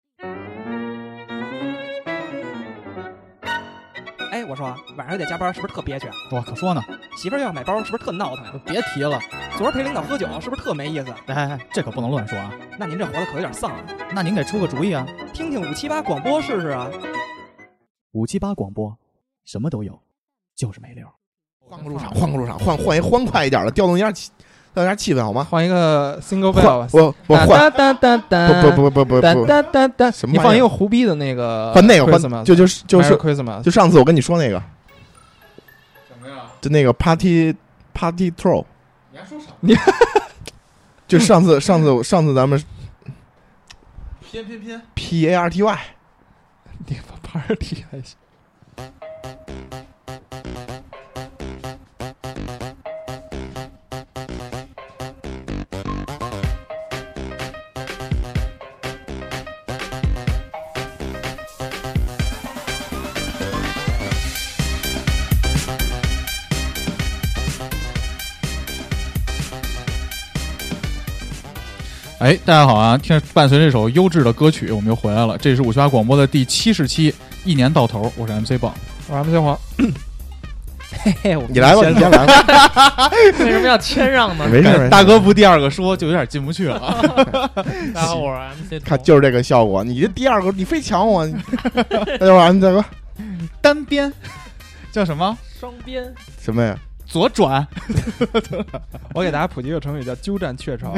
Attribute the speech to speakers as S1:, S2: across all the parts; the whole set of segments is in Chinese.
S1: 啊
S2: 哎，我说晚上又得加班，是不是特憋屈啊？
S3: 我可说呢，
S2: 媳妇儿又要买包，是不是特闹腾呀？
S3: 别提了，
S2: 昨儿陪领导喝酒，是不是特没意思？
S3: 哎哎，哎这可不能乱说啊。
S2: 那您这活的可有点丧啊！
S3: 那您给出个主意啊？
S2: 听听五七八广播试试啊！
S3: 五七八广播，什么都有，就是没溜儿。
S1: 换个入场，换个入场，换换一欢快一点的，调动一下气，调动一下气氛好吗？
S4: 换一个 single
S1: 换
S4: bell 吧。
S1: 我我换
S4: 哒哒哒哒，
S1: 不不不不不
S4: 哒
S1: 不
S4: 哒哒哒，
S1: 什么
S4: 你
S1: 玩意儿
S4: 放一个胡逼的那个，
S1: 换那个换
S4: Christmas
S1: 就就是就是
S4: Merry Christmas，
S1: 就上次我跟你说那个，
S4: 什么呀？
S1: 就那个 party party troll，
S4: 你还说啥？
S1: 就上次上次上次咱们
S4: 偏偏偏，
S1: P A R T Y，
S4: 你把 party 还行。
S3: 哎，大家好啊！听伴随这首优质的歌曲，我们又回来了。这是五七八广播的第七十期，一年到头，我是 MC 棒。
S4: 我还不姓黄，
S2: 嘿嘿，我们
S1: 你来吧，
S2: 先
S1: 你先来吧，
S5: 为什么要谦让呢？
S1: 没事没事，
S3: 大哥不第二个说，就有点进不去了。
S5: 大家啊好，我是 MC
S1: 看
S5: 童。
S1: 就是这个效果， 你这哎第二个你非抢我，那就完大哥
S3: 单边叫什么？
S5: 双边
S1: 什么呀？
S3: 左转？
S4: 我给大家普及个成语叫“鸠占鹊巢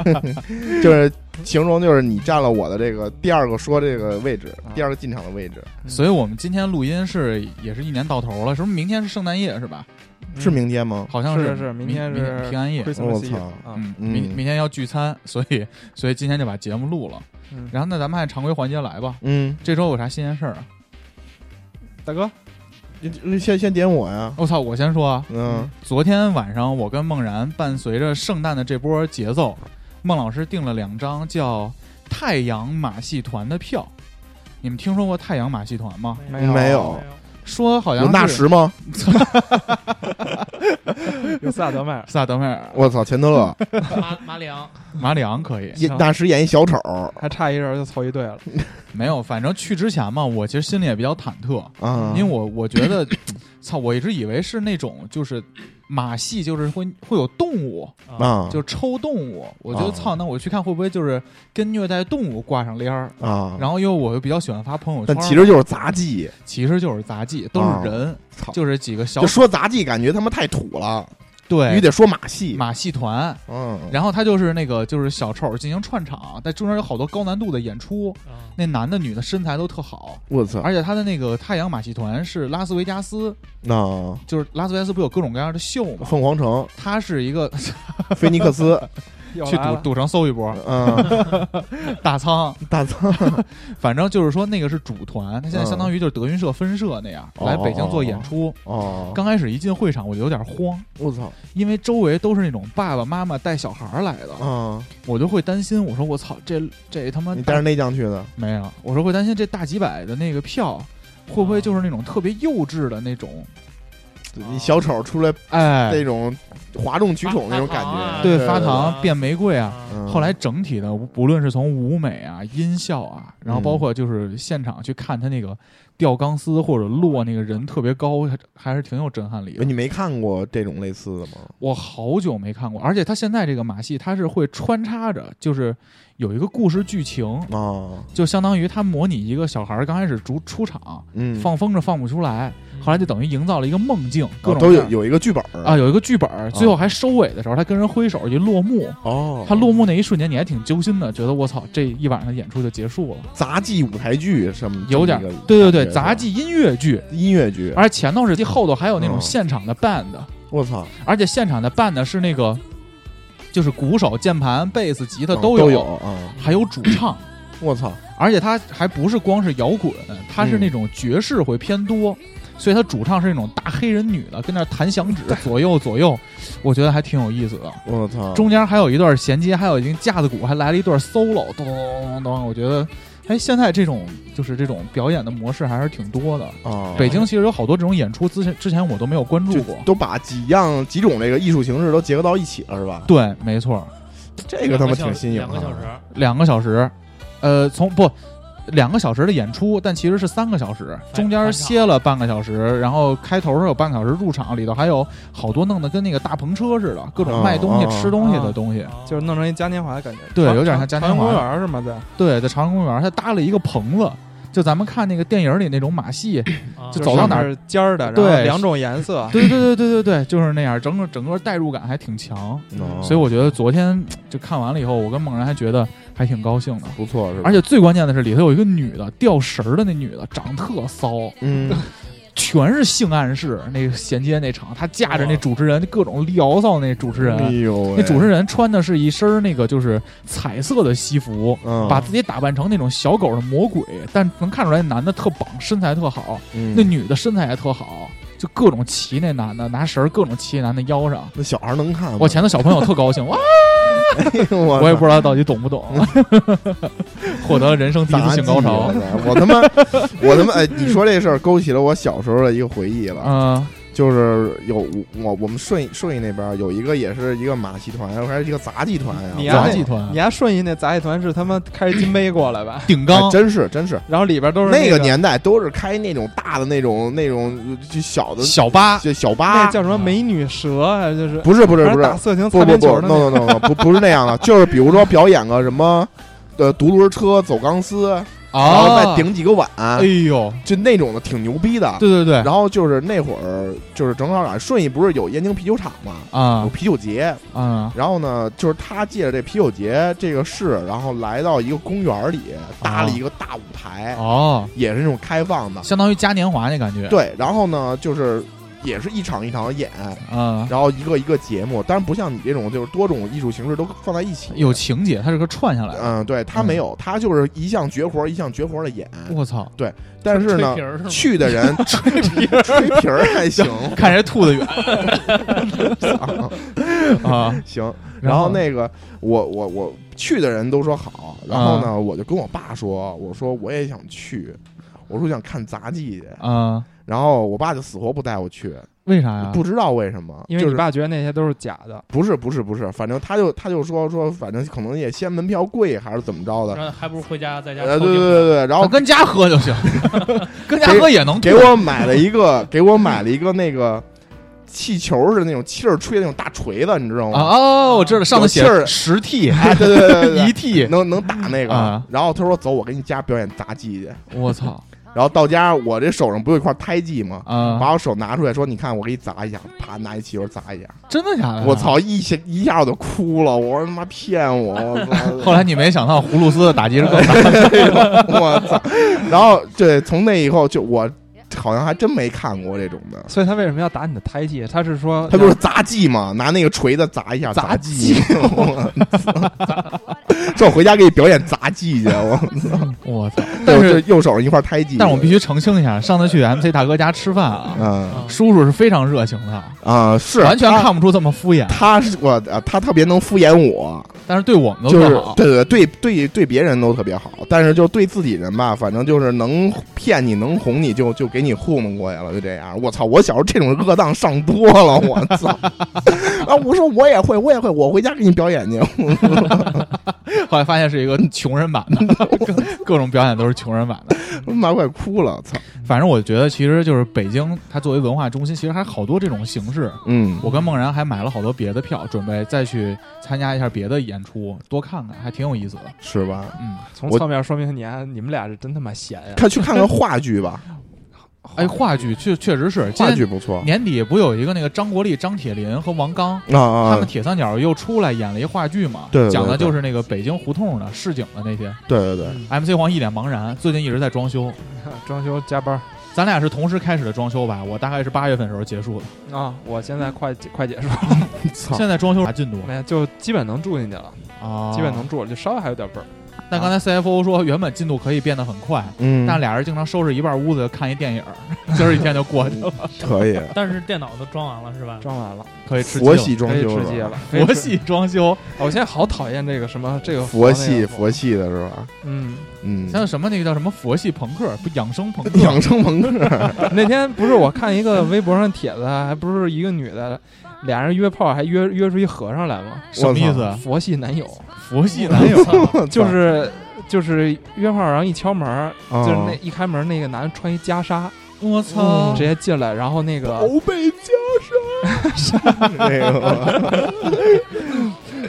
S1: 就是形容就是你占了我的这个第二个说这个位置，
S5: 啊
S1: 第二个进场的位置，
S3: 所以我们今天录音是也是一年到头了，什么明天是圣诞夜是吧？”，
S1: 是明天吗？哦
S3: 好
S4: 嗯
S3: 像
S4: 是
S3: 是
S4: 是明
S3: 天
S4: 天是
S3: 平安夜。
S4: Christmas Eve，
S1: 我
S4: 啊，
S3: 嗯，
S1: 嗯
S3: 明明天要聚餐，所以所以今天就把节目录了。
S4: 嗯
S3: 然后那咱们按常规环节来吧。
S1: 嗯，
S3: 这周有啥新鲜事儿啊？
S4: 大哥，
S1: 你先先点我呀，
S3: 我、操，我先说啊。
S1: 嗯
S3: 昨天晚上我跟孟然伴随着圣诞的这波节奏，孟老师订了两张叫《太阳马戏团》的票。你们听说过太阳马戏团吗？
S4: 没有
S1: 没有
S3: 说好像
S1: 有
S3: 是
S1: 纳什 吗？
S4: 有萨德迈尔，
S3: 萨德迈尔、
S1: 我操，钱德勒，
S5: 马马里昂，
S3: 马里昂可以
S1: 演纳什演一小丑
S4: 还差一人就凑一队 了。
S3: 没有？反正去之前嘛，我其实心里也比较忐忑，
S1: 啊，
S3: 因为我我觉得， 操，我一直以为是那种就是马戏，就是会会有动物，
S1: 啊
S3: 就抽动物。我觉得
S1: 啊
S3: 操，那我去看会不会就是跟虐待动物挂上联儿？
S1: 啊，
S3: 然后因为我又比较喜欢发朋友圈
S1: 但
S3: 儿，
S1: 其实就是杂技，
S3: 其实就是杂技，都是人，
S1: 哦操，
S3: 就是几个小
S1: 就说杂技感觉他妈太土了，必须
S3: 对
S1: 得说马戏，
S3: 马戏团。
S1: 嗯，
S3: 然后他就是那个就是小丑进行串场，但中间有好多高难度的演出，
S5: 嗯
S3: 那男的女的身材都特好，
S1: 我操，
S3: 而且他的那个太阳马戏团是拉斯维加斯，
S1: 那
S3: 就是拉斯维加斯不有各种各样的秀吗？
S1: 凤凰城、
S3: 他是一个
S1: 菲尼克斯，
S4: 又
S3: 去
S4: 来
S3: 赌
S4: 了，
S3: 赌城搜一波
S1: 嗯，
S3: 大仓，
S1: 大仓，
S3: 反正就是说那个是主团，他现在
S1: 嗯
S3: 相当于就是德云社分社那样
S1: 哦
S3: 来北京做演出。
S1: 哦，
S3: 刚开始一进会场我就有点慌，
S1: 我操，
S3: 因为周围都是那种爸爸妈妈带小孩儿来的，
S1: 嗯，
S3: 我就会担心。我说我操，这这他妈
S1: 你带
S3: 大
S1: 着内将去的，
S3: 没有？我说会担心这大几百的那个票会不会就是那种特别幼稚的那种，
S1: 你小丑出来
S3: 哎
S1: 那，种哗众取宠那种感
S5: 发糖啊
S1: 觉，
S3: 对，
S5: 对
S3: 发
S5: 对
S3: 糖
S5: 对
S3: 变玫瑰啊。
S1: 嗯
S3: 后来整体的，无无论是从舞美啊、音效啊，然后包
S1: 嗯
S3: 括就是现场去看他那个吊钢丝或者落那个人特别高，还还是挺有震撼力的。
S1: 呃你没看过这种类似的吗？
S3: 我好久没看过，而且他现在这个马戏，他是会穿插着，就是有一个故事剧情，
S1: 啊，
S3: 就相当于他模拟一个小孩儿刚开始出出场，
S1: 嗯，
S3: 放风筝放不出来，后来就等于营造了一个梦境，各
S1: 哦
S3: 种
S1: 都
S3: 各
S1: 有
S3: 样
S1: 有一个剧本
S3: 啊，，有一个剧本儿，最后还收尾的时候，他跟人挥手一落幕，
S1: 哦，
S3: 他落幕那一瞬间，你还挺揪心的，觉得我操，这一晚上的演出就结束了，
S1: 杂技舞台剧什么，
S3: 有点
S1: 这么一个
S3: 对对
S1: 感
S3: 对，
S1: 觉是吧
S3: 杂技音乐剧，
S1: 音乐剧，
S3: 而前头是后头还有那种
S1: 嗯
S3: 现场的 band，
S1: 我操，
S3: 而且现场的 band 是那个就是鼓手、键盘、贝斯、吉他
S1: 嗯
S3: 都
S1: 都
S3: 有，
S1: 有啊，
S3: 还有主唱。
S1: 我操，
S3: 而且它还不是光是摇滚，它是那种爵士会偏多，所以它主唱是那种大黑人女的，跟那儿弹响指，左右左右，我觉得还挺有意思的。
S1: 我操，
S3: 中间还有一段衔接，还有一个架子鼓，还来了一段 solo，咚咚咚咚咚，我觉得，哎，现在这种就是这种表演的模式还是挺多的。
S1: 啊，
S3: 北京其实有好多这种演出，之前之前我都没有关注
S1: 就
S3: 过。
S1: 都把几样几种这个艺术形式都结合到一起了，是吧？
S3: 对，没错，
S1: 这个他妈
S5: 两
S1: 挺
S5: 个小
S1: 新颖啊
S5: 两个小
S1: 的。
S5: 时，
S3: 两个小时，呃，从不两个小时的演出，但其实是三个小时，中
S5: 返
S3: 间
S5: 场
S3: 歇了半个小时，然后开头是有半个小时入场，里头还有好多弄得跟那个大篷车似的，各种卖东西、
S1: 哦哦哦
S3: 吃东西的东西。
S4: 就是弄成一嘉年华的感觉，
S3: 对
S4: 长
S3: 有点像嘉年华
S4: 长长阳公园是吗？在
S3: 对，在朝阳公园，他搭了一个棚子，就咱们看那个电影里那种马戏，
S5: 啊
S3: 就走到哪儿
S4: 上嗯面是尖儿的，然
S3: 对
S4: 后两种颜色，
S3: 对对对对对对，就是那样，整个整个代入感还挺强。
S1: 哦
S3: 所以我觉得昨天就看完了以后，我跟猛然还觉得还挺高兴的。
S1: 不错是吧？
S3: 而且最关键的是，里头有一个女的吊绳儿的那女的，长得特骚，
S1: 嗯，
S3: 全是性暗示。那个衔接那场，她架着那
S1: 哦
S5: 哇
S3: 主持人，各种撩骚那主持
S1: 哎
S3: 人。啊
S1: 呦喂，
S3: 那主持人穿的是一身儿那个就是彩色的西服，
S1: 嗯
S3: 把自己打扮成那种小狗的魔鬼，但能看出来男的特棒，身材特好，
S1: 嗯
S3: 那女的身材也特好，就各种骑那男的，拿绳儿各种骑那男的腰上。
S1: 那小孩儿能看吗？哎
S3: 我前头小朋友特高兴，哇！
S1: 我
S3: 我也不
S1: 知
S3: 知道到底懂不懂， 获得了人生第一次性高潮。
S1: 我他妈，我他妈，哎，你说这事儿勾起了我小时候的一个回忆了，
S4: 啊
S3: 嗯
S1: 就是有我我们顺义顺义那边儿有一个也是一个马戏团，还是一个杂技团呀，
S4: 你
S1: 我
S4: 丫
S3: 杂
S4: 那
S3: 技团
S4: 你啊还顺义那杂技团是他妈开着金杯过来吧？
S3: 顶
S1: 哎
S3: 缸，
S1: 真是真是。
S4: 然后里边都是
S1: 那
S4: 个
S1: 个年代都是开那种大的那种那种就小的
S3: 小巴
S1: 就小
S4: 那
S1: 巴，
S4: 叫什么美女蛇，还是就是
S1: 不是不是
S4: 还
S1: 不是
S4: 打色情
S1: 不
S4: 擦
S1: 不
S4: 边球
S1: 不
S4: 的那
S1: ，no no
S4: 个
S1: no no，不不是那样的，就是比如说表演个什么，呃，独轮车、走钢丝，
S4: 哦
S1: 然后再
S3: 啊，
S1: 顶几个碗，
S3: 哎呦，
S1: 就那种的挺牛逼的。
S3: 对对对，
S1: 然后就是那会儿，就是正好赶上顺义不是有燕京啤酒厂嘛，有
S3: 啊
S1: 啤酒节。
S3: 啊
S1: 然后呢，就是他借着这啤酒节这个事，然后来到一个公园里，搭了一个大舞台，
S3: 哦，
S1: 也是那种开放的。
S3: 相当于嘉年华那感觉。
S1: 对，然后呢，就是也是一场一场演，
S3: 啊，
S1: 然后一个一个节目，当然不像你这种就是多种艺术形式都放在一起。
S3: 有情节，它是个串下来的。
S1: 嗯，对他没有，他就是一项绝活儿一项绝活儿的演，
S3: 我操，
S1: 但是呢
S5: 吹皮，儿是吗
S1: 去的 人吹皮儿吹皮儿还行
S3: 看谁 吐得远
S1: 啊
S3: 啊！
S1: 行。
S3: 然
S1: 然
S3: 后
S1: 后那个我我我去的人都说好，然
S3: 嗯
S1: 后呢，我就跟我爸说，我说我也想去。我说想看杂技去，
S3: 啊，
S1: 然后我爸就死活不带我去，
S3: 为啥呀？
S1: 不知道为什么，
S4: 因为
S1: 就
S4: 你
S1: 是
S4: 爸觉得那些都是假的，
S1: 不是不是不是，反正他就他就说说，反正可能也嫌门票贵还是怎么着的，
S5: 然后还不如回家在家
S1: 啊呃，
S5: 偷
S1: 对
S5: 听
S1: 对对对，然后
S3: 我跟家喝就行，跟家喝也能
S1: 给我买了一个，给我买了一个那个气球似的那种气儿吹的那种大锤子，你知道
S3: 啊！
S1: 吗？
S3: 哦，我知道，上头写
S1: 有气儿
S3: 十 T
S1: 哎，对对对对对
S3: 一 T，
S1: 能能打那个
S3: 啊。
S1: 然后他说：“走，我给你家表演杂技去。
S3: 我操”
S1: 然后到家，我这手上不有一块胎记吗？
S3: 啊！
S1: 把我手拿出来说：“你看，我给你砸一下。”啪，拿一气球砸一下。
S3: 真的假的？
S1: 我！操！一下一下我就哭了，我说他妈骗我！我操
S3: 后来你没想到葫芦丝的打击 是更大，
S1: 我操！然后对，从那以后就我好像还真没看过这种的。
S4: 所以他为什么要打你的胎记？他是说
S1: 他不是杂技嘛，拿那个锤子砸一下
S4: 杂
S1: 技。 我操 这我回家给你表演杂技去，我
S3: 我操！但
S1: 就是右手上一块胎记。
S3: 但是我必须澄清一下，上次去 MC 大哥家吃饭啊，
S1: 嗯
S5: 嗯
S3: 叔叔是非常热情的，
S1: 啊是
S3: 完全
S1: 他
S3: 看不出这么敷衍，
S1: 他是我啊他特别能敷衍我，
S3: 但是对我们都
S1: 就
S3: 特
S1: 是
S3: 好。
S1: 对对对对对别人都特别好，但是就对自己人吧，反正就是能骗你能哄你就就给你糊弄过去了，就这样。我操，我小时候这种恶当上多了，我 操！啊，我说我也会，我也会，我回家给你表演去。
S3: 后来发现是一个穷人版的， 各各种表演都是穷人版的。
S1: 他妈快哭了，操！
S3: 反正我觉得，其实就是北京，它作为文化中心，其实还有好多这种形式。
S1: 嗯，
S3: 我跟梦然还买了好多别的票，准备再去参加一下别的演出，多看看，还挺有意思的。
S1: 是吧？
S3: 嗯，
S4: 从
S1: 我
S4: 侧面说明你还你们俩是真他妈闲呀！
S1: 看去看看话剧 吧，
S3: 哎，话剧确确实是，今
S1: 话
S3: 年
S1: 剧不错
S3: 年底不有一个那个张国立、张铁林和王刚，
S1: 啊
S3: 他们
S1: 啊！
S3: 铁三角又出来演了一话剧嘛，
S1: 对对对
S3: 讲的就是那个北京胡同的市井的那些。
S1: 对对对，
S3: MC 黄一脸茫然，最近一直在装修。
S4: 装修加班
S3: 咱俩是同时开始的装修吧？我大概是八月份时候结束 的，
S4: 啊！我现在快结快结束了，
S1: 操！
S3: 现在装修啥进度
S4: 没有就基本能住进去了，
S3: 啊？
S4: 基本能。住了，就稍微还有点味儿。
S3: 但刚才 CFO 说，原本进度可以变得很快，
S1: 嗯，
S3: 但俩人经常收拾一半屋子看一电影儿，今儿一天就过去了，
S1: 嗯可以
S5: 但是电脑都装完了是吧？
S4: 装完了，
S3: 可以吃鸡
S1: 佛
S3: 了。
S1: 系装
S4: 可以
S1: 修
S4: 吃鸡
S1: 是吧？
S4: 了，可以
S3: 佛
S4: 吃。
S3: 系 装修，
S4: 啊我现在好讨厌这个什么这个
S1: 佛系
S4: 佛那个
S1: 佛系的是吧？
S4: 嗯，
S1: 嗯，
S3: 像什么那个叫什么佛系朋克，不养生朋克
S1: 养生朋克，
S4: 那天不是我看一个微博上帖子，还不是一个女的，俩人约炮还约约出一和尚来吗？
S3: 什么意思？
S4: 佛系男友
S3: 佛系男友
S5: 操
S1: 我操
S4: 就是 就是约炮，然后一敲门儿，
S1: 啊
S4: 就是那一开门那个男的穿一袈裟，
S3: 我操
S4: 直！接进来，然后那个，
S1: 欧贝袈 裟，那个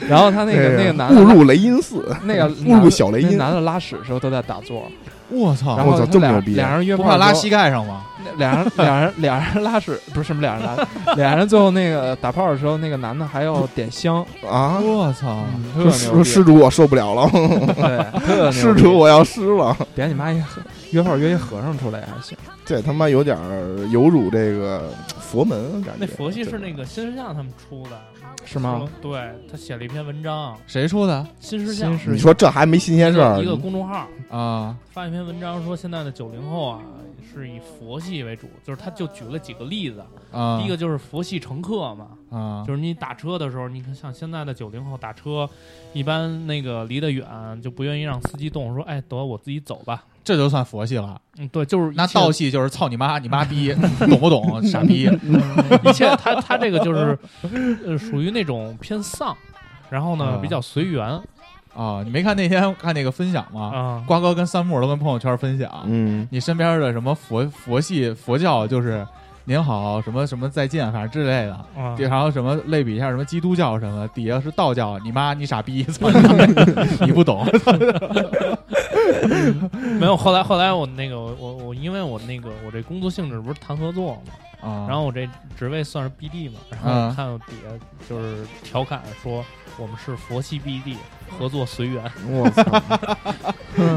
S4: 然后他那
S1: 哎
S4: 个那
S1: 呀
S4: 个男
S1: 误
S4: 的，
S1: 入雷音寺，
S4: 那个
S1: 误
S4: 男
S1: 入
S4: 的
S1: 小雷
S4: 那
S1: 音，
S4: 男的拉屎的时候都在打坐，
S3: 我
S4: 然
S3: 操！
S1: 我
S4: 后
S1: 操
S4: 他
S1: 这么
S4: 俩
S1: 牛逼啊
S4: 俩人约
S3: 不
S4: 炮
S3: 怕拉
S4: 之后
S3: 膝盖上吗？
S4: 那俩人俩人 俩人拉屎不是什么俩 人拉，俩人最后那个打炮的时候，那个男的还要点香，嗯
S1: 啊！
S3: 我操！
S1: 说
S4: 特牛
S1: 施
S4: 逼，
S1: 施主，我受不了了，
S4: 对，特牛逼
S1: 施主，，我要湿了，
S4: 别你妈一和约炮约一和尚出来也还行，
S1: 这他妈有点儿有辱这个佛门感觉。
S5: 那佛系是那个新世相他们出的，
S4: 是吗？？
S5: 对他写了一篇文章，
S3: 谁出的
S5: 新世相
S1: 你说这还没新鲜事儿
S5: 一个公众号
S3: 啊？
S5: 发一篇文章说，现在的九零后啊是以佛系为主，就是他就举了几个例子，
S3: 啊
S5: 第一个就是佛系乘客嘛，
S3: 啊
S5: 就是你打车的时候，你看像现在的九零后打车，一般那个离得远就不愿意让司机动，说哎得我自己走吧。
S3: 这就算佛系了。
S5: 嗯，对，就是一
S3: 那
S5: 切
S3: 道系就是操你妈，你妈 逼，懂不懂？傻逼！
S5: 嗯一切他他这个就是，呃，属于那种偏丧，然后呢
S3: 啊
S5: 比较随缘
S3: 啊，你没看那天看那个分享吗？
S5: 啊，
S3: 瓜哥跟三木都跟朋友圈分享，
S1: 嗯，
S3: 你身边的什么佛佛系佛教就是您好什么什么再见，反正之类的。
S5: 啊
S3: 然后什么类比一下，什么基督教什么，底下是道教，你妈你傻逼，操你 妈你不懂
S5: 没有。后来后来我那个我我我因为我那个我这工作性质不是谈合作嘛，
S3: 啊。
S5: 然后我这职位算是 BD 嘛，然后
S3: 啊
S5: 我看到底下就是调侃说我们是佛系 BD，合作 随缘，
S1: 我 操，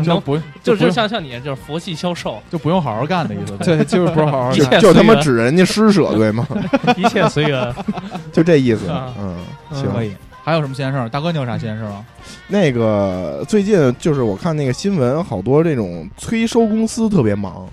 S3: 就不
S5: 就
S3: 不
S5: 就
S3: 用
S5: 像像你就是佛系销售，
S3: 就不用好好干的意思呗。
S4: 对，就是不是 好好
S1: 啊就
S5: 一切
S4: 干，
S1: 就他妈
S5: 随缘
S1: 指人家施舍对吗？
S5: 一切随缘。
S1: 就这意思
S5: 啊，
S1: 嗯，
S5: 嗯
S1: 行
S3: 可。以。还有什么闲事儿？大哥，你有啥闲事儿吗？
S1: 那个最近就是我看那个新闻，好多这种催收公司特别忙，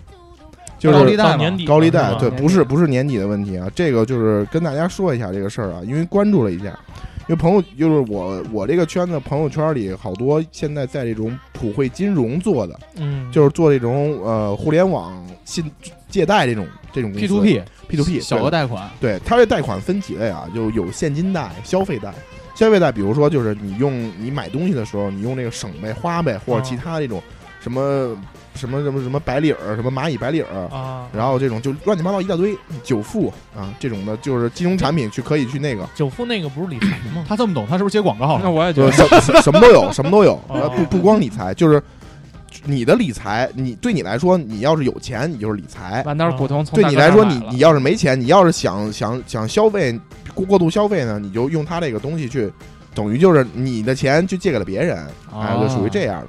S1: 就
S3: 高利
S1: 是啊
S3: 贷
S5: 到
S3: 嘛
S5: 年底
S1: 高利贷
S5: 了，是
S1: 对，
S5: 吧
S1: 不是不是年底的问题啊，这个就是跟大家说一下这个事儿啊，因为关注了一下，因为朋友就是我我这个圈子朋友圈里好多现在在这种普惠金融做的，
S5: 嗯，
S1: 就是做这种呃互联网信借贷这种这种
S3: P to P
S1: P to P
S3: 小额贷款，
S1: 对，它这贷款分几类啊？就有现金贷、消费贷。消费贷，比如说就是你用你买东西的时候，你用这个省呗、花呗或者其他这种什么什么什么什么白领儿、什么蚂蚁白领儿，
S5: 啊，
S1: 然后这种就乱七八糟一大堆，久付啊这种的，就是金融产品去可以去那个，
S5: 九富那个不是理财吗？
S3: 他这么懂，他是不是接广告
S4: 那
S3: 了？
S4: 我也觉
S1: 就
S4: 得
S1: 是什 什什么都有，什么都有，呃
S5: 哦
S1: 不不光理财，就是你的理财，你对你来说，你要是有钱，你就是理财，
S4: 完蛋，股东从
S1: 对
S4: 大
S1: 你
S4: 哥
S1: 来
S4: 那
S1: 说，
S4: 买
S1: 你
S4: 了
S1: 你要是没钱，你要是想想想消费过过度消费呢，你就用他这个东西去，等于就是你的钱就借给了别人，哎，就属于这样的。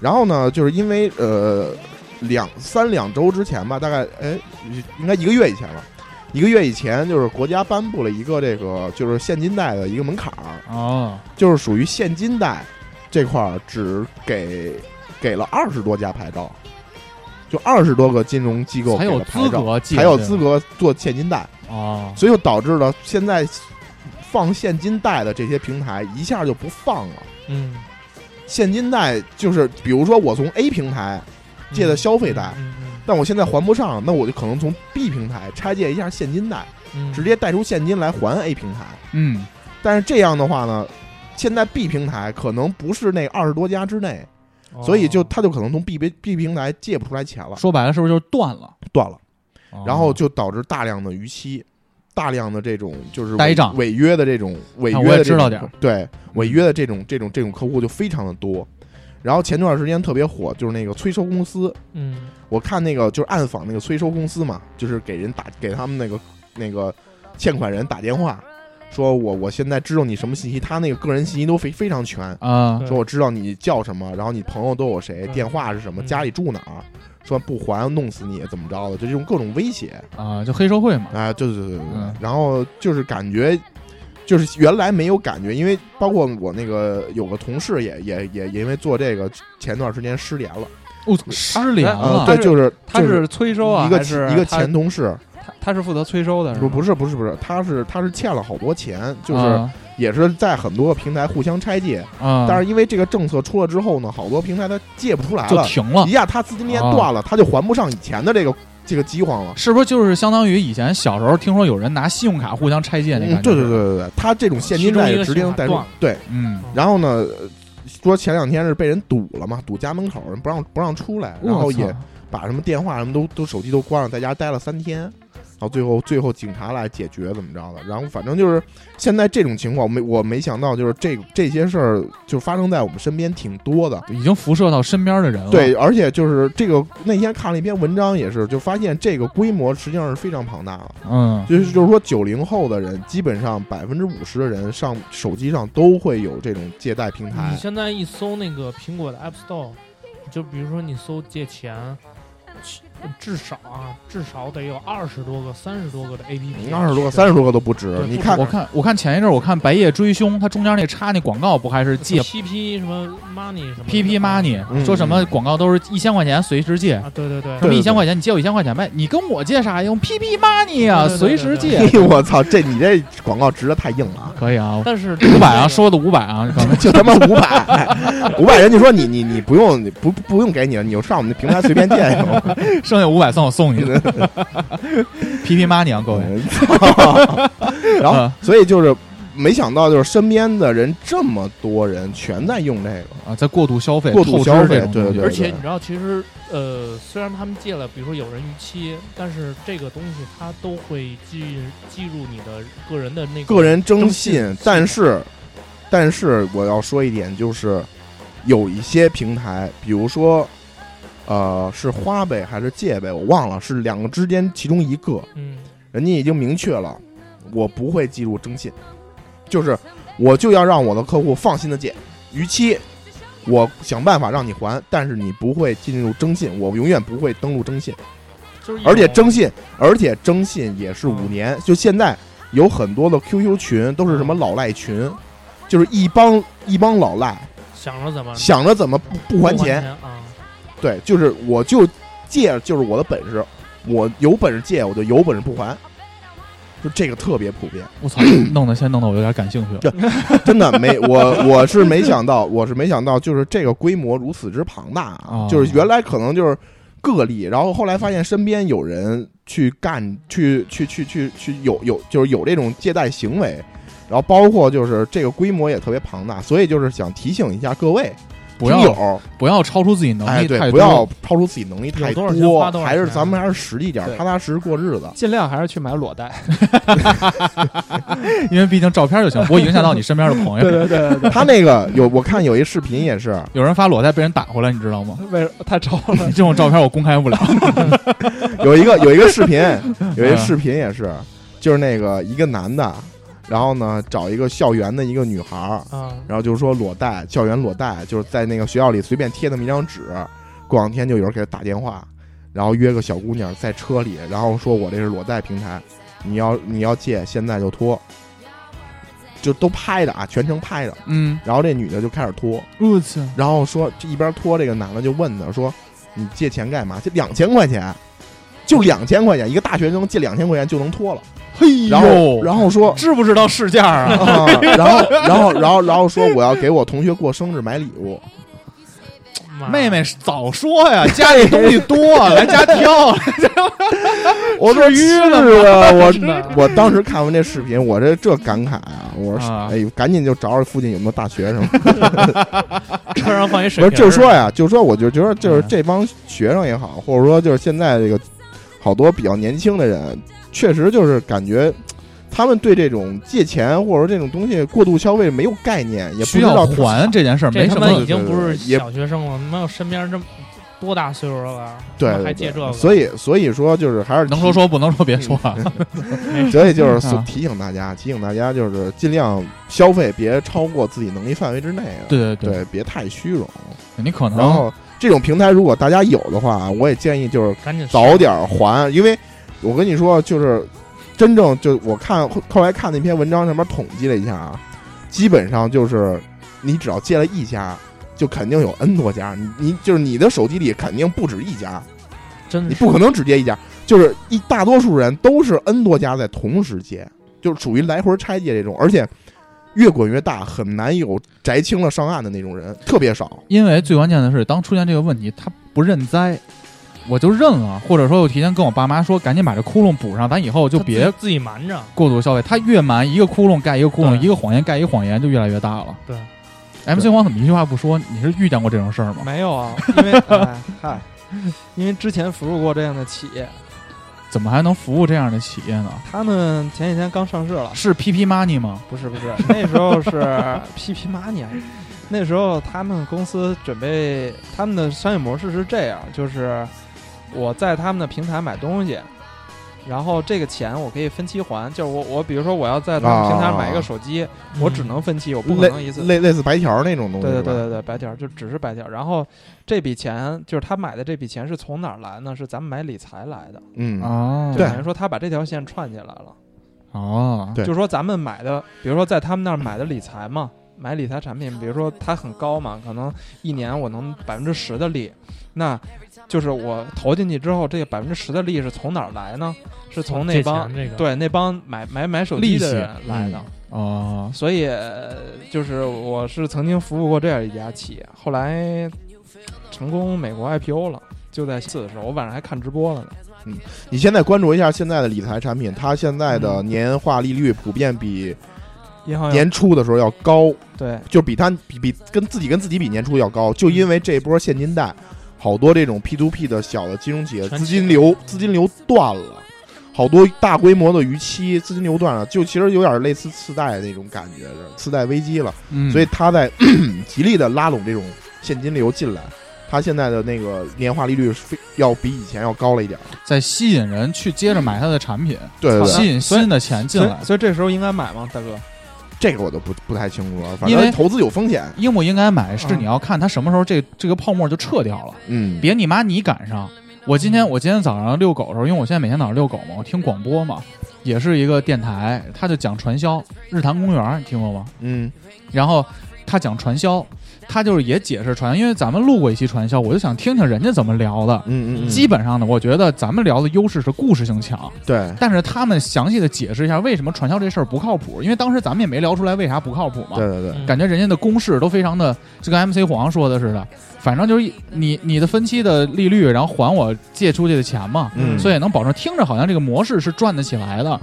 S1: 然后呢，就是因为呃两三两周之前吧，大概哎应该一个月以前了，一个月以前就是国家颁布了一个这个就是现金贷的一个门槛儿，
S3: 哦，
S1: 就是属于现金贷这块儿只给给了二十多家牌照。就二十多个金融机构
S3: 才有
S1: 给了牌
S3: 资
S1: 照
S3: 格借，
S1: 才有资格做现金贷，
S3: 哦，
S1: 所以就导致了现在放现金贷的这些平台一下就不放了。
S5: 嗯，
S1: 现金贷就是，比如说我从 A 平台借的消费贷，
S5: 嗯嗯
S1: 但我现在还不上，那我就可能从 B 平台拆借一下现金贷，
S5: 嗯
S1: 直接贷出现金来还 A 平台。
S3: 嗯，
S1: 但是这样的话呢，现在 B 平台可能不是那二十多家之内，
S5: 哦
S1: 所以就他就可能从 B B B 平台借不出来钱了，
S3: 说白了是不是就是断了？
S1: 断了。
S3: 哦
S1: 然后就导致大量的逾期，大量的这种就是违
S3: 呆账
S1: 违约的这种违
S3: 啊
S1: 约
S3: 我
S1: 的
S3: 也
S1: 这
S3: 知
S1: 种
S3: 道点儿嗯
S1: 客，对违约的这种这种这种客户就非常的多。然后前段时间特别火，就是那个催收公司，
S5: 嗯
S1: 我看那个就是暗访那个催收公司嘛，就是给人打给他们那个那个欠款人打电话，说我我现在知道你什么信息，他那个个人信息都非非常全，
S3: 啊，
S5: 对
S1: 说我知道你叫什么，然后你朋友都有谁，
S5: 对
S1: 电话是什么，
S5: 嗯
S1: 家里住哪儿，说不还弄死你怎么着的，就这种各种威胁。
S3: 啊，就黑社会嘛，
S1: 啊，对对对对对，
S3: 嗯
S1: 然后就是感觉，就是原来没有感觉，因为包括我那个有个同事也也也也因为做这个，前段时间失联了，
S3: 我操，哦失联
S1: 啊，
S3: 了，
S1: 对，
S4: 他是
S1: 就是
S4: 他
S1: 就是
S4: 是催收啊，
S1: 一个
S4: 还是
S1: 一个
S4: 他
S1: 前同事，
S4: 他他是负责催收的，是
S1: 不
S4: 吗
S1: 不是不是不是，他是他是欠了好多钱，就是
S3: 啊，
S1: 也是在很多个平台互相拆借，但
S4: 啊
S3: 但
S1: 是因为这个政策出了之后呢，好多平台他借不出来
S3: 就
S1: 了，
S3: 停了
S1: 一，下他资金链断
S4: 啊
S1: 了，他就还不上以前的这个这个饥荒了。
S3: 是不是就是相当于以前小时候听说有人拿信用卡互相拆借那
S1: 嗯，
S3: 感
S1: 对
S3: 觉？
S1: 对对，对对，他这种现金
S5: 其中
S1: 贷
S5: 一个
S1: 直接
S5: 信用
S1: 能
S5: 卡
S1: 贷出
S5: 断了
S1: 对，
S3: 嗯，
S1: 然后呢，呃说前两天是被人堵了嘛，堵家门口，人不让不让出来，然后也把什么电话什么都都手机都关了，在家待了三天，然后最后最后警察来解决怎么着的，然后反正就是现在这种情况，我没我没想到就是这这些事儿就发生在我们身边挺多的，
S3: 已经辐射到身边的人了。
S1: 对，，而且就是这个那天看了一篇文章也是，就发现这个规模实际上是非常庞大的，
S3: 嗯，
S1: 就是就是说九零后的人基本上百分之五十的人上手机上都会有这种借贷平
S5: 你
S1: 台，
S5: 现在一搜那个苹果的 App Store，就比如说你搜借钱，其至少啊，至少得有二十多个、三十多个的 APP，
S1: 嗯二十多个、三十多个都不止
S5: 对。
S1: 你
S5: 不
S1: 看
S5: 止
S3: 我看我看前一阵儿我看《白夜追凶》，它中间那插那广告不还是借
S5: PP 什么 Money 什么的
S3: PP money，、
S1: 嗯
S3: 说什么广告都是一千块钱随时借，
S5: 啊，对对对，
S3: 什么
S1: 对
S3: 一千块钱你借我一千块钱呗，你跟我借啥用？PP money 啊，
S5: 对对对
S3: 随 时借
S5: 对，
S1: 我操，这你这广告值的太硬了啊！
S3: 可以啊，
S5: 但是
S3: 五百啊，说的五百啊，刚 才
S1: 就他妈五 百，五百人就说你你你不用你不不用给你了，你就上我们的平台随便借去 吧。
S3: 剩下五百算我送你的 PP money 啊，各位，
S1: 嗯 然后
S3: 啊
S1: 所以就是没想到，就是身边的人这么多人全在用这个，
S3: 啊，在过度消费、
S1: 过度
S3: 透支
S1: 消费
S3: 这种
S1: 对
S3: 东西
S1: 对
S5: 而且你知道，其实呃，虽然他们借了，比如说有人逾期，但是这个东西它都会记记入你的个人的那个
S1: 个人征信
S5: 信，，
S1: 但是但是我要说一点，就是有一些平台，比如说。呃，是花呗还是借呗？我忘了，是两个之间其中一个。
S5: 嗯，
S1: 人家已经明确了，我不会计入征信，就是我就要让我的客户放心的借，逾期我想办法让你还，但是你不会进入征信，我永远不会登录征信，
S5: 就是
S1: 而且
S5: 有
S1: 征信，而且征信也是五年，就现在有很多的 QQ 群都是什么老赖群，就是一帮一帮老赖
S5: 想着怎么
S1: 想着怎么不嗯不
S5: 不
S1: 还
S5: 钱
S1: 钱，
S5: 啊，
S1: 对，就是我就借，就是我的本事，我有本事借，我就有本事不还，就这个特别普遍。
S3: 我操，弄得现在弄得我有点感兴趣了。
S1: 真的没 我我是没想到，我是没想到，就是这个规模如此之庞大啊！
S3: 哦
S1: 就是原来可能就是个例，然后后来发现身边有人去干，去去去去去有有就是有这种借贷行为，然后包括就是这个规模也特别庞大，所以就是想提醒一下各位
S3: 不
S1: 听
S3: 要
S1: 友，
S3: 不要超出自己能
S1: 哎
S3: 力太
S1: 对，
S3: 多，
S1: 不要超出自己能力太
S5: 有多少钱花多少
S1: 还是
S5: 钱
S1: 咱们还是实际点儿，
S4: 啊对
S1: 踏踏实实过日子。
S4: 尽量还是去买裸 贷。
S3: 因为毕竟照片就行，不会影响到你身边的 朋友。
S4: 对对对
S1: 他那个有我看有一视频也是，
S3: 有人发裸贷被人打回来，你知道吗？
S4: 为什么太潮了
S3: 这？种照片我公开不了。 嗯
S1: 有一个有一个视频，有一个视频也是，就是那个一个男的，然后呢找一个校园的一个女孩儿，
S5: 啊，
S1: 然后就是说裸贷，校园裸贷，就是在那个学校里随便贴那么一张纸，过两天就有人给他打电话，然后约个小姑娘在车里，然后说我这是裸贷平台，你要你要借现在就拖，就都拍着啊，全程拍着，
S3: 嗯，
S1: 然后这女的就开始拖，
S3: 我操，
S1: 然后说这一边拖，这个男的就问他说：“你借钱干嘛？借两千块钱，就两千块钱，一个大学生借两千块钱就能拖了。
S3: 嘿
S1: 然后
S3: 呦，，
S1: 然后说
S3: 知不知道市价啊？
S1: 啊、然后然后然后然后说我要给我同学过生日买礼物，
S5: 妈
S3: 妹妹早说呀，家里东西多，来家挑。
S1: 我说
S3: 至于
S1: 是
S3: 了
S1: 啊， 我
S5: 真的
S1: 我当时看完这视频，我这这感慨啊，我说、
S3: 啊
S1: 哎，赶紧就找找附近有没有大学生。
S5: 车上放一水
S1: 不是，
S5: 瓶，
S1: 就说呀，就说我就觉得就是
S3: 嗯
S1: 这帮学生也好，或者说就是现在这个好多比较年轻的人，确实就是感觉。他们对这种借钱或者说这种东西过度消费没有概念，也不
S3: 需
S1: 知道
S3: 要还这件事儿
S5: 这
S3: 没
S5: 他
S3: 什
S5: 妈已
S3: 么，
S5: 经不
S1: 对
S5: 是
S1: 对对也
S5: 小学生了，他妈我身边这么多大岁数了吧？
S1: 对
S5: 他
S1: 对
S5: 妈还
S1: 对
S5: 借这个，
S1: 所以所以说就是还是
S3: 能说，说 不能说别说啊。
S1: 所以就是
S3: 嗯啊
S1: 提醒大家，提醒大家就是尽量消费别超过自己能力范围之内啊，
S3: 对对对，
S1: 对，别太虚荣。
S3: 你可
S1: 然
S3: 能
S1: 后这种平台如果大家有的话，我也建议就是
S5: 嗯赶紧
S1: 早点还，因为我跟你说，就是真正就我看后后来看那篇文章上面统计了一下啊，基本上就是你只要借了一家，就肯定有 N 多家，你你就是你的手机里肯定不止一家，
S5: 真
S1: 你不可能只借一家，就是一大多数人都是 N 多家在同时借，就是属于来回拆借这种，而且。越滚越大，很难有摘清了上岸的那种人，特别少。
S3: 因为最关键的是，当出现这个问题，他不认栽，我就认了，或者说我提前跟我爸妈说，赶紧把这窟窿补上，咱以后就
S5: 他自
S3: 别
S5: 自己瞒着，
S3: 过度消费。他越瞒一个窟窿盖一个窟窿，
S5: 对
S3: 一个谎言盖一个谎言，就越来越大了。
S5: 对，
S3: MC 黄怎么一句话不说？你是遇见过这种事儿吗？
S4: 没有啊，因为哎嗨，因为之前服务过这样的企业，
S3: 怎么还能服务这样的企业呢？
S4: 他们前几天刚上市了，
S3: 是 PP Money 吗？
S4: 不是不 是，那时候 是 PP Money，啊那时候他们公司准备他们的商业模式是这样，就是我在他们的平台买东西，然后这个钱我可以分期还，就是我我比如说我要在他
S1: 啊
S4: 们平台买一个手机，
S1: 嗯
S4: 我只能分期，我不可
S1: 类
S4: 能一次。
S1: 类类似白条那种东西，是
S4: 对对对
S1: 吧，
S4: 对对，白条就只是白条。然后这笔钱就是他买的这笔钱是从哪儿来呢？是咱们买理财来的，
S1: 嗯，
S3: 哦，
S4: 就
S1: 对
S4: 等于说他把这条线串起来了。
S3: 哦，
S1: 对
S4: 啊就说咱们买的，比如说在他们那儿买的理财嘛，买理财产品，比如说它很高嘛，可能一年我能百分之十的利，那就是我投进去之后，这个百分之十的利是从哪儿来呢？是从那
S5: 借
S4: 帮
S5: 钱这个
S4: 对那帮买买买手机
S3: 利
S4: 的
S3: 息
S4: 人来的。
S5: 嗯
S3: 哦，
S4: 所以呃就是我是曾经服务过这样一家企业，后来成功美国 IPO 了。就在四的时候，我晚上还看直播了呢。
S1: 你现在关注一下现在的理财产品，它现在
S4: 嗯
S1: 的年化利率普遍比
S4: 银行要
S1: 年初的时候要高，
S4: 对
S1: 就比它比比跟自己跟自己比年初要高，就因为这波现金贷，好多这种 P to P 的小的金融企业
S5: 全
S1: 资金流资金流断了，好多大规模的逾期资金流断了，就其实有点类似次贷那种感觉，是次贷危机了。
S3: 嗯，
S1: 所以他在极力的拉拢这种现金流进来。他现在的那个年化利率是非要比以前要高了一点儿，
S3: 在吸引人去接着买他的产品，
S1: 对对
S4: 好
S1: 对
S4: 的，
S3: 吸引新的钱进
S4: 所
S3: 来
S4: 以。所以这时候应该买吗，大哥？
S1: 这个我就不不太清楚了。反
S3: 因为
S1: 正投资有风险，
S3: 应不应该买是
S4: 嗯
S3: 你要看它什么时候这这个泡沫就撤掉了，
S1: 嗯，
S3: 别你妈你赶上。我今天我今天早上遛狗的时候，因为我现在每天早上遛狗嘛，我听广播嘛，也是一个电台，他就讲传销，日坛公园，你听过吗？
S1: 嗯
S3: 然后他讲传销，他就是也解释传，因为咱们录过一期传销，我就想听听人家怎么聊的。
S1: 嗯嗯，
S3: 基本上呢，我觉得咱们聊的优势是故事性强，
S1: 对，
S3: 但是他们详细的解释一下为什么传销这事儿不靠谱，因为当时咱们也没聊出来为啥不靠谱嘛。
S1: 对对对，
S3: 感觉人家的公式都非常的，就跟 MC 黄说的似的，反正就是一你你的分期的利率，然后还我借出去的钱嘛，
S1: 嗯，
S3: 所
S1: 以
S3: 以能保证听着好像这个模式是赚得起来的。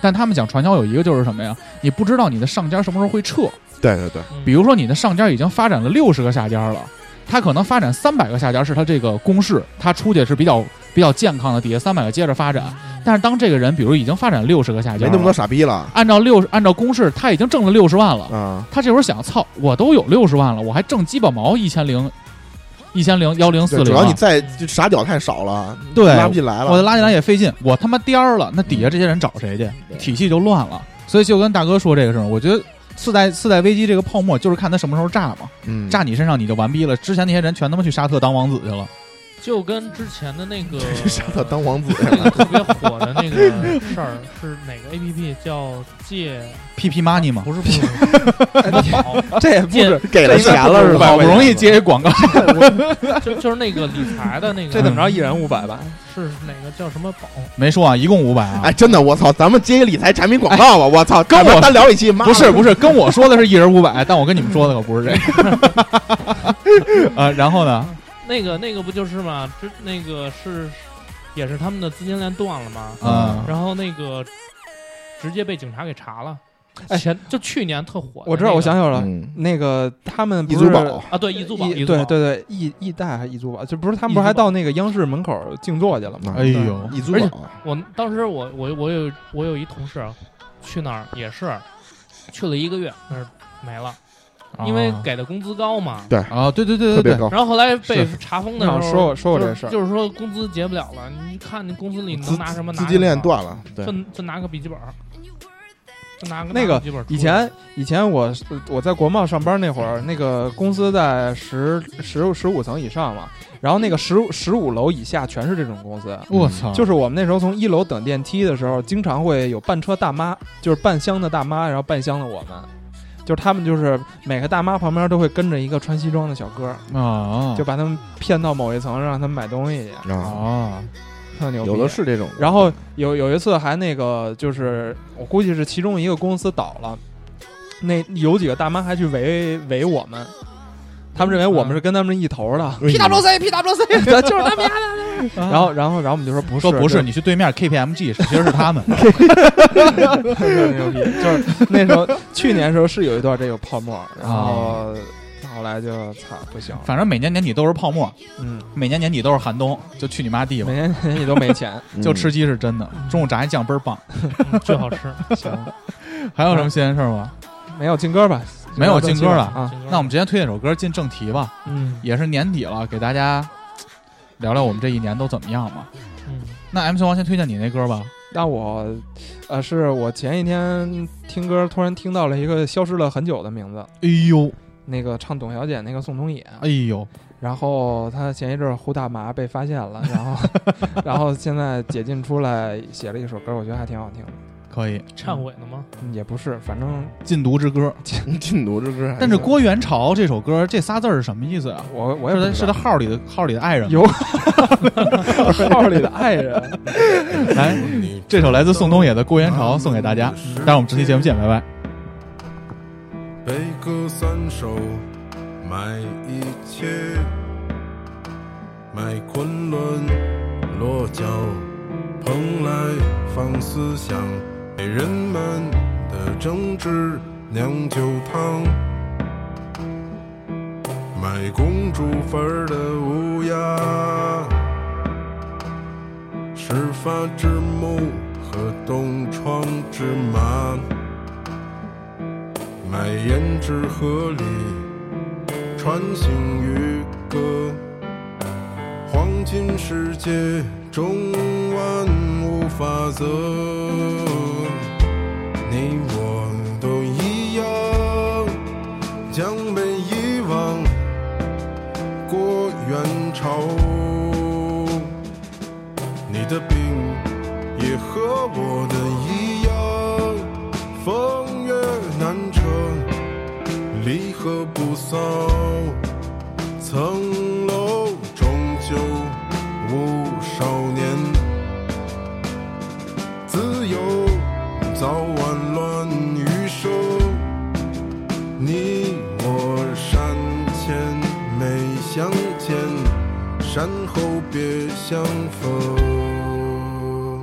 S3: 但他们讲传销有一个就是什么呀？你不知道你的上家什么时候会撤，
S1: 对对对，
S3: 比如说你的上家已经发展了六十个下家了，他可能发展三百个下家是他这个公式，他出去是比较比较健康的，底下三百个接着发展。但是当这个人比如已经发展六十个下家
S1: 没
S3: 了，
S1: 那么多傻逼了
S3: 按照六按照公式他已经挣了六十万了。
S1: 啊，
S3: 他这会儿想，操，我都有六十万了，我还挣鸡巴毛一千零一千零幺零四
S1: 对
S3: 零，啊
S1: 主要你再就傻屌太少了，
S3: 对
S1: 拉不进来
S3: 我的
S1: 了，嗯
S3: 拉进来也费劲，我他妈颠儿了，那底下这些人找谁去？体系就乱了。所以就跟大哥说这个事儿，我觉得次贷次贷危机这个泡沫就是看他什么时候炸嘛，
S1: 嗯，
S3: 炸你身上你就完逼了。之前那些人全他妈去沙特当王子去了，
S5: 就跟之前的那 个
S1: 傻屌当王子，
S5: 那 个特别火的那 个事儿是哪个 A P P 叫借？
S3: 屁屁 money 嘛，
S5: 不是不是，
S1: 哎
S5: 不 是好
S4: 这也不
S5: 借
S4: 是
S1: 给了钱了是吧？
S3: 好不容易接一广 告，
S5: 就就是那个理财的那个，嗯
S4: 这怎么着？一人五百吧？
S5: 是哪个叫什么宝？
S3: 没说啊，一共五百啊哎
S1: 哎，。真的，我操，咱们接一理财产品广告吧，我操，
S3: 跟
S1: 咱们
S3: 我
S1: 单聊一期，妈
S3: 不是
S1: 的
S3: 不是，跟我说的是一人五百，但我跟你们说的可不是这个。 啊，然后呢？
S5: 那个那个不就是嘛？这那个是也是他们的资金链断了嘛？
S3: 啊，
S5: 然后那个直接被警察给查了。
S4: 哎
S5: 前就去年特火的那个，
S4: 我知道，我想起来了，
S1: 嗯，
S4: 那个他们
S1: 易
S4: 不
S1: 租
S4: 是
S1: 宝，
S5: 啊，对，易租宝，
S4: 易
S5: 易
S4: 对
S5: 租宝
S4: 对对，易易贷还是易租宝，就不是他们
S5: 易
S4: 不是还
S5: 租宝
S4: 到那个央视门口静坐去了吗？
S3: 哎呦，
S1: 易租啊
S5: 而且
S1: 宝，
S5: 我当时我我我有我有一同事啊去那儿也是去了一个月，那儿没了，因为
S4: 啊
S5: 给的工资高嘛。
S3: 啊，对对对
S1: 特
S3: 对
S1: 别
S3: 对，
S1: 高，
S5: 然后后来被查封的时
S4: 我
S5: 候，
S4: 想说我说我这
S5: 就是
S4: 事 儿
S5: 就是说工资结不了了，你看你公司里能
S1: 资
S5: 拿什么？拿
S1: 资金链
S5: 什么，
S1: 断了，对，
S5: 就就拿个笔记本儿，就拿个
S4: 那
S5: 拿
S4: 个
S5: 笔记本儿出去。
S4: 以前以前我我在国贸上班那会儿，那个公司在十十十五层以上嘛，然后那个十十五楼以下全是这种公司。
S3: 我操，
S4: 就是我们那时候从一楼等电梯的时候，经常会有半车大妈，就是半箱的大妈，然后半箱的我们，就是他们就是每个大妈旁边都会跟着一个穿西装的小哥，
S3: 啊，
S4: 就把他们骗到某一层，让他们买东西去，
S1: 啊，
S3: 啊，
S4: 特牛逼。
S1: 有的是这种的，
S4: 然后有有一次还那个，就是我估计是其中一个公司倒了，那有几个大妈还去围围我们，他们认为我们是跟他们一头的，
S2: PWC PWC，就是他们家
S4: 然后然后然后我们就说不是，
S3: 说不，
S4: 就是
S3: 你去对面 KPMG，其实是 他们
S5: 啊
S4: 特别牛逼，就是那时候去年时候是有一段这个泡沫，然后呃后来就操不行了，
S3: 反正每年年底都是泡沫，
S4: 嗯，
S3: 每年年底都是寒冬，就去你妈地吧
S4: 每！年你都没钱，
S3: 就吃鸡是真的，
S5: 嗯
S3: 中午炸一酱倍儿棒。
S5: 嗯 最好吃。
S4: 行，
S3: 还有什么新鲜事儿吗？
S4: 没有劲歌吧？
S3: 没有劲歌了
S4: 啊，
S5: 这个
S3: 那我们直接推荐首歌进正题吧，
S5: 嗯
S3: 也是年底了，给大家聊聊我们这一年都怎么样嘛。
S5: 嗯
S3: 那 MC 王先推荐你那歌吧，
S4: 那我，呃，是我前一天听歌突然听到了一个消失了很久的名字，
S3: 哎呦
S4: 那个唱董小姐那个宋冬野，啊
S3: 哎呦，
S4: 然后他前一阵儿胡大麻被发现了，然 后然后现在解禁出来写了一首歌，我觉得还挺好听的。
S3: 可以，
S5: 忏悔了吗？
S4: 嗯也不是，反正
S3: 禁毒之歌。
S1: 禁毒之歌还行，
S3: 但是郭元朝这首歌这仨字儿是什么意思
S4: 啊
S3: 啊？
S4: 我我也
S3: 是
S4: 不
S3: 他
S4: 知
S3: 是
S4: 道
S3: 他号里的号里的爱人 吗。
S4: 有号里的爱人，
S3: 来，这首来自宋冬野的《郭元朝》送给大家。待会儿我们这期节目见，拜拜。
S6: 悲歌三首，卖一切，卖昆仑落脚，蓬莱放思想，美人们的争执酿酒汤，卖公主坟儿的乌鸦，始发之木和东窗之麻。买胭脂河里穿行渔歌，黄金世界中万物法则，你我都一样，将被遗忘。过元朝，你的病也和我的一样。风月难扯，离合不骚，层楼终究无少年。自由早晚乱余生，你我山前没相见，山后别相逢。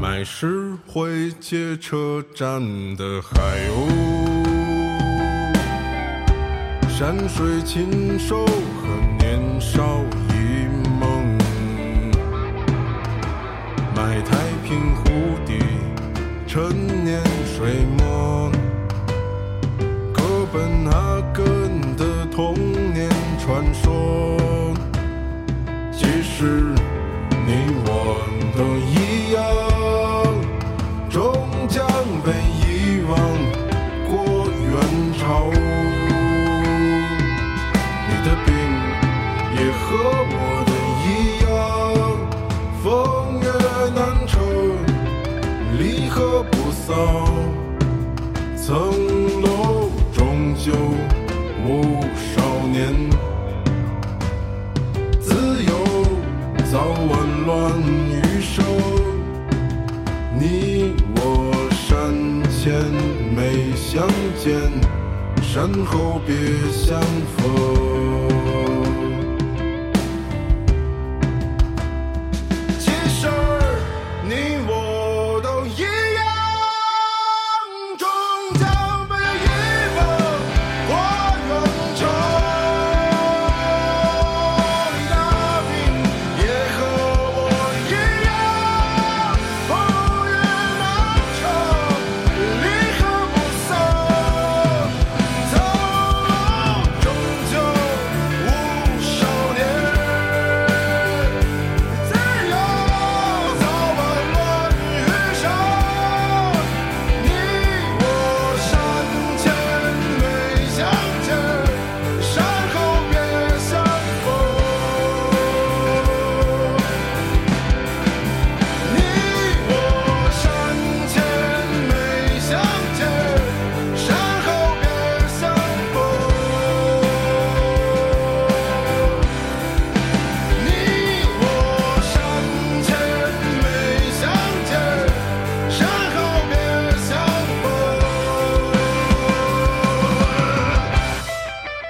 S6: 买石灰街车站的海鸥，山水禽兽和年少一梦，买太平湖底陈年水墨，哥本哈根的童年传说，其实。你我都一样，终将被遗忘。过元朝，你的病也和我的一样，风月难酬，离合不骚，层楼终究无少年。自由早晚乱余生，
S7: 没相见，山后别相逢。其实你我都一样，终究被一梦过永久。大兵也和我一样，风雨难酬，离合不散，走老终究无少年。自由早晚乱余生，你我山前没相见，山后别相逢。你我山前没相见，山后别相逢。你我山前没相见，山后别相逢。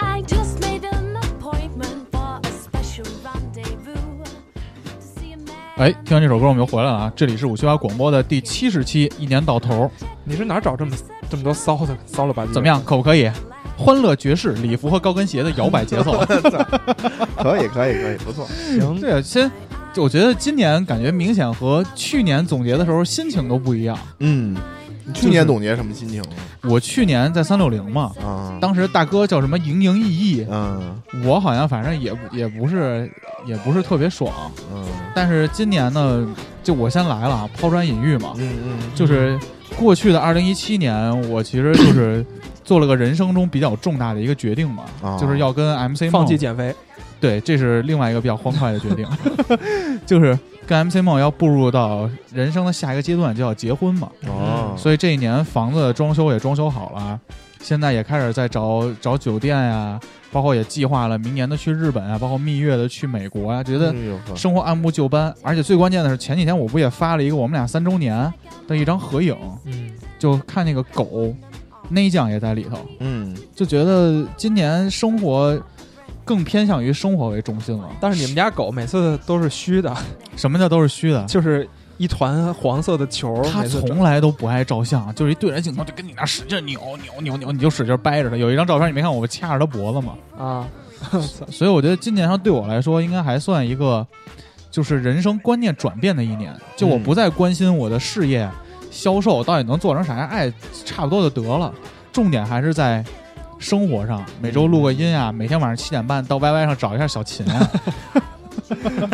S8: I just made an appointment for a special rendezvous to see a man.
S3: 哎，听完这首歌我们又回来了啊！这里是五七八广播的第七十期，一年到头
S4: 你是哪儿找这么这么多骚的骚了吧唧？
S3: 怎么样？可不可以？欢乐爵士礼服和高跟鞋的摇摆 节奏，
S1: 可以可以可以，不错。
S4: 行？
S3: 嗯对，先，我觉得今年感觉明显和去年总结的时候心情都不一样。
S1: 嗯，你去年总结什么心情
S3: 我去年在三六零嘛，
S1: 啊？
S3: 当时大哥叫什么营营役役，
S1: 嗯
S3: 我好像反正也不也不是也不是特别爽。
S1: 嗯
S3: 但是今年呢，就我先来了，啊，抛砖引玉嘛，
S1: 嗯嗯，
S3: 就是过去的二零一七年，我其实就是做了个人生中比较重大的一个决定嘛，
S1: 啊
S3: 就是要跟 MC 梦
S4: 放弃减肥，
S3: 对，这是另外一个比较欢快的决定， 就是跟 MC 梦要步入到人生的下一个阶段，就要结婚嘛。
S1: 哦，
S3: 所以这一年房子装修也装修好了，现在也开始在找找酒店呀、包括也计划了明年的去日本啊，包括蜜月的去美国啊，觉得
S1: 哎呦呵
S3: 生活按部就班。而且最关键的是，前几天我不也发了一个我们俩三周年的一张合影，
S9: 嗯，
S3: 就看那个狗内酱也在里头，
S1: 嗯，
S3: 就觉得今年生活更偏向于生活为中心了。
S4: 但是你们家狗每次都是虚的，
S3: 什么叫都是虚的？
S4: 就是一团黄色的球。
S3: 他
S4: 每次
S3: 从来都不爱照相，就是一对着镜头就跟你那使劲扭扭扭扭，你就使劲掰着他。有一张照片你没看我掐着他脖子嘛，
S4: 啊，
S3: 所以我觉得今年上对我来说应该还算一个，就是人生观念转变的一年。就我不再关心我的事业、销售到底能做成啥样，哎，差不多就得了。重点还是在生活上，每周录个音啊，每天晚上七点半到 YY 上找一下小秦啊。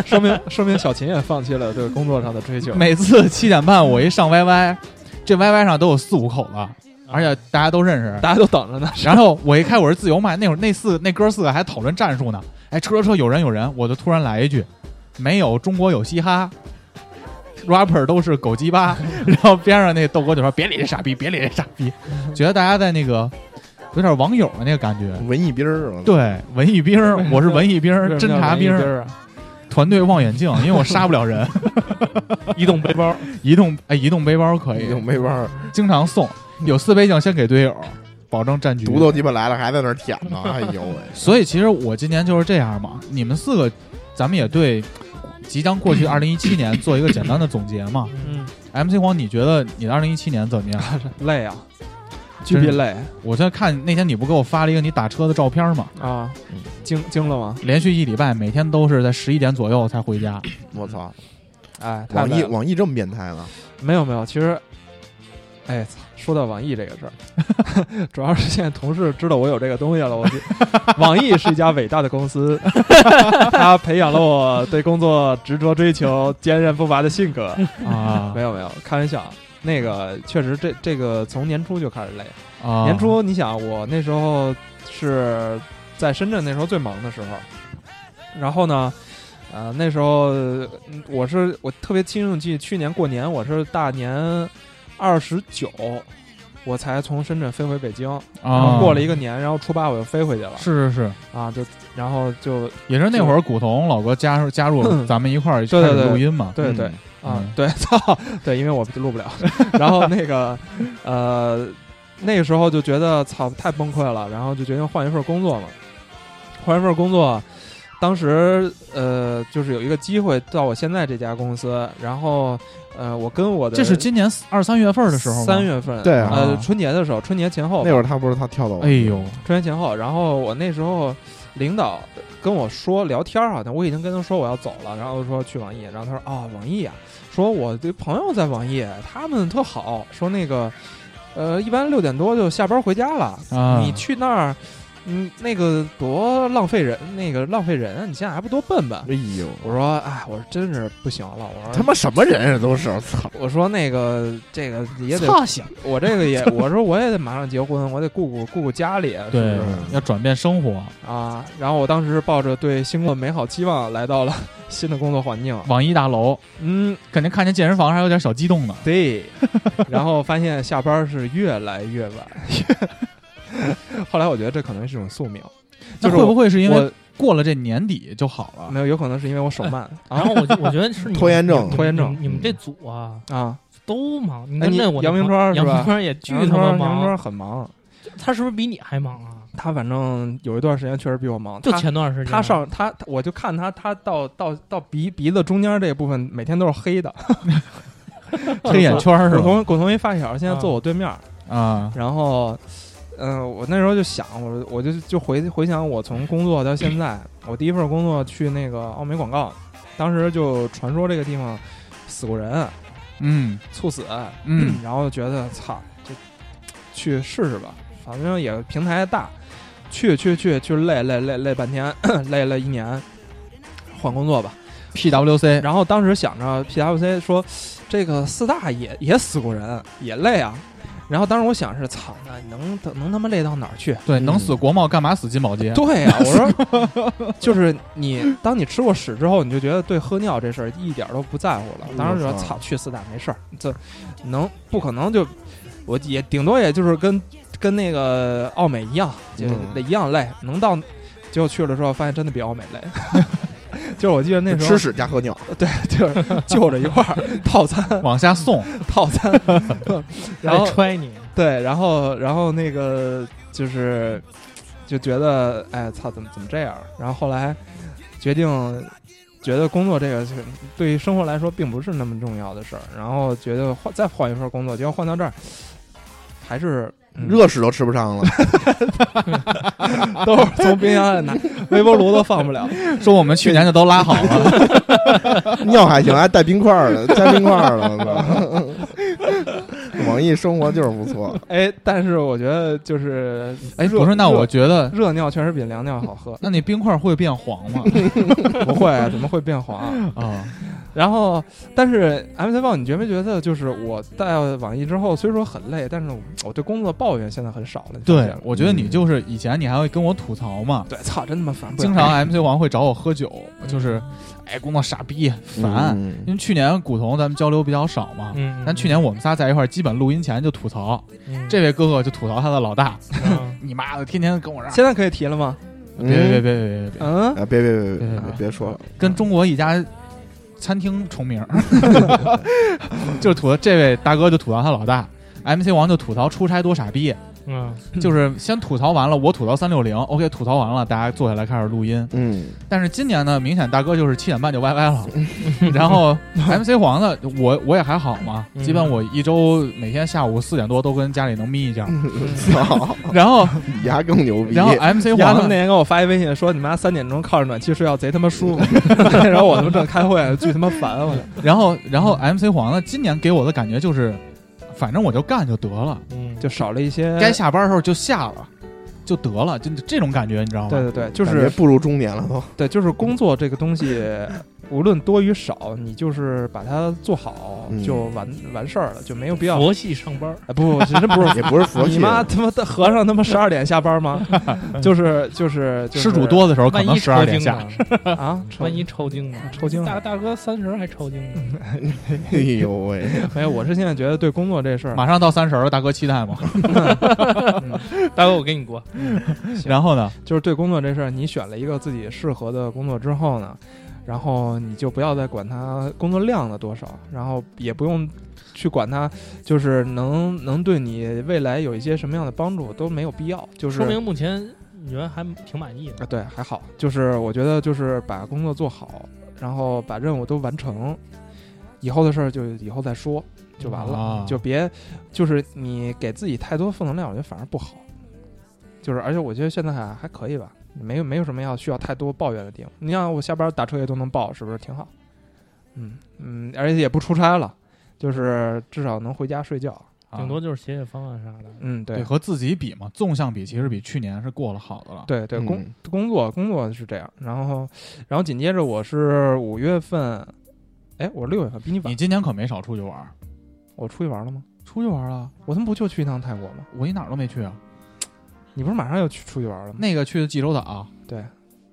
S4: 说明说明小秦也放弃了对工作上的追求。
S3: 每次七点半我一上 YY，这 YY 上都有四五口子，而且大家都认识。
S4: 大家都等着呢，
S3: 然后我一开我是自由麦，那会儿那四那哥四个还讨论战术呢。哎，车车车有人有人，我就突然来一句，没有中国有嘻哈， rapper 都是狗鸡巴， 然后边上那豆哥就说别理这傻逼，别理这傻逼，觉得大家在那个有点网友的那个感觉。
S1: 文艺兵儿，我啊操，
S3: 对，文艺兵儿，我是文艺 兵儿，侦察兵儿，
S4: 儿，啊
S3: 团队望远镜，因为我杀不了人。
S5: 移动背包，
S3: 移动哎，移动背包嗯可以
S1: 就，没法儿，
S3: 经常送，有四杯酱先给队友，保证战局。
S1: 毒都鸡巴来了，还在那儿舔呢，哎呦喂！
S3: 所以其实我今年就是这样嘛，你们四个，咱们也对即将过去 的二零一七年做一个简单的总结嘛。
S5: 嗯，
S3: MC 黄，你觉得你的二零一七年怎么样？
S4: 累啊，巨别累
S3: 我现在看那天你不给我发了一个你打车的照片嘛，
S4: 啊，惊惊了吗？
S3: 连续一礼拜，每天都是在十一点左右才回家。
S1: 我操，
S4: 嗯哎，太
S1: 网易
S4: 累了
S1: 网易这么变态吗？
S4: 没有没有，其实，哎，操说到网易这个事儿， 主要是现在同事知道我有这个东西 了，我就网易是一家伟大的公司，它培养了我对工作执着追求、坚韧不拔的性 格。
S3: 啊
S4: 没有没有，开玩笑。那个确实这，这个从年初就开始累。
S3: 啊！
S4: 年初，你想我那时候是在深圳，那时候最忙的时候。然后呢，呃，那时候呃我是我特别清楚记，去年过年我是大年二十九，我才从深圳飞回北京，然
S3: 啊，
S4: 后过了一个年，然后初八我又飞回去了。
S3: 是是是，
S4: 啊，就然后就嗯
S3: 也是那会儿古潼老哥加入加入咱们一块儿 开
S4: 对对
S3: 始
S4: 对
S3: 录音嘛。
S4: 对
S1: 嗯
S4: 对、啊
S3: 嗯，
S4: 对， 操，对，因为我录不了。 然后那个，呃，那个时候就觉得操太崩溃了，然后就决定换一份工作嘛。换一份工作，当时呃，就是有一个机会到我现在这家公司，然后呃，我跟我的
S3: 这是今年二三月份的时候吗，
S4: 三月份
S1: 对啊
S4: 呃春节的时候，春节前后吧
S1: 那会儿他不是他跳楼，
S3: 哎呦，
S4: 春节前后，然后我那时候领导跟我说聊天儿，好像我已经跟他说我要走了，然后说去网易，然后他说啊、网易啊，说我的朋友在网易，他们特好，说那个呃一般六点多就下班回家了，
S3: 啊！
S4: 你去那儿，嗯那个多浪费人，那个浪费人，你现在还不多笨笨？
S1: 哎呦，
S4: 我说哎，我说真是不行了，我
S1: 他
S4: 说
S1: 妈什么人啊都是，操！
S4: 我说那个这个也得，
S5: 操想，
S4: 我这个也我说我也得马上结婚，我得顾顾顾顾家里，啊是不
S3: 对
S4: 是？
S3: 要转变生活，
S4: 啊，然后我当时是抱着对新工作美好期望来到了 新的工作环境，
S3: 网易大楼
S4: 嗯，
S3: 肯定看见健身房还有点小激动呢。
S4: 对，然后发现下班是越来越晚， 后来我觉得这可能是一种宿命，
S3: 那
S4: 就是
S3: 会不会是因为
S4: 我
S3: 过了这年底就好了？
S4: 没有有可能是因为我手慢
S5: 然
S4: 啊
S5: 后我我觉得是你们
S1: 拖延症
S5: 你们
S4: 拖延症嗯
S5: 你们你们这组啊
S4: 啊，
S5: 都忙，你
S4: 哎
S5: 跟
S4: 你
S5: 那我那
S4: 杨明
S5: 朋
S4: 川是
S5: 杨
S4: 吧
S5: 明川也巨
S4: 杨明
S5: 他妈
S4: 川杨明
S5: 忙
S4: 川，很忙，
S5: 他是不是比你还忙啊？
S4: 他反正有一段时间确实比我忙，
S5: 就
S4: 他
S5: 前段时间
S4: 他上他，他我就看他，他到到到鼻鼻子中间这部分每天都是黑的，
S3: 黑眼圈儿
S4: 古
S3: 是吧？
S4: 潼古潼一发小现在坐我对面，
S3: 啊，
S4: 然后，嗯、我那时候就想，我我就就回回想我从工作到现在，我第一份工作去那个奥美广告，当时就传说这个地方死过人，
S3: 嗯
S4: 猝死，
S3: 嗯
S4: 然后觉得操，就去试试吧，反正也平台大，去去去去累累累累半天， 累了一年，换工作吧。
S3: ，PWC
S4: 然后当时想着 PWC 说，这个四大也也死过人，也累啊。然后当时我想是，操，那能能他妈累到哪儿去？
S3: 对，能死国贸 干嘛死金宝街？
S4: 对 呀、我说，就是你，当你吃过屎之后，你就觉得对喝尿这事儿一点儿都不在乎
S3: 哎
S4: 了。当时就说，
S1: 我操
S4: 操，去四大没事儿，这能不可能就，我也顶多也就是跟跟那个奥美一样，就
S1: 嗯
S4: 一样累，能到，结果去了之后发现真的比奥美累。 就是我记得那时候
S1: 吃屎加喝尿，
S4: 对，就是就着一块儿套餐
S3: 往下送，
S4: 套餐， 然后
S5: 还得揣你，
S4: 对，然后然后那个就是就觉得哎操，怎么怎么这样？然后后来决定觉得工作这个是对于生活来说并不是那么重要的事儿，然后觉得换再换一份工作，结果换到这儿还是。嗯
S1: 热屎都吃不上了，
S4: 都是从冰箱里拿，微波炉都放 不了。
S3: 说我们去年就都拉好了，
S1: 尿还行，还带冰块儿的，加冰块儿了我操。网易生活就是不错，
S4: 哎，但是我觉得就是，哎，
S3: 不是？那我
S4: 热
S3: 觉得，
S4: 热尿确实比 凉尿好喝。
S3: 那你冰块会变黄吗？
S4: 不会，怎么会变黄啊？
S3: 啊，
S4: 然后，但是 MC 报，你觉没觉得就是我在网易之后，虽说很累，但是我对工作抱怨现在很少了。你发现
S3: 对
S4: 了，
S3: 我觉得你就是以前你还会跟我吐槽嘛，
S4: 对，操，真他妈 烦！不嗯想
S3: 经常 MC 王会找我喝酒，就是哎工作傻逼烦。因为去年古潼咱们交流比较少嘛，
S5: 嗯，
S3: 但去年我们仨在一块儿，基本录音前就吐槽，
S5: 嗯
S3: 这位哥哥就吐槽他的老大，
S5: 嗯
S3: 你妈的天天跟我让，
S4: 现在可以提了吗？
S1: 嗯
S3: 别别别别别别，
S4: 嗯，
S1: 啊！别别别
S3: 别
S1: 别
S3: 别
S1: 别别说了，
S3: 跟中国一家餐厅重名， 就是吐槽这位大哥就吐槽他老大，MC 王就吐槽出差多傻逼，
S5: 嗯
S3: 就是先吐槽完了，我吐槽三六零，OK，吐槽完了，大家坐下来开始录音。
S1: 嗯，
S3: 但是今年呢，明显大哥就是七点半就 YY 了，然后 MC 黄呢，我我也还好嘛，
S5: 嗯
S3: 基本我一周每天下午四点多都跟家里能眯一觉，
S1: 嗯 操，
S3: 然后
S1: 比牙更牛逼
S3: 然，后 MC
S4: 丫他
S3: 黄
S4: 们那
S3: 呢
S4: 天给我发一微信说你妈三点钟靠着暖气睡觉贼他妈舒服， 然后我他妈正开 会，巨他妈烦我。
S3: 然后然后
S4: 嗯
S3: MC 黄呢，今年给我的感觉就是，反正我就干就得了，
S5: 嗯，
S4: 就少了一些
S3: 该下班的时候就下了，就得了，就这种感觉，你知道吗？
S4: 对对对，就
S1: 就是步入中年了都。
S4: 对，就是工作这个东 西，无论多与少，你就是把它做好
S1: 嗯
S4: 就完完事儿了，就没有必要。
S5: 佛系上班儿，
S4: 哎不，不真不是
S1: 也不是佛系
S4: 你妈他妈的和尚他妈十二点下班吗？就是就是就是
S3: 失主多的时候哦可
S5: 万
S3: 能
S5: 一
S3: 十
S5: 抽
S3: 二点
S5: 筋
S3: 下
S5: 呢，？
S4: 啊，
S5: 万一抽筋呢？
S4: 抽筋
S5: 大
S4: 了。
S5: 大哥三十儿还抽 筋呢，
S1: 哎呦 喂，
S4: 没有，哎我是现在觉得对工作这事儿，嗯
S3: 马上到三十了，大哥期 待嘛。嗯
S5: 大哥我给你过，
S3: 然后呢，
S4: 就是对工作这事儿，你选了一个自己适合的工作之后呢，然后你就不要再管它工作量的多少，然后也不用去管它，就是能能对你未来有一些什么样的帮助都没有必要，就是
S5: 说明目前你觉得还挺满意的。
S4: 啊，对，还好，就是我觉得就是把工作做好，然后把任务都完成，以后的事儿就以后再说，就完了，
S3: 啊
S4: 就别就是你给自己太多负能量，我觉得反而不好。就是而且我觉得现在还还可以吧，没有没有什么要需要太多抱怨的地方。你像我下班打车也都能报，是不是挺好？嗯嗯，而且也不出差了，就是至少能回家睡觉。
S3: 啊
S5: 顶多就是写写方案啥的。
S4: 嗯，
S3: 对
S4: 对。
S3: 和自己比嘛，纵向比其实比去年是过了好的了。
S4: 对对，工、
S1: 嗯
S4: 工作工作是这样，然后然后紧接着我是五月份，哎，我是六月份比你晚，
S3: 你今年可没少出去玩儿，
S4: 我出去玩了吗？
S3: 出去玩儿了，
S4: 我他妈不就去一趟泰国吗？
S3: 我一哪儿都没去啊。
S4: 你不是马上要去出去玩了吗？
S3: 那个去的济州岛、
S4: 对，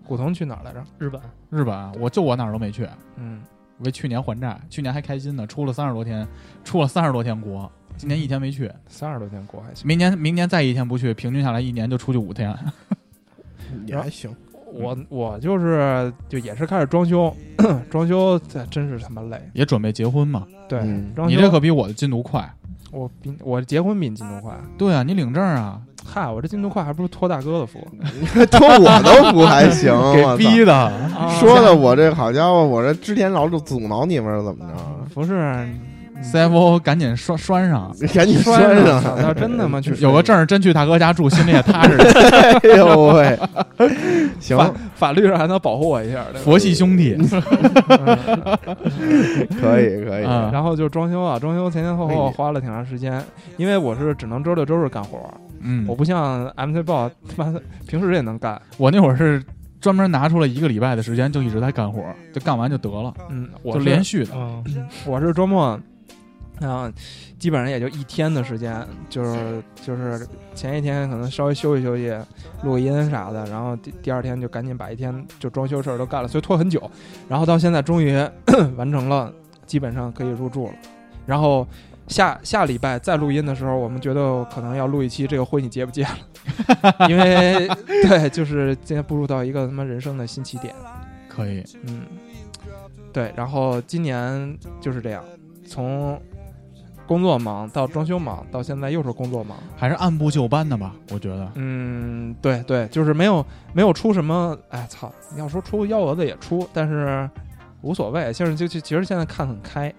S4: 古潼去哪儿来着？
S5: 日本，
S3: 日本，我就我哪儿都没去，
S4: 嗯，
S3: 为去年还债，去年还开心呢，出了三十多天，出了三十多天国，今年一天没去，
S4: 嗯三十多天国还行，
S3: 明年明年再一天不去，平均下来一年就出去五天。
S1: 也还行，
S4: 我我就是就也是开始装修， 装修这真是他妈累，
S3: 也准备结婚嘛，
S4: 对，
S1: 嗯
S4: 装修
S3: 你这可比我的进度快。
S4: 我比我结婚比你进度快，
S3: 对啊，你领证啊，
S4: 嗨，我这进度快还不如托大哥的福，
S1: 托我都不 还行，啊我
S3: 给
S1: 操
S3: 逼的。
S4: 啊哦
S1: 说的我这好家伙，我这之前老阻挠你们是怎么着？
S4: 不是嗯
S3: CFO 赶紧拴拴上，
S1: 赶紧拴上！
S4: 上，操要真他妈去
S3: 有个证儿真去大哥家住，心里也踏实点。
S1: 哎呦喂，行，
S4: 法法律上还能保护我一下，对吧嗯
S3: 佛系兄弟，
S1: 可以可以，
S3: 啊
S4: 然后就装修啊，装修前前后后
S1: 哎
S4: 花了挺长时间，因为我是只能周六周日干活儿，
S3: 嗯，
S4: 我不像 MC 报他妈的平时也能干，
S3: 我那会儿是专门拿出了一个礼拜的时间，就一直在干活，就干完就得了，
S4: 嗯，我
S3: 就是连续的。
S5: 嗯，
S4: 我是周末，啊，基本上也就一天的时间，就是就是前一天可能稍微休息休息，录个音啥的，然后第第二天就赶紧把一天就装修事儿都干了，所以拖很久，然后到现在终于 完成了，基本上可以入住了，然后。下下礼拜再录音的时候，我们觉得可能要录一期这个婚你结不结了，因 为对，就是今天步入到一个他妈人生的新起点。
S3: 可以，
S4: 嗯，对，然后今年就是这样，从工作忙到装修忙，到现在又是工作忙。
S3: 还是按部就班的吧，我觉得。
S4: 嗯，对对，就是没有没有出什么，哎操，你要说出幺蛾子也出，但是无所谓，就是就就其实现在看很开，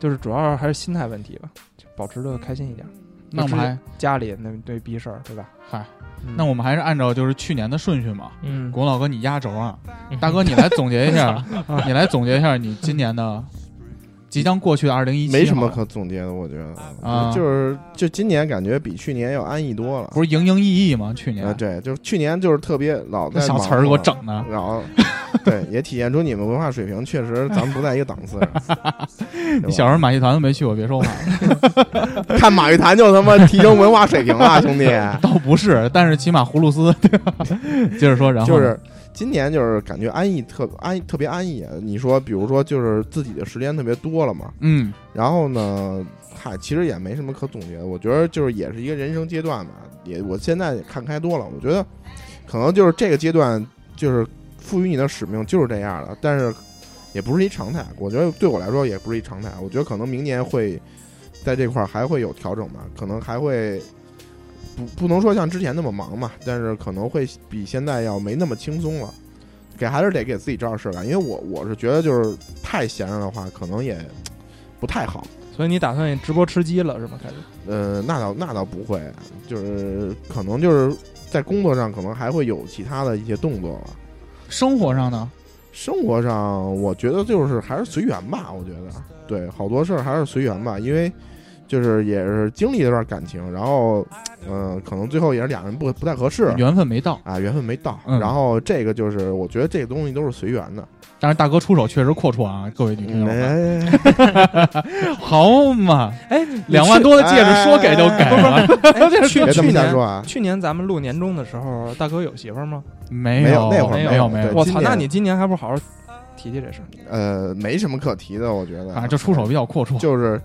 S4: 就是主要还是心态问题吧，就保持的开心一点。
S3: 那我们还
S4: 家里那堆逼事儿，对吧？
S3: 嗨，
S4: 嗯
S3: 那我们还是按照就是去年的顺序嘛。
S4: 嗯，
S3: 龚老哥，你压轴啊！大哥，你来总结一下，你来总结一下你今年的即将过去的二零一七。
S1: 没什么可总结的，我觉得
S3: 啊
S1: 就是就今年感觉比去年要安逸多了。
S3: 不是营营役役吗？去年
S1: 啊，对，就是去年就是特别老在
S3: 那小
S1: 忙
S3: 词儿给我
S1: 嘛
S3: 整的，
S1: 然后对，也体现出你们文化水平确实咱们不在一个档 次上。对吧
S3: 你小时候马戏团都没去过，别说我。
S1: 看马玉坛就他妈提升文化水平了，兄弟。
S3: 倒不是，但是起码葫芦丝，对 吧？接着说，然后
S1: 就
S3: 呢
S1: 是今年就是感觉安逸特安逸特别安逸。你说，比如说就是自己的时间特别多了嘛，
S3: 嗯，
S1: 然后呢，嗨，其实也没什么可总结的。我觉得就是也是一个人生阶段吧，也我现在也看开多了。我觉得可能就是这个阶段就是赋予你的使命就是这样的，但是也不是一常态。我觉得对我来说也不是一常态。我觉得可能明年会在这块儿还会有调整吧，可能还会。不，不能说像之前那么忙嘛，但是可能会比现在要没那么轻松了，给还是得给自己找点事儿干，因为我我是觉得就是太闲着的话，可能也不太好。
S4: 所以你打算也直播吃鸡了是吗？开始
S1: 呃，那倒那倒不会，就是可能就是在工作上可能还会有其他的一些动作吧。
S3: 生活上呢，
S1: 生活上，我觉得就是还是随缘吧。我觉得对，好多事儿还是随缘吧，因为就是也是经历了一段感情，然后嗯、呃可能最后也是俩人不不太合适
S3: 缘分没到，
S1: 啊，缘分没到。
S3: 嗯
S1: 然后这个就是我觉得这个东西都是随缘的。
S3: 但是大哥出手确实阔绰啊，各位女朋友们，
S1: 哎
S3: 好嘛，
S4: 哎，
S3: 两万多的戒指说给就啊给
S1: 哎
S3: 了，
S4: 哎，去
S1: 别这
S4: 去
S1: 么瞎
S4: 年
S1: 说啊！
S4: 去年咱们录年终的时候，大哥有媳妇儿吗？
S3: 没
S1: 没
S3: 有
S1: 有那会儿
S3: 没
S4: 没
S3: 有
S4: 有
S3: 没
S1: 对
S3: 有，
S4: 我操，
S1: 今年
S4: 那你今年还不好好提提这事儿？
S1: 呃，没什么可提的，我觉得
S3: 反正就啊出手比较阔绰，
S1: 就是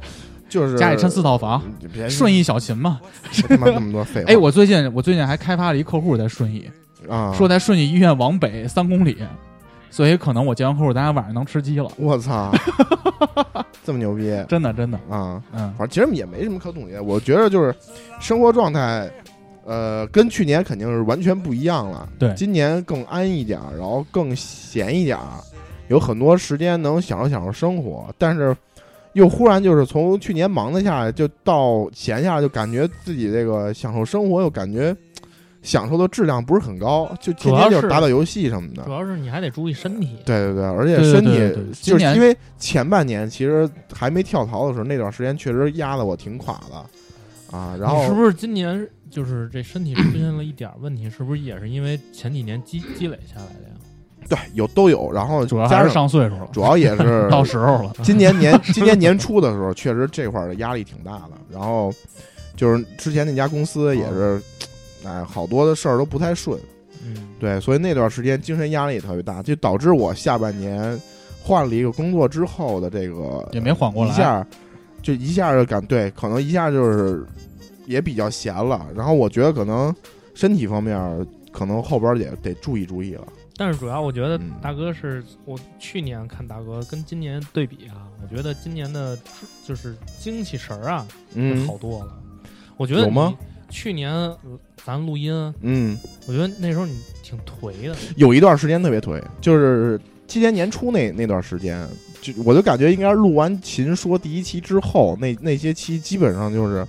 S1: 就是
S3: 家里趁四套房，
S1: 你别
S3: 顺义小秦嘛。
S1: 别他妈那么多废话。
S3: 哎，我最近我最近还开发了一客户在顺义，
S1: 啊，
S3: 说在顺义医院往北三公里，所以可能我接完客户，咱俩晚上能吃鸡了，
S1: 我 操，这么牛逼
S3: 真的真的，
S1: 啊！
S3: 嗯
S1: 反正其实也没什么可总结，我觉得就是生活状态，呃，跟去年肯定是完全不一样了。
S3: 对
S1: 今年更安逸点儿，然后更闲一点儿，有很多时间能享受享受生活，但是。又忽然就是从去年忙的下来，就到闲下来，就感觉自己这个享受生活，又感觉享受的质量不是很高，就天
S5: 主要
S1: 天就是
S5: 是
S1: 打打游戏什么
S3: 嗯
S1: 的
S5: 主。要是你还得注意身体。
S1: 对对对，而且
S3: 对对
S1: 身
S3: 对
S1: 体
S3: 对对今
S1: 就是
S3: 年
S1: 因为前半年其实还没跳槽的时候，那段时间确实压得我挺垮的啊。然后
S5: 你是不是今年就是这身体出现了一点儿问题？是不是也是因为前几年积积累下来的呀？
S1: 对有都有，然后
S3: 主要
S1: 加
S3: 还是
S1: 上
S3: 上岁数了，
S1: 主要也是
S3: 到时候了，
S1: 今年 年今年年初的时候，确实这块儿的压力挺大的。然后就是之前那家公司也
S3: 哦
S1: 是，哎，好多的事儿都不太顺，
S5: 嗯，
S1: 对，所以那段时间精神压力也特别大，就导致我下半年换了一个工作之后的这个
S3: 也没缓过
S1: 一
S3: 来，
S1: 下就一下就感对，可能一下就是也比较闲了。然后我觉得可能身体方面儿，可能后边儿也得注意注意了。
S5: 但是主要我觉得
S1: 嗯
S5: 大哥是我去年看大哥跟今年对比啊，我觉得今年的就是精气神儿啊
S1: 嗯
S5: 好多了。我觉得
S1: 有吗
S5: 你去年呃咱录音，
S1: 嗯，
S5: 我觉得那时候你挺颓的，
S1: 有一段时间特别颓，就是今年年初那那段时间，就我就感觉应该是录完《秦说》第一期之后，那那些期基本上就是。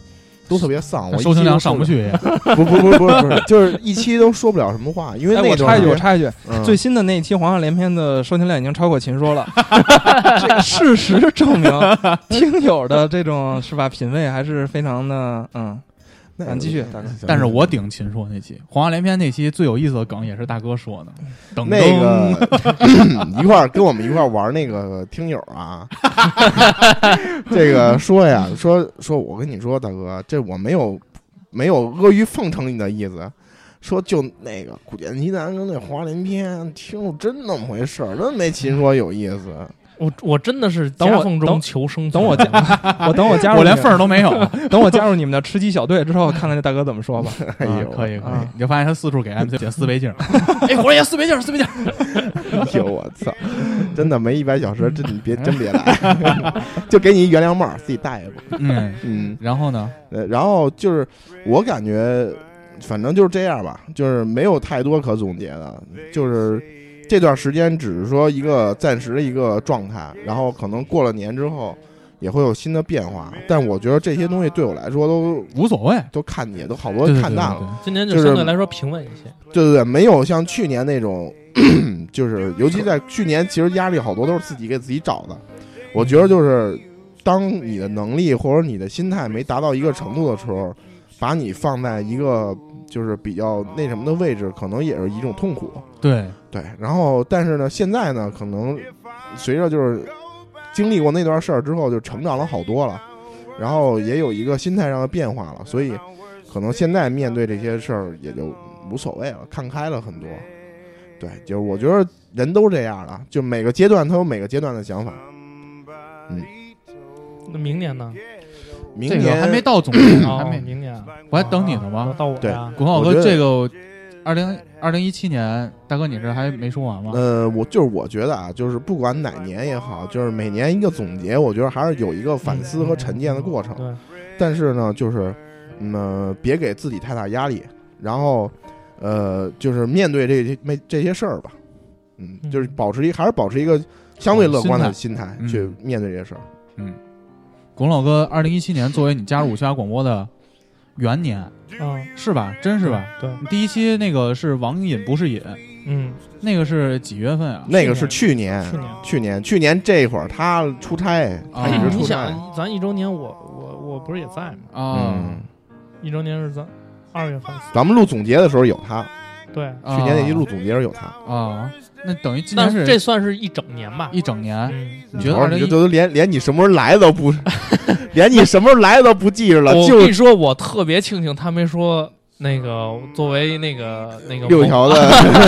S1: 都特别丧，我一
S3: 收
S1: 期
S3: 听
S1: 都
S3: 量
S1: 说
S3: 上不
S1: 了，
S3: 去，
S1: 不不不不是不是，就是一期都说不了什么话，啊因为
S4: 哎，
S1: 那
S4: 我
S1: 段
S4: 插一
S1: 时
S4: 句，我
S1: 间
S4: 插一句，
S1: 嗯
S4: 最新的那一期《黄鹤连篇》的收听量已经超过《秦说》了。这事实证明，听友的这种是吧品味还是非常的嗯。
S1: 那
S4: 咱继续大哥
S3: 但是我顶秦说那期《黄花连篇》那期最有意思的梗也是大哥说的，
S1: 嗯
S3: 等
S1: 那个 一块儿跟我们一块儿玩那个听友啊， 这个说呀说说，我跟你说，大哥，这我没有没有阿谀奉承你的意思。说就那个古剑奇谭跟那华联篇，听着真那么回事儿，真没秦说有意思。
S5: 我我真的是
S4: 等我
S5: 夹缝中
S4: 等
S5: 求生存，
S4: 等我加， 我等我加入，
S3: 我连缝儿都没有，
S4: 等我加入你们的吃鸡小队之后，看看这大哥怎么说 吧。
S1: 哎
S3: 啊
S1: 呦，
S3: 可以可以
S4: 啊，
S3: 你就发现他四处给 MC 写四倍 镜，哎，火爷四倍镜，四倍镜，
S1: 哎呦我操，真的没一百小时，真你
S3: 嗯
S1: 别真别来， 就给你一原谅帽儿，自己戴吧。
S3: 嗯，
S1: 嗯，
S3: 然后呢，
S1: 呃，然后就是我感觉，反正就是这样吧，就是没有太多可总结的，就是这段时间只是说一个暂时的一个状态，然后可能过了年之后也会有新的变化，但我觉得这些东西对我来说都
S3: 无所谓，
S1: 都看也都好多
S3: 对对
S1: 看
S3: 对
S1: 淡
S3: 对
S1: 了，，
S5: 今年就
S1: 就是
S5: 相对来说平稳一些。
S1: 对对对，没有像去年那种， 就是尤其在去年，其实压力好多都是自己给自己找的，我觉得就是当你的能力或者你的心态没达到一个程度的时候，把你放在一个就是比较那什么的位置，可能也是一种痛苦。
S3: 对，
S1: 对，然后但是呢，现在呢，可能随着就是经历过那段事儿之后，就成长了好多了，然后也有一个心态上的变化了，所以可能现在面对这些事儿也就无所谓了，看开了很多。对，就是我觉得人都这样了，就每个阶段他有每个阶段的想法。
S5: 那明年呢？
S1: 明
S3: 这
S1: 年、
S3: 个还没到总结呢，
S5: 哦
S3: 还没，
S5: 明年，
S3: 我还等你呢
S5: 我
S3: 吗？
S5: 到我
S1: 对
S5: 呀。
S3: 古浩
S1: 我觉
S3: 哥，
S1: 得
S3: 这个二零二零一七年，大哥你这还没说完吗？
S1: 呃，我就是我觉得啊，就是不管哪年也好，就是每年一个总结，我觉得还是有一个反思和沉淀的过程。
S5: 对，
S1: 但是呢，就是嗯、呃别给自己太大压力，然后呃，就是面对这些没这些事儿吧，嗯，
S5: 嗯哦
S1: 就是保持一还是保持一个相对乐观的心
S3: 心
S1: 态
S3: 嗯
S1: 去面对这些事儿。
S3: 古老哥，二零一七年作为你加入五七八广播的元年，
S5: 嗯，
S3: 是吧？真是吧？
S5: 对，
S3: 第一期那个是网瘾不是瘾，
S5: 嗯，
S3: 那个是几月份啊？
S1: 那个是去年，
S5: 去年。嗯
S1: 去年，去年这会儿他出差，他一
S3: 啊
S1: 直
S5: 你
S1: 出差，
S5: 想，咱一周年我，我我不是也在吗？
S3: 啊，
S1: 嗯，
S5: 一周年是咱二月份，
S1: 咱们录总结的时候有他，
S5: 对。
S3: 啊
S1: 去年那期录总结的时候有他。
S3: 啊，那等于今
S5: 但
S3: 年
S5: 是
S3: 是
S5: 这算是一整年吧？
S3: 一整年，
S5: 嗯，
S3: 你觉得
S1: 我
S3: 二
S1: 说
S3: 零
S1: 你这
S3: 一
S1: 都连连你什么时候来都 不，连你什么时候来都不记着了，
S5: 我
S1: 就
S5: 跟你说，我特别庆幸他没说那个作为那个那个
S1: 六条的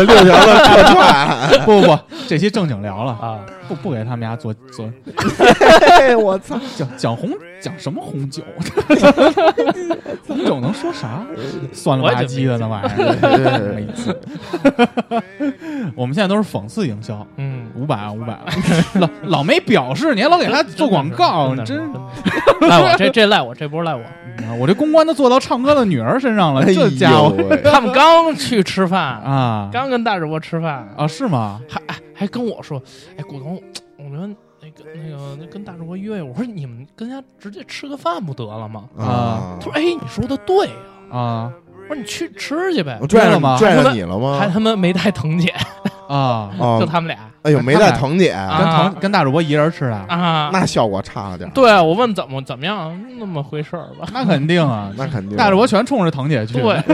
S1: 六条的客 串。
S3: 不不不，这期正经聊了，
S5: 啊，
S3: 不不给他们家做做
S1: 嘿我操！
S3: 讲讲红讲什么红酒，红酒能说啥？酸了吧唧的那玩意儿，
S1: 对
S3: 没意思。我们现在都是讽刺营销，
S5: 嗯，
S3: 五百啊，五百啊，老老没表示，你还老给他做广告，你
S5: 真
S3: 真
S5: 的是真的是赖我，这这赖我，这波赖我。
S3: 啊我这公关都做到唱歌的女儿身上了，这家伙
S1: 哎呦喂
S5: 他们刚去吃饭，
S3: 啊
S5: 刚跟大主播吃饭，
S3: 啊是吗？
S5: 还哎还跟我说，哎，古潼，我说那个那个那跟大主播约约，我说你们跟家直接吃个饭不得了吗？
S3: 啊
S1: 啊
S5: 他！说，哎，你说的对呀、
S3: 啊
S5: 我说你去吃去呗
S1: 我，拽
S3: 了
S1: 着
S3: 吗
S1: 拽着你了
S5: 还
S1: 吗？
S5: 他妈没带腾姐，
S3: 啊，
S5: 就
S1: 哦，
S5: 他们俩
S1: 哎呦，没带腾姐，
S3: 跟
S5: 啊
S3: 唐跟大主播一人吃的，
S5: 啊。
S1: 那效 果差了点儿。
S5: 对啊我问怎么怎么样，那么回事儿吧？
S3: 那肯定啊，
S1: 那肯定。
S3: 大主播全冲着腾姐去。
S5: 对，，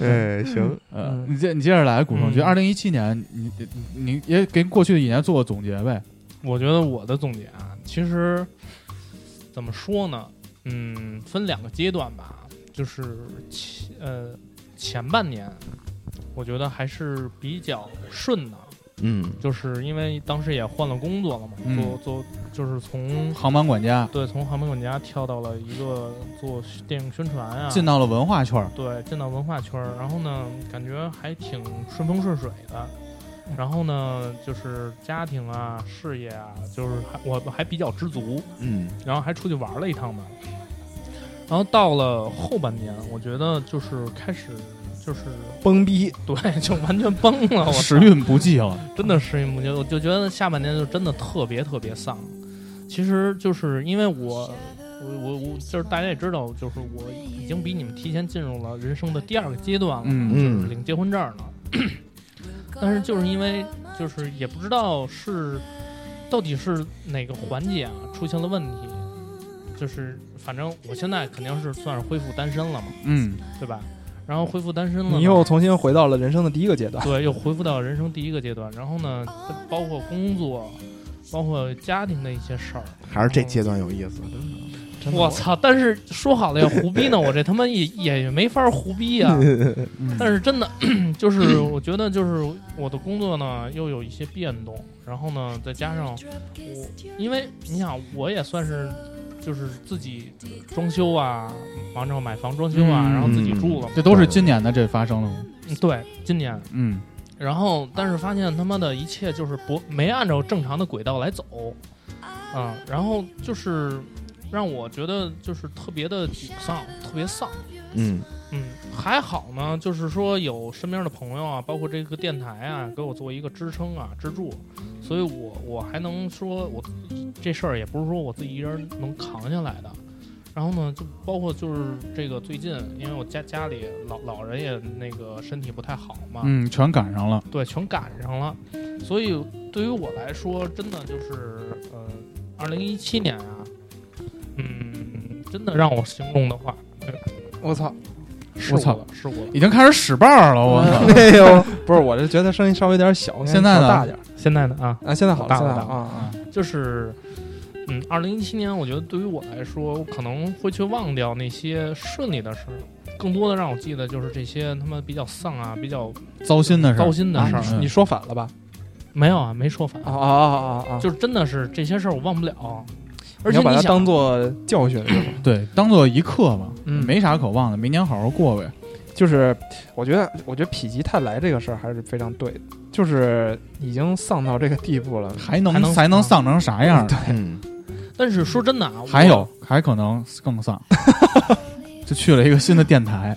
S1: 哎，行，
S3: 呃，你接你接着来，古
S5: 嗯
S3: 潼，觉得二零一七年你你你也给过去的一年做个总结呗？
S5: 我觉得我的总结啊，其实怎么说呢？嗯，分两个阶段吧，就是前呃前半年，我觉得还是比较顺的，
S1: 嗯
S5: 就是因为当时也换了工作了嘛，
S3: 嗯
S5: 做做就是从
S3: 航班管家
S5: 对从航空管家跳到了一个做电影宣传啊，
S3: 进到了文化圈儿，
S5: 对，进到文化圈儿，然后呢，感觉还挺顺风顺水的。
S3: 嗯
S5: 然后呢，就是家庭啊、事业啊，就是还我还比较知足，
S1: 嗯，
S5: 然后还出去玩了一趟吧。然后到了后半年，我觉得就是开始就是
S4: 懵逼，
S5: 对，就完全崩了，我
S3: 时运不济了。
S5: 真的适应不接，我就觉得下半年就真的特别特别丧。其实就是因为我，我我我就是大家也知道，就是我已经比你们提前进入了人生的第二个阶段了，
S3: 嗯
S5: 就是领结婚证了。但是就是因为就是也不知道是到底是哪个环节啊出现了问题，就是反正我现在肯定是算是恢复单身了嘛，
S3: 嗯，
S5: 对吧？然后恢复单身了呢，
S4: 你又重新回到了人生的第一个阶段。
S5: 对，又恢复到人生第一个阶段。然后呢，包括工作，包括家庭的一些事儿。
S1: 还是这阶段有意思，真的
S4: 真的
S5: 我操！但是说好了要胡逼呢，我这他妈也也没法胡逼啊。
S3: 嗯
S5: 但是真的， 就是我觉得就是我的工作呢又有一些变动，然后呢再加上我，因为你想我也算是。就是自己装修啊，完之后买房装修啊，
S3: 嗯
S5: 然后自己住了嘛。
S3: 这都是今年的这发生了。
S5: 嗯对，今年
S3: 嗯
S5: 然后但是发现他妈的一切就是不没按照正常的轨道来走，啊，然后就是让我觉得就是特别的沮丧，特别丧。
S1: 嗯
S5: 嗯，还好呢，就是说有身边的朋友啊，包括这个电台啊，给我做一个支撑啊、支柱，所以我我还能说我这事儿也不是说我自己一人能扛下来的。然后呢，就包括就是这个最近，因为我家家里老老人也那个身体不太好嘛，
S3: 嗯，全赶上了。
S5: 对，全赶上了。所以对于我来说，真的就是呃，嗯二零一七年啊，嗯，真的让我形容的话，
S4: 我操，
S5: 是
S3: 我操
S5: 的，是我的。
S3: 已经开始使绊儿了， 我操！
S4: 哎呦，不是，我是觉得声音稍微有点小，应该
S3: 现在呢
S4: 调大点儿
S5: 现在呢啊，
S4: 啊，现在好了，
S5: 大
S4: 现
S5: 了
S4: 在好
S5: 大
S4: 了啊，
S5: 就是，嗯，二零一七年，我觉得对于我来说，我可能会去忘掉那些顺利的事儿，更多的让我记得就是这些他妈比较丧啊、比较
S3: 糟心的事儿
S5: 糟心的事儿。
S3: 嗯
S4: 你说反了吧？
S5: 没有啊，没说反，
S4: 啊啊啊啊啊！
S5: 就是真的是这些事儿我忘不了，而
S4: 你
S5: 且
S4: 要把它
S5: 想
S4: 当做教训，是吧
S3: 对，当做一课吧，
S4: 嗯
S3: 没啥可忘的，明年好好过呗。
S4: 就是我觉得，我觉得否极泰来这个事儿还是非常对的，就是已经丧到这个地步了。
S3: 还
S5: 还能
S3: 能才能丧成啥样？
S4: 对
S1: 嗯，
S5: 但是说真的啊，我
S3: 还有还可能更丧， 就去了一个新的 电台，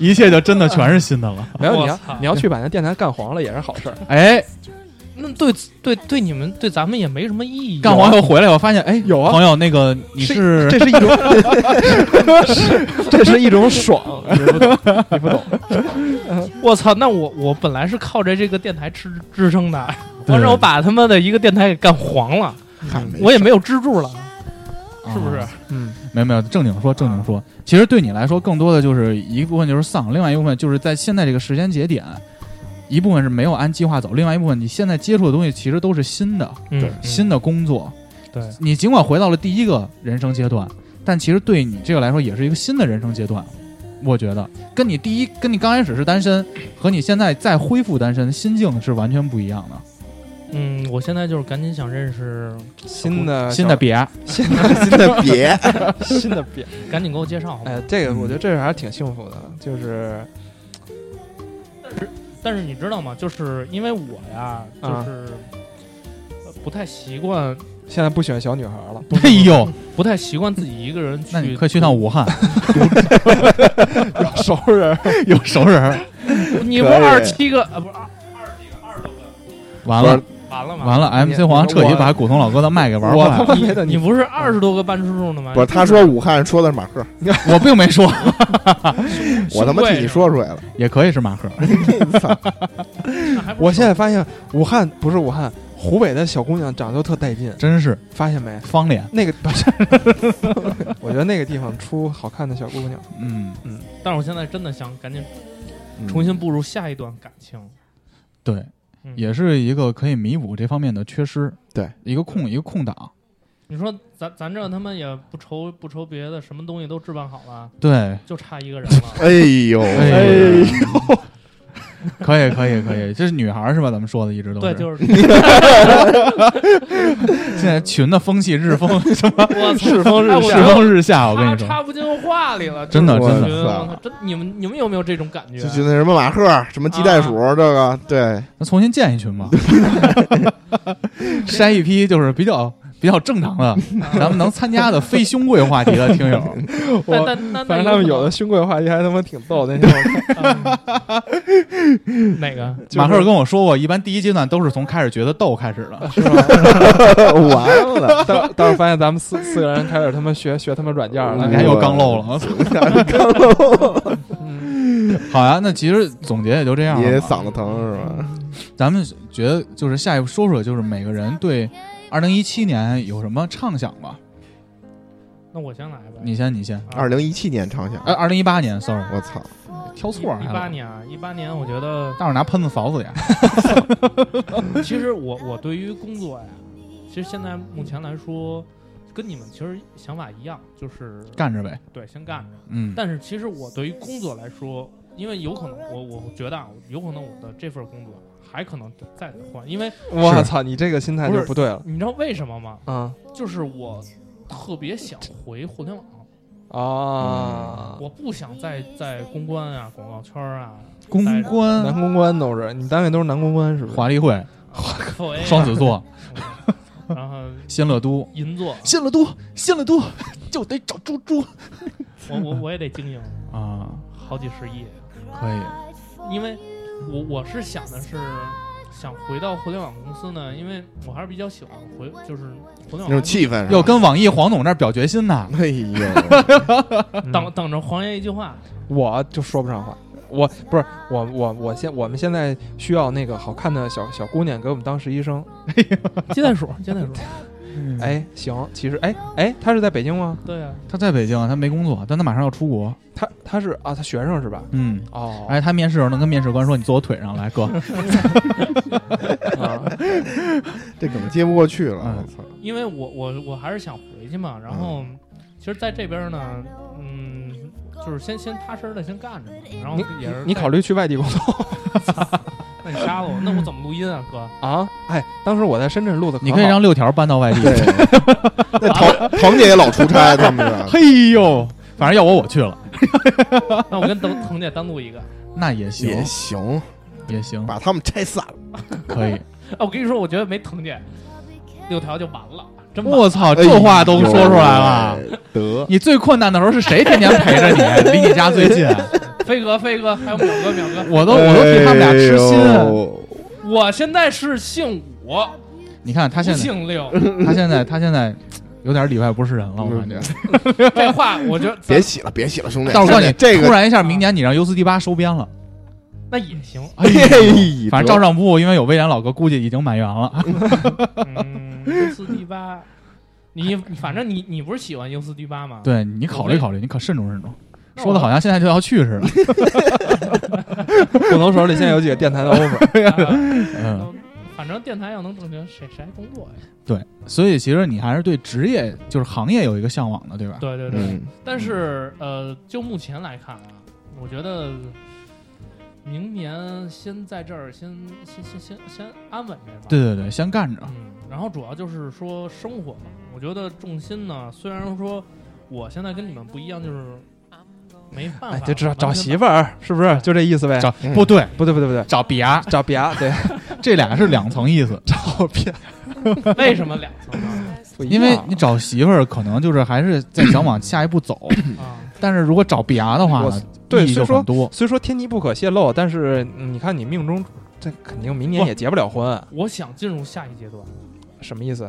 S3: 一切就真的全是新的了。
S4: 没有啊你
S5: 我
S4: 要
S5: 操
S4: 你要去把那电台干黄了也是好事儿。
S3: 哎，
S5: 那对对对你们对咱们也没什么意义。啊
S3: 干完又回来，我发现哎，
S4: 有啊
S3: 朋友，那个你是
S4: 这是一 种，这是一种爽，你不懂，你不懂。
S5: 我操！那我我本来是靠着这个电台支支撑的，
S3: 对
S5: 完事儿我把他妈的一个电台给干黄了，
S1: 嗨，没
S5: 我也没有支柱了，是不是？
S3: 啊
S4: 嗯，
S3: 没有没有，正经说正经说，其实对你来说，更多的就是一部分就是丧，另外一部分就是在现在这个时间节点，一部分是没有按计划走，另外一部分你现在接触的东西其实都是新的，
S5: 嗯
S1: 对
S5: 嗯
S3: 新的工作。
S5: 对
S3: 你尽管回到了第一个人生阶段，但其实对你这个来说也是一个新的人生阶段。我觉得跟你第一，跟你刚开始是单身，和你现在再恢复单身，心境是完全不一 样的。
S5: 嗯，我现在就是赶紧想认识，
S4: 新的
S3: 新的别，
S4: 新的
S1: 新的别，
S4: 新的变，
S5: 赶紧给我介绍好吗。
S4: 哎，这个我觉得这个还是挺幸福的，就是
S5: 但是你知道吗？就是因为我呀，就
S4: 啊
S5: 是呃不太习惯，
S4: 现在不喜欢小女孩了。
S3: 哎呦，
S5: 不太习惯自己一个人去。
S3: 那你快去趟武汉，
S4: 有熟人，
S3: 有熟人，
S5: 你不
S1: 可以
S5: 二十七个啊，不是二
S3: 完了
S5: 完了吗？
S3: 完了
S4: 你
S3: ，MC 黄彻底把古潼老哥的麦给玩
S4: 我
S3: 坏了。
S4: 他妈觉得
S5: 你
S4: 你
S5: 不是二十多个班叔叔呢 吗？
S1: 不是他说武汉说的是马赫，
S3: 我并没说，
S1: 我他妈替你说出来了。
S3: 也可以是 马赫。
S1: 操
S5: 那还不
S4: 我现在发现武汉不是武汉，湖北的小姑娘长得都特带劲，
S3: 真是
S4: 发现没？
S3: 方脸，
S4: 那个 不是，我觉得那个地方出好看的小姑娘，
S3: 嗯，
S5: 但是我现在真的想赶紧
S1: 嗯
S5: 重新步入下一段感情。
S3: 对，
S5: 嗯
S3: 也是一个可以弥补这方面的缺失，
S1: 对，
S3: 一个空一个空档，
S5: 你说咱咱这他妈也不愁不愁别的，什么东西都置办好了，
S3: 对，
S5: 就差一个人了。
S1: 哎呦，
S3: 哎呦，可以可以可以，这是女孩儿是吧？咱们说的一直都
S5: 对，
S3: 是，
S5: 就是
S3: 现在群的风气日风
S5: 我世风日
S3: 世风日下，我跟你说，
S5: 插不进话里了，
S3: 真的
S5: 就是
S3: 真的
S5: 我觉得
S1: 我操
S5: 我操真你们你们有没有这种感觉啊
S1: 就？就那什么马赫，什么鸡蛋鼠，这个对，
S3: 啊那重新建一群吧，筛一批就是比较比较正常的，咱们能参加的非 兄贵话题的听友，
S5: 但但但
S4: 反正他们有的兄贵话题还他妈挺逗。那 天我看
S5: 嗯 哪个？
S4: 就是
S3: 马克跟我说过，一般第一阶段都是从开始觉得逗开始的，
S4: 是吧？
S1: 完了，
S4: 但但是发现咱们四四个人开始他妈学学他妈软件了，
S3: 你看又刚漏了，
S1: 嗯
S3: 我操
S4: 嗯
S3: 好呀，那其实总结也就这样
S1: 你
S3: 了吧。
S1: 嗓子疼是吧？
S3: 咱们觉得就是下一步说说，就是每个人对二零一七年有什么畅想吧？
S5: 那我先来吧。
S3: 你先，你先。
S1: 二零一七年畅想，
S3: 呃，二零一八年，sorry，
S1: 我操，
S3: 哦挑错了。
S5: 一八，年啊，一八年，我觉 得
S3: 大伙儿拿喷子扫 死呀！
S5: 其实我我对于工作呀，其实现在目前来说，跟你们其实想法一样，就是
S3: 干着呗。
S5: 对，先干着。
S3: 嗯，
S5: 但是其实我对于工作来说，因为有可能我我觉得啊，有可能我的这份工作还可能再得换，因为
S4: 我操，你这个心态就不对了
S5: 你知道为什么吗？
S4: 啊
S5: 就是我特别想回互联网，
S4: 啊！
S5: 我不想再在公关啊、广告圈啊、
S3: 公
S4: 男
S3: 关
S4: 公关都是，你们单位都是男公关是不是？
S3: 华丽
S5: 哎
S3: 会，
S5: 口 A
S3: 双子座，
S5: 然后
S3: 新乐都，
S5: 银座，
S3: 新乐都，新乐都， 就得找猪猪
S5: 我我我也得经营
S3: 啊！
S5: 好几十亿，
S3: 可以，
S5: 因为我我是想的是。想回到互联网公司呢，因为我还是比较喜欢回，就是互联网
S1: 那种气氛是吧
S3: 要跟网易黄总那儿表决心呢。
S1: 哎呦，
S5: 等等着黄爷一句话，
S4: 我就说不上话。我不是我我我现我们现在需要那个好看的小小姑娘给我们当实习生，
S5: 接袋鼠，接袋鼠，
S4: 哎，行，其实哎哎，他是在北京吗？
S5: 对啊，
S3: 他在北京，他没工作，但他马上要出国。
S4: 他他是啊，他学生是吧？
S3: 嗯，
S4: 哦，
S3: 哎，他面试的时候能跟面试官说：“你坐我腿上来，哥。
S4: 啊，
S1: 这梗接不过去了，
S3: 嗯
S1: 我操！嗯
S5: 因为我我我还是想回去嘛，然后其实在这边呢，嗯，就是先先踏实的先干着嘛，然后也是
S4: 你考
S5: 虑，
S4: 虑去外地工作
S5: 那你杀了我，那我怎么录音啊，哥？
S4: 啊？哎，当时我在深圳录的，”
S3: 你可以让六条搬到外地。
S1: 对， 那
S5: 啊
S1: 腾腾姐也老出差，他们是
S3: 嘿呦，反正要我我去了，
S5: 那我跟腾腾姐单录一个。
S3: 那也行，
S1: 也行，
S3: 也行，
S1: 把他们拆散了。
S3: 可以。
S5: 哎，我跟你说，我觉得没腾姐六条就完了，真完了
S3: 我操，这话都说 出来了
S1: 哎。呦，得，
S3: 你最困难的时候是谁天天陪着 你？啊离你家最近，啊
S5: 飞哥，飞哥，还有淼哥，淼哥，
S3: 我都我都替他们俩痴
S1: 哎
S3: 心。啊
S1: 呦
S5: 我现在是姓五，
S3: 你看他
S5: 不
S3: 现在，
S5: 姓六。
S3: 他现在，他现在有点里外不是人了，我感觉。
S5: 这话我觉得
S1: 嗯别洗了，别洗了，兄弟！
S3: 但我告诉你，
S1: 这
S3: 突
S1: 个，
S3: 然一下，明年你让 U 四 D 八收编了，
S5: 那也 行。
S1: 哎呦
S3: 反正照上部因为有威廉老哥，估计已经满 员了。
S5: 嗯，优四 D 八，你你反正你你不是喜欢优四 D 八吗？，
S3: 对你考虑考虑，你可慎重慎重。
S5: 那我
S3: 说的好像现在就要去似的，
S4: 共同手里现在有几个电台的 offer，
S3: 嗯，
S5: 反正电台要能挣钱，谁谁还工作呀？
S3: 对，所以其实你还是对职业就是行业有一个向往的，对吧？
S5: 对对对。
S1: 嗯，
S5: 但是呃，就目前来看啊，我觉得明年先在这儿先先先先先安稳这块儿。
S3: 对对对，先干着。
S5: 嗯，然后主要就是说生活吧。我觉得重心呢，虽然说我现在跟你们不一样，就是没办
S4: 哎
S5: 法，，
S4: 就找找媳
S5: 妇。
S4: 妇儿，是不是就这意思呗？
S3: 找
S1: 嗯
S3: 不对，
S4: 不对不对不对，
S3: 找别啊，
S4: 找别 对，
S3: 这俩是两层意思。
S4: 找别，
S5: 为什么两层呢？
S4: 不一样啊
S3: 因为你找媳妇儿可能就是还是在想往下一步走，
S5: 啊，
S3: 但是如果找别的话
S4: 我
S3: 呢，
S4: 对
S3: 啊意义
S4: 所
S3: 就
S4: 以说
S3: 很多。
S4: 虽说天机不可泄露，但是嗯你看你命中这肯定明年
S5: 不
S4: 也结不了婚，
S5: 我想进入下一阶段。
S4: 什么意思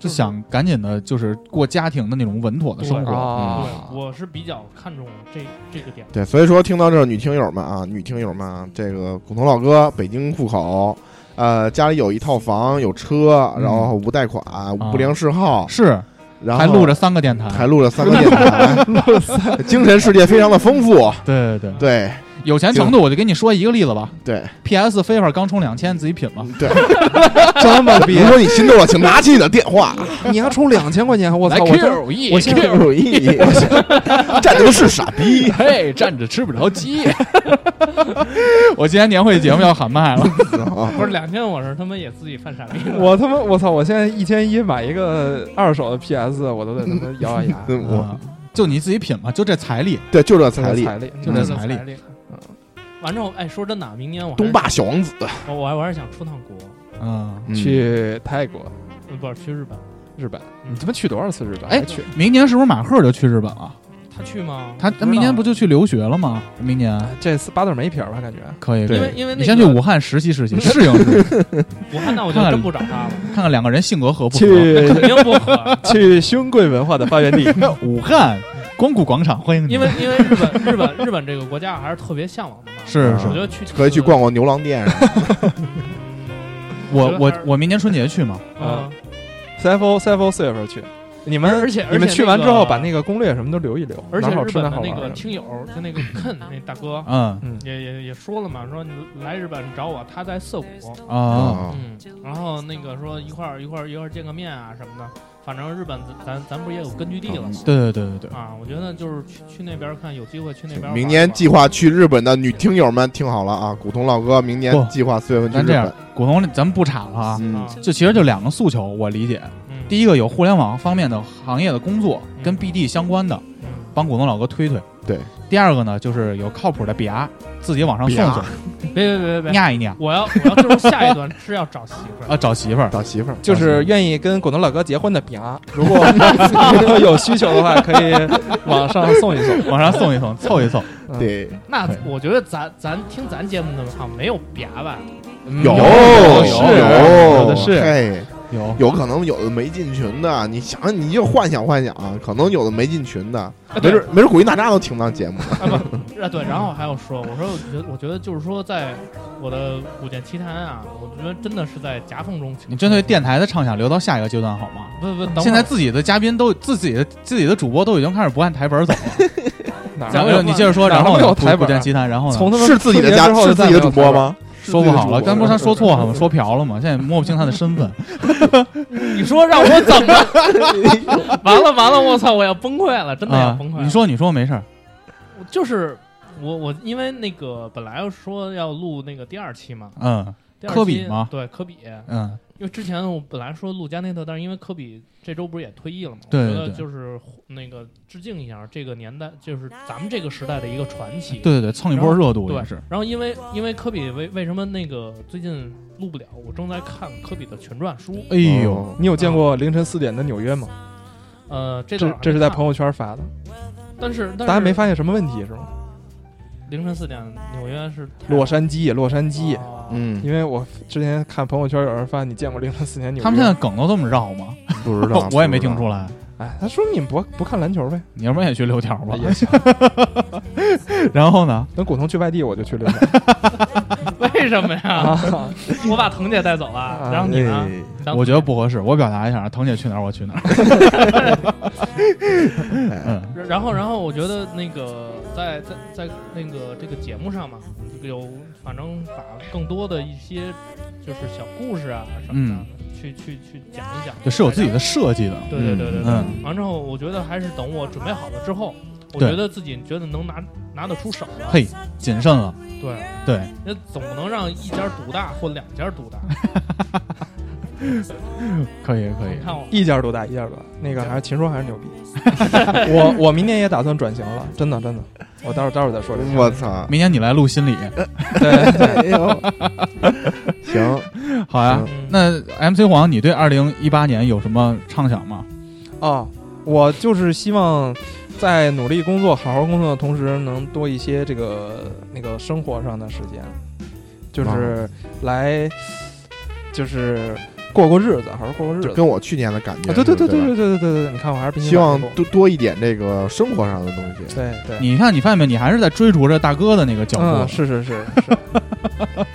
S3: 就想赶紧的，就是过家庭的那种稳妥的生
S5: 对
S3: 活。
S5: 对
S4: 啊，？
S5: 我是比较看重这这个点。
S1: 对，所以说听到这儿女听友们啊，女听友们啊，这个古潼老哥北京户口，呃，家里有一套房，有车，
S3: 嗯
S1: 然后无贷款，无不良嗜好，
S3: 是，
S1: 然后
S3: 还录着三个电台，
S1: 还录了三个电台， 精神世界非常的丰富。
S3: 对对对，
S1: 对
S3: 有钱程度我就给你说一个例子吧。
S1: 对
S3: P.S. 飞儿刚充两千，自己品吧。
S1: 嗯对，
S4: 这么
S1: 如果你心动了，请拿 起你的电话。
S4: 你要充两千块钱，我
S3: 来
S4: 操！我真
S3: Q 一，
S4: 我现在
S1: 有意 义，战斗是傻逼。
S3: 嘿，站着吃不着鸡。我今天年会节目要喊麦了，
S1: 啊。
S5: 不是两千，我是他妈也自己犯傻逼了。
S4: 我他妈我操！我现在一千一买一个二手的 PS，我都得他妈咬咬牙
S1: 嗯我
S3: 啊就你自己品吧，啊就这财力。
S1: 对，就这
S4: 这个
S1: 财力，
S4: 财力，
S3: 就
S5: 这
S3: 这
S5: 个
S3: 财力嗯
S5: 力。完之后，哎，说真的啊，明年我还是
S1: 东霸小王子，
S5: 哦我我还我还是想出趟国，
S3: 嗯，
S1: 嗯
S4: 去泰国、
S5: 呃不是去日本。
S4: 日本，
S5: 嗯
S4: 你他妈去多少次日本？
S3: 哎
S4: 还去？
S3: 明年是不是马赫就去日本了？
S5: 他去吗？
S3: 他
S5: 我知
S3: 他
S5: 道
S3: 明年不就去留学了吗？明年
S4: 哎这次八字没撇儿吧？感觉
S3: 可以，可以
S5: 因为因为那个
S3: 你先去武汉实习 实习，适应适应，
S5: 武汉，那我就真不找他了，
S3: 看看两个人性格合不合。
S5: 肯
S4: 去
S5: 定不合。
S4: 去兄贵文化的发源地。
S3: 武汉光谷广场欢迎你，
S5: 因为因为日本日本日本这个国家还是特别向往的嘛。
S4: 啊
S3: 是
S5: 我
S3: 是，
S5: 觉得去
S1: 可以去逛。逛牛郎店。
S3: 我我
S5: 我
S3: 我明年春节去嘛，
S5: 啊，
S4: CFO CFO 四月份去，你们
S5: 而且而且
S4: 你们去完之
S5: 那
S4: 后
S5: 个
S4: 把那个攻略什么都留一留，
S5: 而且
S4: 哪好
S5: 日
S4: 吃
S5: 本
S4: 哪
S5: 的
S4: 好
S5: 那
S4: 玩
S5: 个
S4: 儿。
S5: 听友就那个 Ken 那大哥
S3: 嗯
S4: 嗯，
S5: 也也也说了嘛，说你来日本找我，他在涩谷。
S3: 啊，
S5: 嗯，然后那个说一块儿一块儿一块儿见个面啊什么的，反正日本咱咱咱不是也有根据地了吗？
S3: 对对对对对，
S5: 啊，我觉得就是去去那边儿看，有机会去那边儿玩一玩。
S1: 明年计划去日本的女听友们听好了啊，古潼老哥明年
S3: 不
S1: 计划四月份去
S3: 咱
S1: 日
S3: 这样
S1: 本。，
S3: 古潼，咱们不岔了啊。
S1: 嗯
S5: 啊，
S3: 就其实就两个诉求，我理解。
S5: 嗯
S3: 第一个有互联网方面的行业的工作，
S5: 嗯
S3: 跟 BD 相关的，
S5: 嗯
S3: 帮古潼老哥推推。
S1: 对。
S3: 第二个呢，就是有靠谱的比啊，自己往上送送，
S5: 别别别别 别，
S3: 压一压
S5: 我要我要进入下一段是要找媳妇儿。
S3: 啊，找媳妇儿。
S1: 找媳妇儿，
S3: 嗯
S4: 就是愿意跟广东老哥结婚的饼啊，如果 有需求的话，可以往上送一送。
S3: 往上送一送，凑一凑。
S4: 嗯
S1: 对，
S5: 那
S3: 对
S5: 我觉得咱咱听咱节目的好像没有别吧？
S4: 嗯
S1: 有
S3: 有
S4: 是
S3: 有
S4: 有的是
S1: 嘿
S3: 有
S1: 有可能有的没进群的，你想你就幻想幻想啊，可能有的没进群的，
S5: 啊
S1: 没
S5: 对
S1: 准没准古力娜扎都听不到 节目。
S5: 啊不，啊对，然后还有说，我说我觉得我觉得就是说，在我的《古剑奇谭》啊，我觉得真的是在夹缝中求生。
S3: 你针对电台的畅想留到下一个阶段好吗？
S5: 不不，等会儿
S3: 现在自己的嘉宾都自己的自己的主播都已经开始不按台本走了，
S4: 哪
S3: 然
S4: 儿
S3: 后你接着说，
S4: 哪
S3: 然后
S4: 没有
S3: 呢
S4: 台
S3: 不
S4: 本
S3: 见
S4: 儿？
S3: 其他，然后呢
S4: 从他们
S1: 是自己的
S4: 春节之
S1: 家，
S4: 后
S1: 是
S4: 就
S1: 自
S4: 再
S1: 己
S4: 没
S1: 的
S4: 有
S1: 主
S4: 台
S1: 播
S4: 本儿？
S1: 吗？
S3: 说不好了，刚不是他说错了吗？
S4: 是
S3: 说瓢了吗？现在摸不清他的 身份。
S5: 你说让我怎么？完了完了，我操！我要崩溃了，
S4: 哎
S5: 真的要
S3: 啊
S5: 崩溃、，
S3: 你，说你说没事儿，
S5: 我就是我我因为那个本来说要录那个第二期嘛，
S3: 嗯
S5: 第二期
S3: 科比吗
S5: 对，科比。
S3: 嗯，
S5: 因为之前我本来说录加内特，但是因为科比这周不是也退役了嘛，
S3: 对
S5: 我觉
S3: 对
S5: 得就是那个致敬一下这个年代，就是咱们这个时代的一个传奇。
S3: 对对对，蹭一波热度也
S5: 对
S3: 是。，
S5: 然后因为因为科比为为什么那个最近录不了？我正在看科比的全传书，
S3: 哎呦，
S1: 哦，
S4: 你有见过凌晨四点的纽约吗？
S5: 呃，这
S4: 这
S5: 段
S4: 这是在朋
S5: 友，
S4: 友圈发的，
S5: 但是
S4: 大
S5: 大
S4: 家没发现什么问题是吗？
S5: 凌晨四点，纽约是
S4: 洛杉矶，洛杉矶，
S5: 哦
S1: 嗯，
S4: 因为我之前看朋友圈有人发你见过凌晨四点纽约，
S3: 他们现在梗都这么绕吗？
S1: 不知道
S3: ，我也没听出来。
S4: 哎，他说明你们不不看篮球呗？
S3: 你要不然也去六条吧？
S4: 也行，
S1: 哎
S3: 然后呢？
S4: 等古潼去外地我就去溜达。
S5: 为什么呀？
S4: 啊
S5: 我把腾姐带走了，然后你
S1: 不知道。
S5: 呢？
S1: 哎
S5: 然后
S3: 我觉得不合适，我表达一下，腾姐去哪儿 我去哪儿。嗯，
S5: 然后，然后我觉得那个在在在那个这个节目上嘛，有反正把更多的一些就是小故事啊什么的，去去去讲一讲，
S3: 嗯就是有自己的设计的。
S5: 对。对对对对
S3: 嗯，
S5: 完之后，我觉得还是等我准备好了之后，我
S3: 对
S5: 觉得自己觉得能拿拿得出手了。
S3: 嘿，谨慎了。
S5: 对，
S3: 对，
S5: 那总不能让一家独大或两家 独大。
S3: 可以可以
S5: 你。看我，
S4: 一家多大，一家多大。那个还是秦叔还是牛 逼。我我明年也打算转型了，真的真的。我待会儿待会儿再说这个。呃
S1: 我操！
S3: 明天你来录心理，
S4: 对，
S1: 哎 呦， 行，
S3: 好呀。
S5: 嗯
S3: 那 MC 黄，你对二零一八年有什么畅想吗？
S4: 啊，我就是希望在努力工作、好好工作的同时，能多一些这个那个生活上的时间，
S1: 啊
S4: 就是来就是过过日子，好好过过日子。
S1: 就跟我去年的感觉
S4: 啊，对对对对
S1: 是吧
S4: 对对对对对，你看我还是比你
S1: 希望
S4: 晚一步
S1: 多多一点这个生活上的东西。
S4: 对对，
S3: 你看，你发现没？你还是在追逐着大哥的那个脚步，
S4: 嗯，是是是是，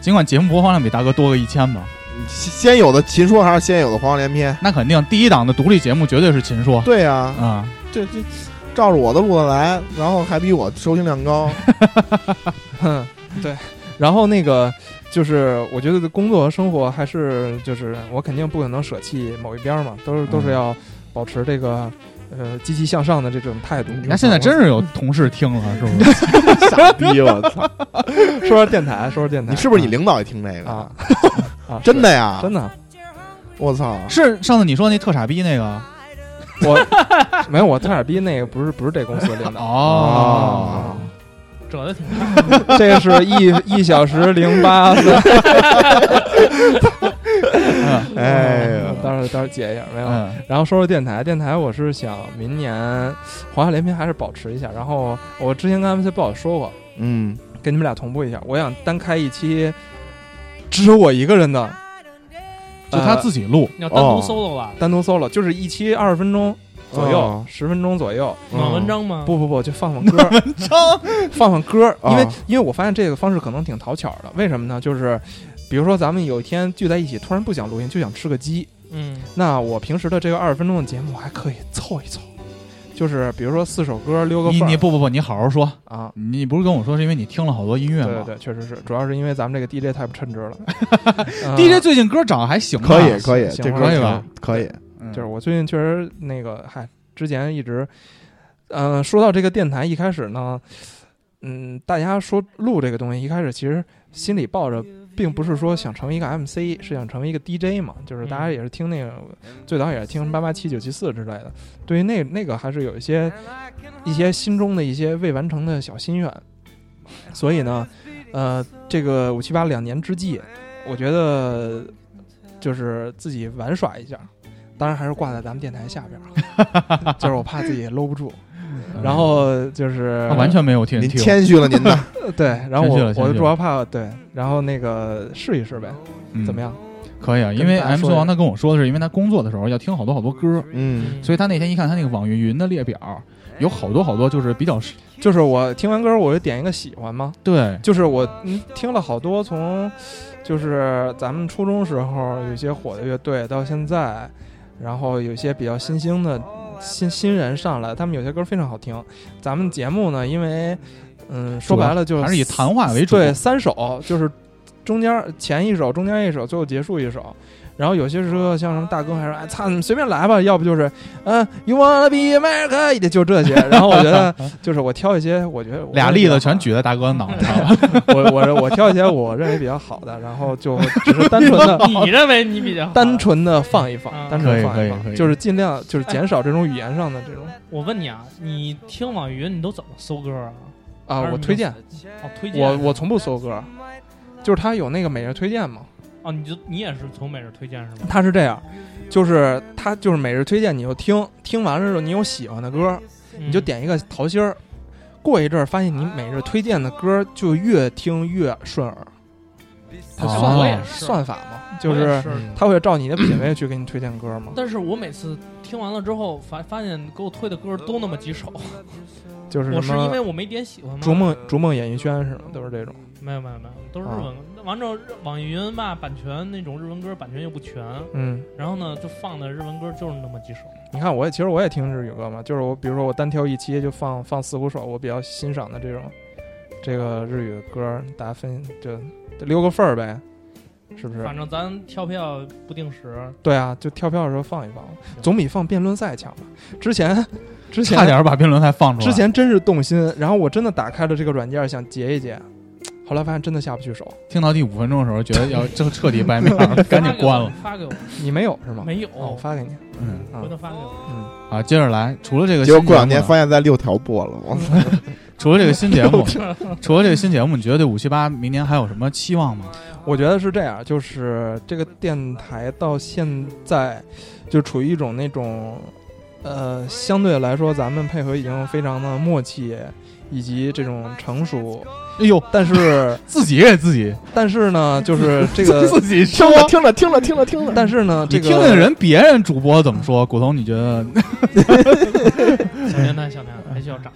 S3: 尽管节目播放量比大哥多个一千吧，
S1: 先先有的秦说还是先有的黄花连篇？
S3: 那肯定第一档的独立节目绝对是秦说
S1: 对呀，
S3: 啊、
S1: 这这照着我的路子来，然后还比我收听量高。
S4: 哼，嗯对。然后那个就是，我觉得工作和生活还是就是，我肯定不可能舍弃某一边儿嘛，都是都是
S3: 嗯
S4: 要保持这个呃积极向上的这种态度。
S3: 你看现在 真是有同事听了，是不是？
S1: 逼哎我操！
S4: 说说电台，说说电台，
S1: 你是不是你领导也听这个？
S4: 啊？啊，
S1: 真
S4: 的
S1: 的呀！
S4: 真的，
S1: 我操！
S3: 是上次你说那特傻逼那个
S4: 我没有，我差点逼那个不是不是这公司的领导，
S3: 哦，
S5: 折的挺 大，
S4: 这个是一一小时零八分，
S3: 嗯
S1: 哎呀，
S4: 到时候到时候解一下没有。
S3: 嗯，
S4: 然后说说电台，电台我是想明年华夏联翩还是保持一下。然后我之前跟 MC 不好说过，
S1: 嗯，
S4: 跟你们俩同步一下，我想单开一期只有我一个人的，
S3: 就他
S4: 呃
S3: 自己录，
S5: 你要单独
S1: 哦
S5: solo 吧？
S4: 单独 solo，就是一期二十分钟左右
S1: 哦，
S4: 十、分钟左右。
S5: 暖文章吗？
S4: 不不不，就放放歌， 放放歌，因为、
S1: 啊
S4: 因为我发现这个方式可能挺讨巧的，为什么呢？就是比如说咱们有一天聚在一起，突然不想录音，就想吃个鸡，
S5: 嗯，
S4: 那我平时的这个二十分钟的节目还可以凑一凑，就是比如说四首歌溜个
S3: 你
S4: 缝
S3: 你
S4: 儿
S3: 不不不，你好好说，
S4: 啊。
S3: 你不是跟我说是因为你听了好多音乐
S4: 对
S3: 吗
S4: 对对，确实是，主要是因为咱们这个 DJ 太不称职 了。呃
S3: DJ 最近歌长得还行吧，
S1: 可以可以，
S4: 行
S1: 这
S4: 吧
S1: 歌
S3: 可以吧
S1: 挺？可以，
S3: 嗯
S4: 就是我最近确实那个，嗨，之前一直，呃，说到这个电台，一开始呢，嗯，大家说录这个东西，一开始其实心里抱着，并不是说想成为一个 MC，是想成为一个 DJ 嘛，就是大家
S5: 嗯
S4: 也是听那个，最早也是听八八七九七四之类的，对于那那个还是有一些一些心中的一些未完成的小心愿，所以呢，呃，这个五七八两年之际，我觉得就是自己玩耍一下，当然还是挂在咱们电台下边 儿，就是我怕自己搂不住，
S3: 嗯
S4: 然后就是
S3: 他完全没有听
S1: 您
S3: 听，
S1: 谦虚了您的，
S4: 对，然后
S3: 谦虚
S4: 我
S3: 了谦
S4: 我
S3: 虚
S4: 主要怕对，然后那个试一试呗，
S3: 嗯
S4: 怎么？样？
S3: 可以啊，因为
S4: 跟大家
S3: M
S4: 说一
S3: 四
S4: 下
S3: 王他跟我说的是，因为他工作的时候要听好多好多歌，
S1: 嗯，
S5: 嗯
S3: 所以他那天一看他那个网易云的列表，有好多好多就是比较
S4: 就是我听完歌我就点一个喜欢嘛，
S3: 对
S4: 就是我嗯听了好多从，就是咱们初中时候有些火的乐队到现在，然后有些比较新兴的新新人上来，他们有些歌非常好听。咱们节目呢，因为嗯说白了就是
S3: 还是以谈话为主，
S4: 对，三首就是中间前一首，中间一首，最后结束一首。然后有些时候像什么大哥还说，哎，操，你们随便来吧，要不就是，嗯、y o u wanna be America，也就这些。然后我觉 得就是我挑一些，我觉得我
S3: 俩
S4: 认为比
S3: 例
S4: 较
S3: 子
S4: 好
S3: 全举在大哥脑袋上了，
S4: 我我我 挑一些我认为比较好的，然后就只是单纯的
S5: 你认为你比较好
S4: 单。纯的放一放
S5: 啊，
S4: 单纯地放
S3: 可以
S4: 一
S3: 可以可
S4: 放，
S3: 以
S4: 就是尽量就是减少这种语言上的这种
S5: 我问你啊，你听网易云你都怎么搜歌啊？
S4: 啊
S5: 还是，
S4: 我
S5: 你
S4: 推荐，
S5: 哦，推荐
S4: 我我从不搜歌，就是他有那个每日推荐嘛，
S5: 哦，你就你也是从每日推荐是吗？
S4: 他是这样，就是他就是每日推荐你就听，听完了之后你有喜欢的歌，
S5: 你
S4: 你就点一个桃心儿。过一阵儿，发现你每日推荐的歌就越听越顺耳，
S5: 他
S3: 哦
S5: 算我也是
S4: 算法嘛，就
S5: 我也
S4: 是
S5: 是
S4: 他会照你的品味去给你推荐歌嘛。
S5: 但是我每次听完了之后，发发现给我推的歌都那么几首，
S4: 就是
S5: 我
S4: 什
S5: 是
S4: 么
S5: 因为我没点喜欢吗？
S4: 逐梦逐梦演艺圈是吗？都是这种。啊
S5: 没有没有没有，都是日文歌。那完之后，网易云吧版权那种日文歌版权又不全，
S4: 嗯，
S5: 然后呢就放的日文歌就是那么几首。
S4: 你看我也其实我也听日语歌嘛，就是我比如说我单挑一期就放放四五首我比较欣赏的这种这个日语歌，大家分就就留个份儿呗，是不是？
S5: 反正咱跳票不定时，
S4: 对啊，就跳票的时候放一放，总比放辩论赛强吧。之前之前
S3: 差点把辩论赛放出来。
S4: 之前真是动心，然后我真的打开了这个软件想截一截，后来发现真的下不去手。
S3: 听到第五分钟的时候，觉得要这彻底掰 面了，赶紧关了。
S5: 发给我，发给
S4: 你没有是
S5: 我，
S4: 吗？
S5: 没有，
S4: 哦我发给你。
S3: 嗯，
S4: 啊
S5: 回头发给我。
S4: 嗯，
S3: 好，啊接着来。除了这个
S1: 结
S3: 新节
S1: 果过
S3: 目呢，啊
S1: 两天发现在六条播了，我操！
S3: 除了这个 新节目，
S4: 啊
S3: 除了这个新节目，你觉得对五七八明年还有什么期望吗？
S4: 我觉得是这样，就是这个电台到现在就处于一种那种，呃，相对来说咱们配合已经非常的默契，以及这种成熟，
S3: 哎呦，
S4: 但是
S3: 自己给自己
S4: 但是呢，就是这个，
S3: 自己说
S1: 听。着听着听着听着听着，
S4: 但是呢，
S3: 你
S4: 这个
S3: 听听人别人主播怎么说，古潼，你觉得
S5: 小天台，小天台还需要涨。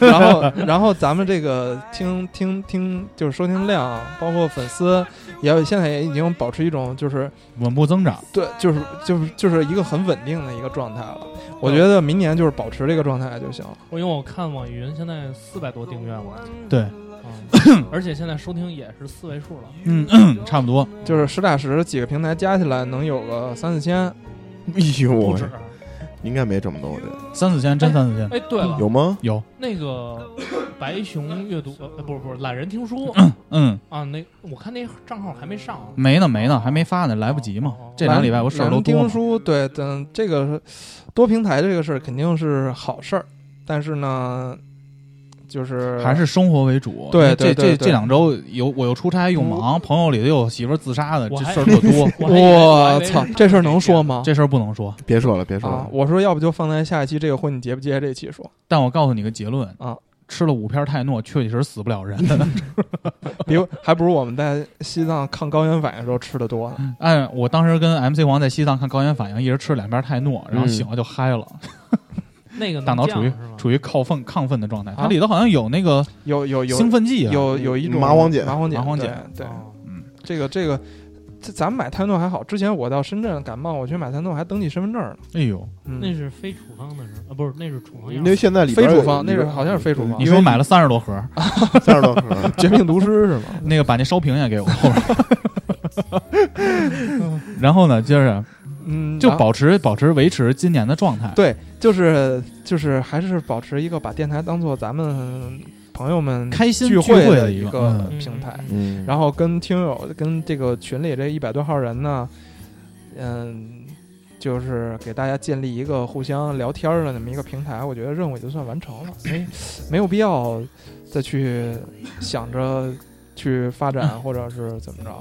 S4: 然后，然后咱们这个听听听，就是收听量，包括粉丝，也有现在也已经保持一种就是
S3: 稳步增长？
S4: 对，就是就是就是一个很稳定的一个状态了。
S1: 嗯
S4: 我觉得明年就是保持这个状态就行了。
S5: 我因为我看网易云现在四百多订阅了，
S3: 对，
S5: 嗯，而且现在收听也是四位数了。
S3: 嗯，嗯差不多。
S4: 就是实打实几个平台加起来能有个三四千，
S1: 哎呦
S5: 不
S1: 喂
S5: 止，。啊
S1: 应该没这么多，我觉得
S3: 三四千，真三四千，
S5: 哎，对了，
S1: 有吗？
S3: 有。
S5: 那个白熊阅读，呃，不是不是，懒人听书
S3: 嗯，
S5: 啊，那我看那账号还没上。啊
S3: 没呢，没呢，还没发呢，来不及嘛。
S5: 哦
S3: 这俩礼拜我事儿都
S4: 能
S3: 多
S4: 听
S3: 嘛。
S4: 书，对，等这个多平台这个事儿肯定是好事儿，但是呢，就是
S3: 还是生活为主。
S4: 对
S3: 因为
S4: 对
S3: 这这
S4: 对对
S3: 这两周有我又出差又忙，朋友里头又有媳妇儿自杀的，
S5: 嗯我
S3: 这
S5: 还
S3: 事儿特多
S5: 。我还以为
S4: 我操，这事儿能说？吗？
S3: 这事儿不能说，
S1: 别说了，别说
S4: 啊，
S1: 了，
S4: 我说要不就放在下一期这个婚你结不结这期说。
S3: 但我告诉你个结论
S4: 啊，
S3: 吃了五片泰诺，确实死不了人。
S4: 比如还不如我们在西藏抗高原反应的时候吃的多呢。
S3: 哎，我当时跟 MC 王在西藏看高原反应，一人吃了两片泰诺，然后
S1: 嗯
S3: 醒了就嗨了，
S5: 我还以为 那个
S3: 大脑处于
S5: 于
S3: 处于亢奋亢奋的状态。它
S4: 啊
S3: 里头好像有那个
S4: 有有有
S3: 兴奋剂啊，
S4: 有有一种
S1: 麻黄碱
S4: 麻黄碱，
S3: 麻黄
S4: 对
S3: 碱
S4: 对，
S3: 嗯
S4: 这个这个，这咱们买泰诺还好，之前我到深圳感冒，我去买泰诺还登记身份证呢。
S3: 哎呦，
S5: 那
S4: 嗯，
S5: 是非处方的是啊，不是那是处方药
S1: 因。为现在里
S4: 非
S1: 边
S4: 处
S1: 有
S4: 方，那
S1: 里
S4: 是
S1: 边
S4: 好像是非处方
S3: 你。是不是买了三十多 盒？
S1: 三十多盒，
S4: 绝命毒师是吗？
S3: 那个把那烧瓶也给我后边。 然后呢，接着
S4: 嗯，
S3: 就
S4: 然后
S3: 保持保持维持今年的状态。
S4: 对，就是就是还是保持一个把电台当做咱们朋友们
S3: 开心
S4: 聚
S3: 聚会
S4: 的
S3: 的一个
S4: 个
S3: 嗯
S4: 平台，
S5: 嗯
S1: 嗯，
S4: 然后跟听友跟这个群里这一百多号人呢，嗯。就是给大家建立一个互相聊天儿的那么一个平台，我觉得任务也就算完成了，没没有必要再去想着去 发展或者是怎么着。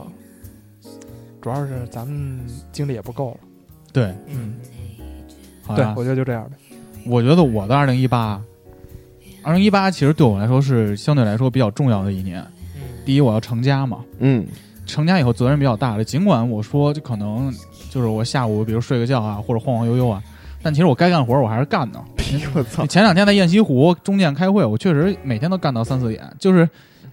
S4: 主要是咱们精力也不够了，
S3: 对，
S5: 嗯，
S3: 好
S4: 对
S3: 呀
S4: 我觉得就这样呗。
S3: 我觉得我的二零一八，二零一八其实对我来说是相对来说比较重要的一年。
S5: 嗯
S3: 第一，我要成家嘛，
S1: 嗯，
S3: 成家以后责任比较大了。尽管我说这可能就是我下午比如睡个觉啊，或者晃晃悠悠啊，但其实我该干活我还是干的。
S1: 哎我操！
S3: 前两天在雁西湖中建开会，我确实每天都干到三四点，就是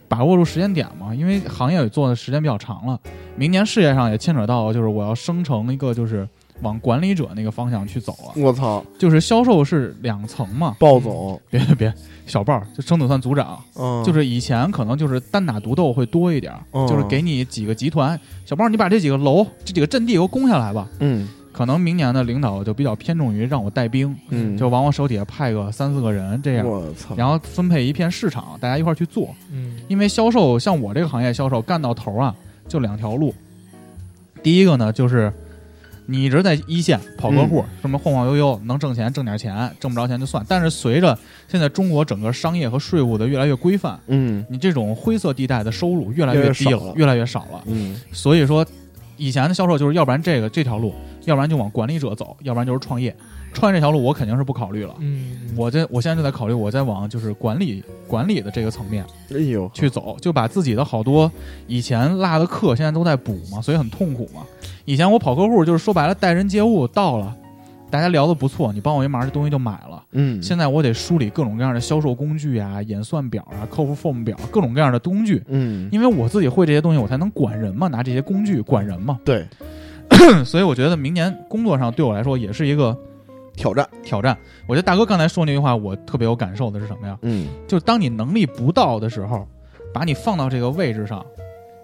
S3: 把握住时间点嘛。因为行业也做的时间比较长了，明年事业上也牵扯到，就是我要生成一个就是往管理者那个方向去走啊。
S1: 我操！
S3: 就是销售是两层嘛，
S1: 暴总，
S3: 别别小豹就生总算组长，
S1: 嗯，
S3: 就是以前可能就是单打独斗会多一点，
S1: 嗯
S3: 就是给你几个集团，小豹你把这几个楼、这几个阵地给我攻下来吧。
S1: 嗯
S3: 可能明年的领导就比较偏重于让我带兵，
S1: 嗯，
S3: 就往我手底下派个三四个人这样，
S1: 我操！
S3: 然后分配一片市场，大家一块儿去做。
S5: 嗯，
S3: 因为销售像我这个行业销售干到头啊，就两条路。第一个呢，就是你一直在一线跑客户，
S1: 嗯
S3: 什么晃晃悠悠能挣钱挣点钱，挣不着钱就算。但是随着现在中国整个商业和税务的越来越规范，
S1: 嗯
S3: 你这种灰色地带的收入越来
S1: 越来
S3: 越
S1: 越
S3: 低
S1: 少
S3: 了，
S1: 了
S3: 越来越少了。
S1: 嗯
S3: 所以说，以前的销售就是要不然这个这条路，要不然就往管理者走，要不然就是创业。创业这条路我肯定是不考虑了。
S5: 嗯，
S3: 我这我现在就在考虑，我在往就是管理管理的这个层面
S1: 哎呦，
S3: 去走，就把自己的好多以前落的课现在都在补嘛，所以很痛苦嘛。以前我跑客户就是说白了待人接物到了，大家聊的不错，你帮我一忙，这东西就买了。
S1: 嗯，
S3: 现在我得梳理各种各样的销售工具啊、演算表啊、客户 form 表，各种各样的工具，
S1: 嗯
S3: 因为我自己会这些东西，我才能管人嘛，拿这些工具管人嘛。
S1: 对
S3: 所以我觉得明年工作上对我来说也是一个
S1: 挑战，
S3: 挑战。我觉得大哥刚才说那句话，我特别有感受的是什么呀？
S1: 嗯
S3: 就是当你能力不到的时候，把你放到这个位置上，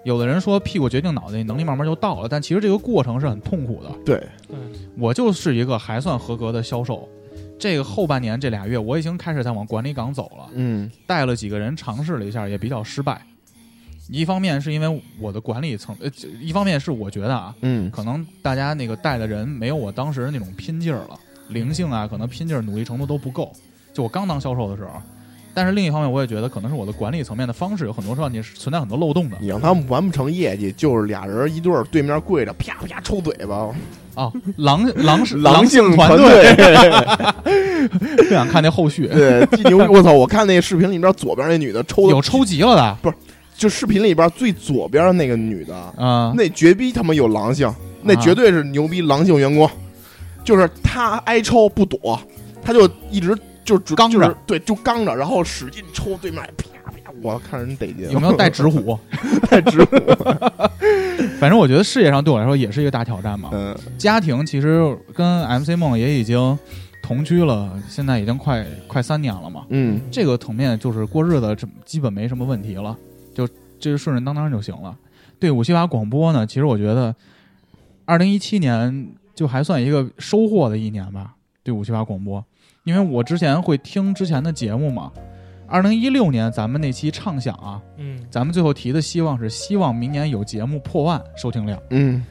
S3: 有的人说屁股决定脑袋，你能力慢慢就到了，但其实这个过程是很痛苦的。
S1: 对，
S5: 嗯
S3: 我就是一个还算合格的销售，这个后半年这俩月我已经开始在往管理岗走了，
S1: 嗯
S3: 带了几个人尝试了一下，也比较失败。一方面是因为我的管理层，呃，这一方面是我觉得啊，
S1: 嗯
S3: 可能大家那个带的人没有我当时那种拼劲儿了，灵性啊，可能拼劲儿、努力程度都不够。就我刚当销售的时候，但是另一方面，我也觉得可能是我的管理层面的方式有很多地方你是存在很多漏洞的
S1: 你让他们完不成业绩，就是俩人一对儿对面跪着，啪啪抽嘴巴，
S3: 啊。狼狼是
S1: 狼
S3: 性
S1: 性
S3: 团队，
S1: 队。
S3: 不想看那后续，
S1: 对，金牛，我操！我看那视频里边左边那女的抽的
S3: 有，抽急了的，
S1: 就视频里边最左边那个女的，
S3: 嗯、
S1: 那绝逼他妈有狼性，那
S3: 啊
S1: 绝对是牛逼狼性员工，就是他挨抽不躲，他就一直就只
S3: 刚着
S1: 就是对，就刚着，然后使劲抽对面，啪啪，我看人得劲，
S3: 有没有 带纸虎？
S1: 带直？
S3: 反正我觉得事业上对我来说也是一个大挑战嘛。
S1: 嗯
S3: 家庭其实跟 MC 梦也已经同居了，现在已经快快三年了嘛。
S1: 嗯
S3: 这个层面就是过日子，这基本没什么问题了，就这顺顺当当就行了。对五七八广播呢，其实我觉得，二零一七年就还算一个收获的一年吧。对五七八广播，因为我之前会听之前的节目嘛。二零一六年咱们那期畅想啊，
S5: 嗯，
S3: 咱们最后提的希望是希望明年有节目破万收听量。
S1: 嗯，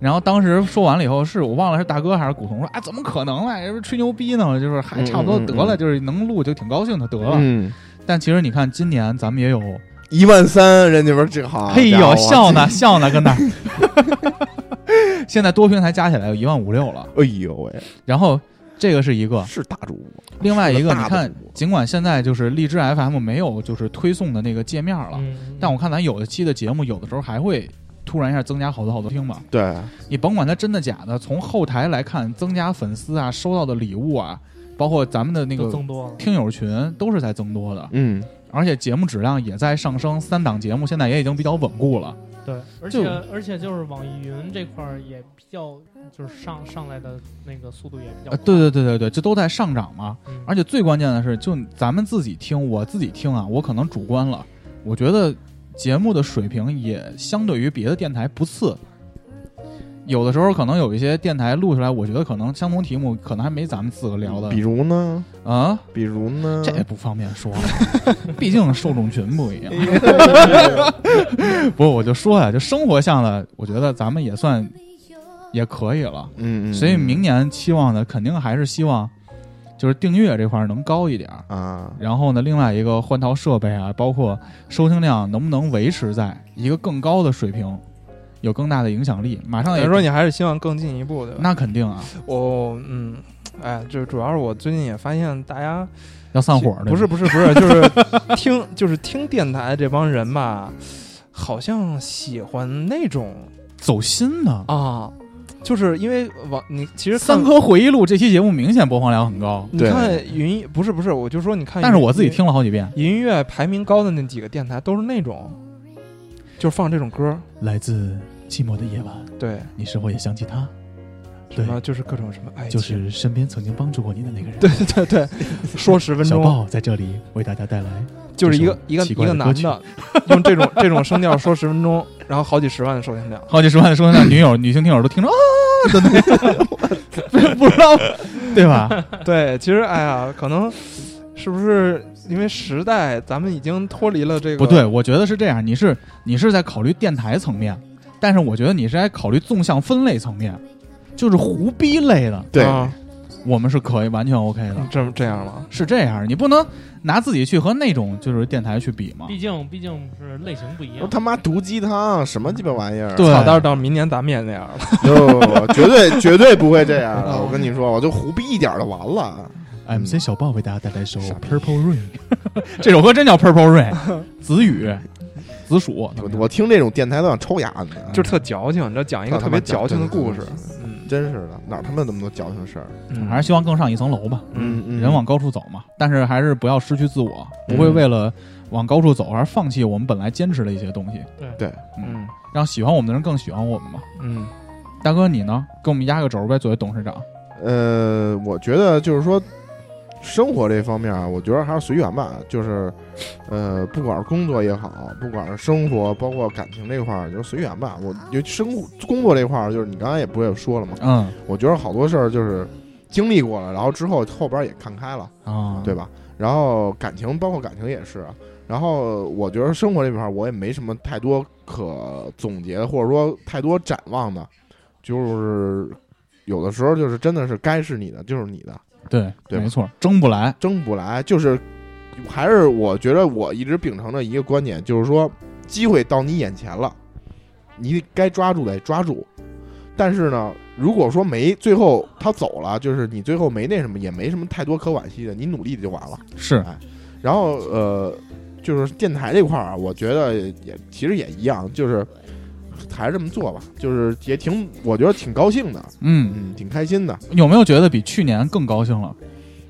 S3: 然后当时说完了以后，是我忘了是大哥还是古潼说啊，怎么可能呢？这不是吹牛逼呢？就是还差不多得了，
S1: 嗯嗯嗯
S3: 就是能录就挺高兴的得了。
S1: 嗯，
S3: 但其实你看，今年咱们也有，
S1: 一万三，人家边这好，
S3: 嘿
S1: 家
S3: 哎呦，
S1: 伙
S3: 笑呢，笑呢，跟那儿。 现在多平台加起来有一万五六了，
S1: 哎呦喂，
S3: 然后这个是一个，
S1: 是大主播，
S3: 另外一
S1: 是
S3: 个
S1: 个
S3: 你
S1: 大的
S3: 看
S1: 主，播
S3: 尽管现在就是荔枝 FM 没有就是推送的那个界面了，
S5: 嗯
S3: 但我看咱有的期的节目有的时候还会突然一下增加好多好多听嘛，
S1: 对，
S3: 你甭管它真的假的，从后台来看，增加粉丝啊，收到的礼物啊，包括咱们的那
S5: 都
S3: 个
S5: 增多了，
S3: 听友群都是在增多的，
S1: 嗯
S3: 而且节目质量也在上升，三档节目现在也已经比较稳固了。
S5: 对，而
S3: 就
S5: 且而且就是网易云这块儿也比较，就是上上来的那个速度也比较
S3: 呃
S5: 快，，
S3: 对对对对对，这都在上涨嘛。
S5: 嗯，
S3: 而且最关键的是，就咱们自己听，我自己听啊，我可能主观了，我觉得节目的水平也相对于别的电台不次。有的时候可能有一些电台录出来，我觉得可能相同题目可能还没咱们四个聊的
S1: 比如呢，
S3: 啊，
S1: 比如呢，
S3: 这也不方便说，毕竟受众群不一 样。 不，我就说呀、就生活上的，我觉得咱们也算也可以了。
S1: 嗯，嗯
S3: 所以明年期望呢，肯定还是希望就是订阅这块儿能高一点儿。
S1: 啊，
S3: 然后呢，另外一个换套设备啊，包括收听量能不能维持在一个更高的水平，有更大的影响力。马上
S4: 等
S3: 也
S4: 于说你还是希望更进一步，对吧？
S3: 那肯定啊，
S4: 我嗯，哎，就主要是我最近也发现大家
S3: 要散伙儿 的
S4: 不是不是不是，就是听就是听电台这帮人吧，好像喜欢那种
S3: 走心呢。
S4: 啊，就是因为网你其实
S3: 《
S4: 看
S3: 三颗回忆录》这期节目明显播放量很高，
S4: 你
S1: 对
S4: 看云不是不是，我就说你看云，
S3: 但是我自己听了好几遍，
S4: 音乐排名高的那几个电台都是那种，就是放这种歌，
S3: 来自寂寞的夜晚，
S4: 对，
S3: 你是否也想起他？
S4: 什么就是各种什么爱情，
S3: 就是身边曾经帮助过你的那个人。
S4: 对对对，说十分
S3: 小
S4: 钟
S3: 豹在这里为大家带来，
S4: 就是一个
S3: 这
S4: 一个
S3: 首奇
S4: 一
S3: 怪
S4: 个
S3: 的
S4: 男
S3: 歌曲
S4: 的用这种这种声调说十分钟，然后好几十万的收听量，
S3: 好几十万的说那女友、女性听友都听着啊的那个，不知道对吧？
S4: 对，其实哎呀，可能是不是因为时代咱们已经脱离了这个
S3: 不对，我觉得是这样，你是你是在考虑电台层面，但是我觉得你是在考虑纵向分类层面，就是胡逼类的，
S1: 对，
S4: 啊，
S3: 我们是可以完全 OK 的。
S4: 嗯这么这样了，
S3: 是这样，你不能拿自己去和那种就是电台去比嘛。
S5: 毕竟毕竟是类型不一
S1: 我
S5: 样。
S1: 他妈毒鸡汤什么鸡巴玩意儿？
S3: 对
S4: 操，到时候到明年咱们也那样 了，嗯
S1: 哟，绝 对绝对不会这样的。我跟你说，我就胡逼一点儿就完了。
S3: MC 小豹为大家带来一首《
S1: 嗯傻逼
S3: Purple Rain》，这 首歌真叫《Purple Rain》，子雨、紫薯，
S1: 我我听这种电台都想抽牙呢，
S4: 就是特矫情，你知道讲一个
S1: 操
S4: 特
S1: 他妈
S4: 别矫情的
S1: 对对
S4: 故
S1: 对
S4: 事，嗯
S1: 真是的，哪儿他妈那么多矫情事儿？
S4: 嗯，
S3: 还是希望更上一层楼吧。
S4: 嗯
S1: 嗯
S3: 人往高处走嘛，但是还是不要失去自我，
S1: 嗯
S3: 不会为了往高处走而放弃我们本来坚持的一些东西，
S1: 对，
S4: 嗯
S3: 让喜欢我们的人更喜欢我们嘛。
S4: 嗯，
S3: 大哥，你呢？给我们压个轴呗，作为董事长。
S1: 呃，我觉得就是说，生活这方面啊，我觉得还是随缘吧。就是，呃，不管是工作也好，不管是生活，包括感情这块儿，就随缘吧。我就生活工作这块儿，就是你刚才也不也说了嘛，
S3: 嗯
S1: 我觉得好多事儿就是经历过了，然后之后后边儿也看开了，
S3: 啊，
S1: 对吧？然后感情，包括感情也是啊。然后我觉得生活这块儿我也没什么太多可总结的，或者说太多展望的，就是有的时候就是真的是该是你的就是你的，
S3: 对
S1: 对吧
S3: 没错，争不来。
S1: 争不来。就是还是我觉得我一直秉承着一个观点，就是说机会到你眼前了，你该抓住得抓住。但是呢，如果说没最后他走了，就是你最后没那什么，也没什么太多可惋惜的，你努力就完了。
S3: 是，
S10: 哎
S1: 然后呃，就是电台这块儿啊，我觉得也其实也一样，就是还是这么做吧，就是也挺，我觉得挺高兴的，
S3: 嗯，
S1: 嗯，挺开心的，
S3: 有没有觉得比去年更高兴了？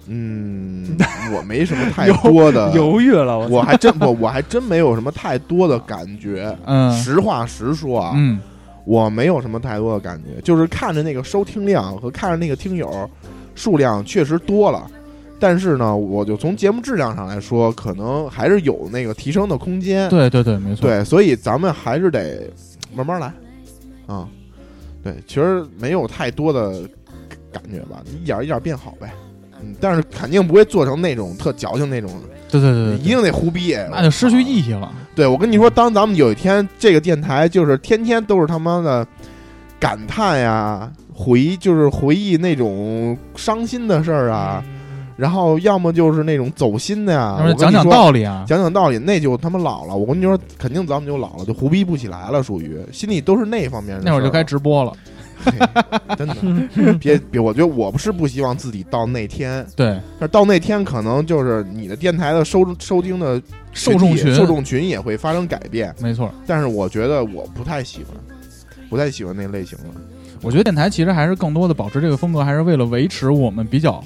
S1: 嗯，我没什么太多的
S4: 犹豫了，我
S1: 我还真不，我还真没有什么太多的感觉。
S3: 嗯
S1: 实话实说啊，
S3: 嗯，
S1: 我没有什么太多的感觉，就是看着那个收听量和看着那个听友数量确实多了，但是呢，我就从节目质量上来说，可能还是有那个提升的空间。
S3: 对对对，没错。
S1: 对，所以咱们还是得慢慢来啊、对，其实没有太多的感觉吧，一点儿一点儿变好呗。嗯，但是肯定不会做成那种特矫情那种，
S3: 对对对对
S1: 一定得胡逼，啊
S3: 那就失去意义了。
S1: 对，我跟你说，当咱们有一天这个电台就是天天都是他妈的感叹呀、回忆就是回忆那种伤心的事儿啊，然后要么就是那种走心的呀
S3: 要，不
S1: 我
S3: 然
S1: 跟
S3: 讲
S1: 你
S3: 讲
S1: 说
S3: 道理啊。
S1: 讲讲道理，那就他妈老了。我跟你说，肯定咱们就老了，就胡逼不起来了，属于心里都是那方面的事
S3: 那
S1: 儿
S3: 会
S1: 了。
S3: 儿就该直播了。
S1: 嘿真的，别别，我觉得我不是不希望自己到那天，
S3: 对，
S1: 但是到那天可能就是你的电台的收收听的
S3: 受众
S1: 体
S3: 群，
S1: 受众群也会发生改变。
S3: 没错。
S1: 但是我觉得我不太喜欢，不太喜欢那类型了。
S3: 我觉得电台其实还是更多的保持这个风格，还是为了维持我们比较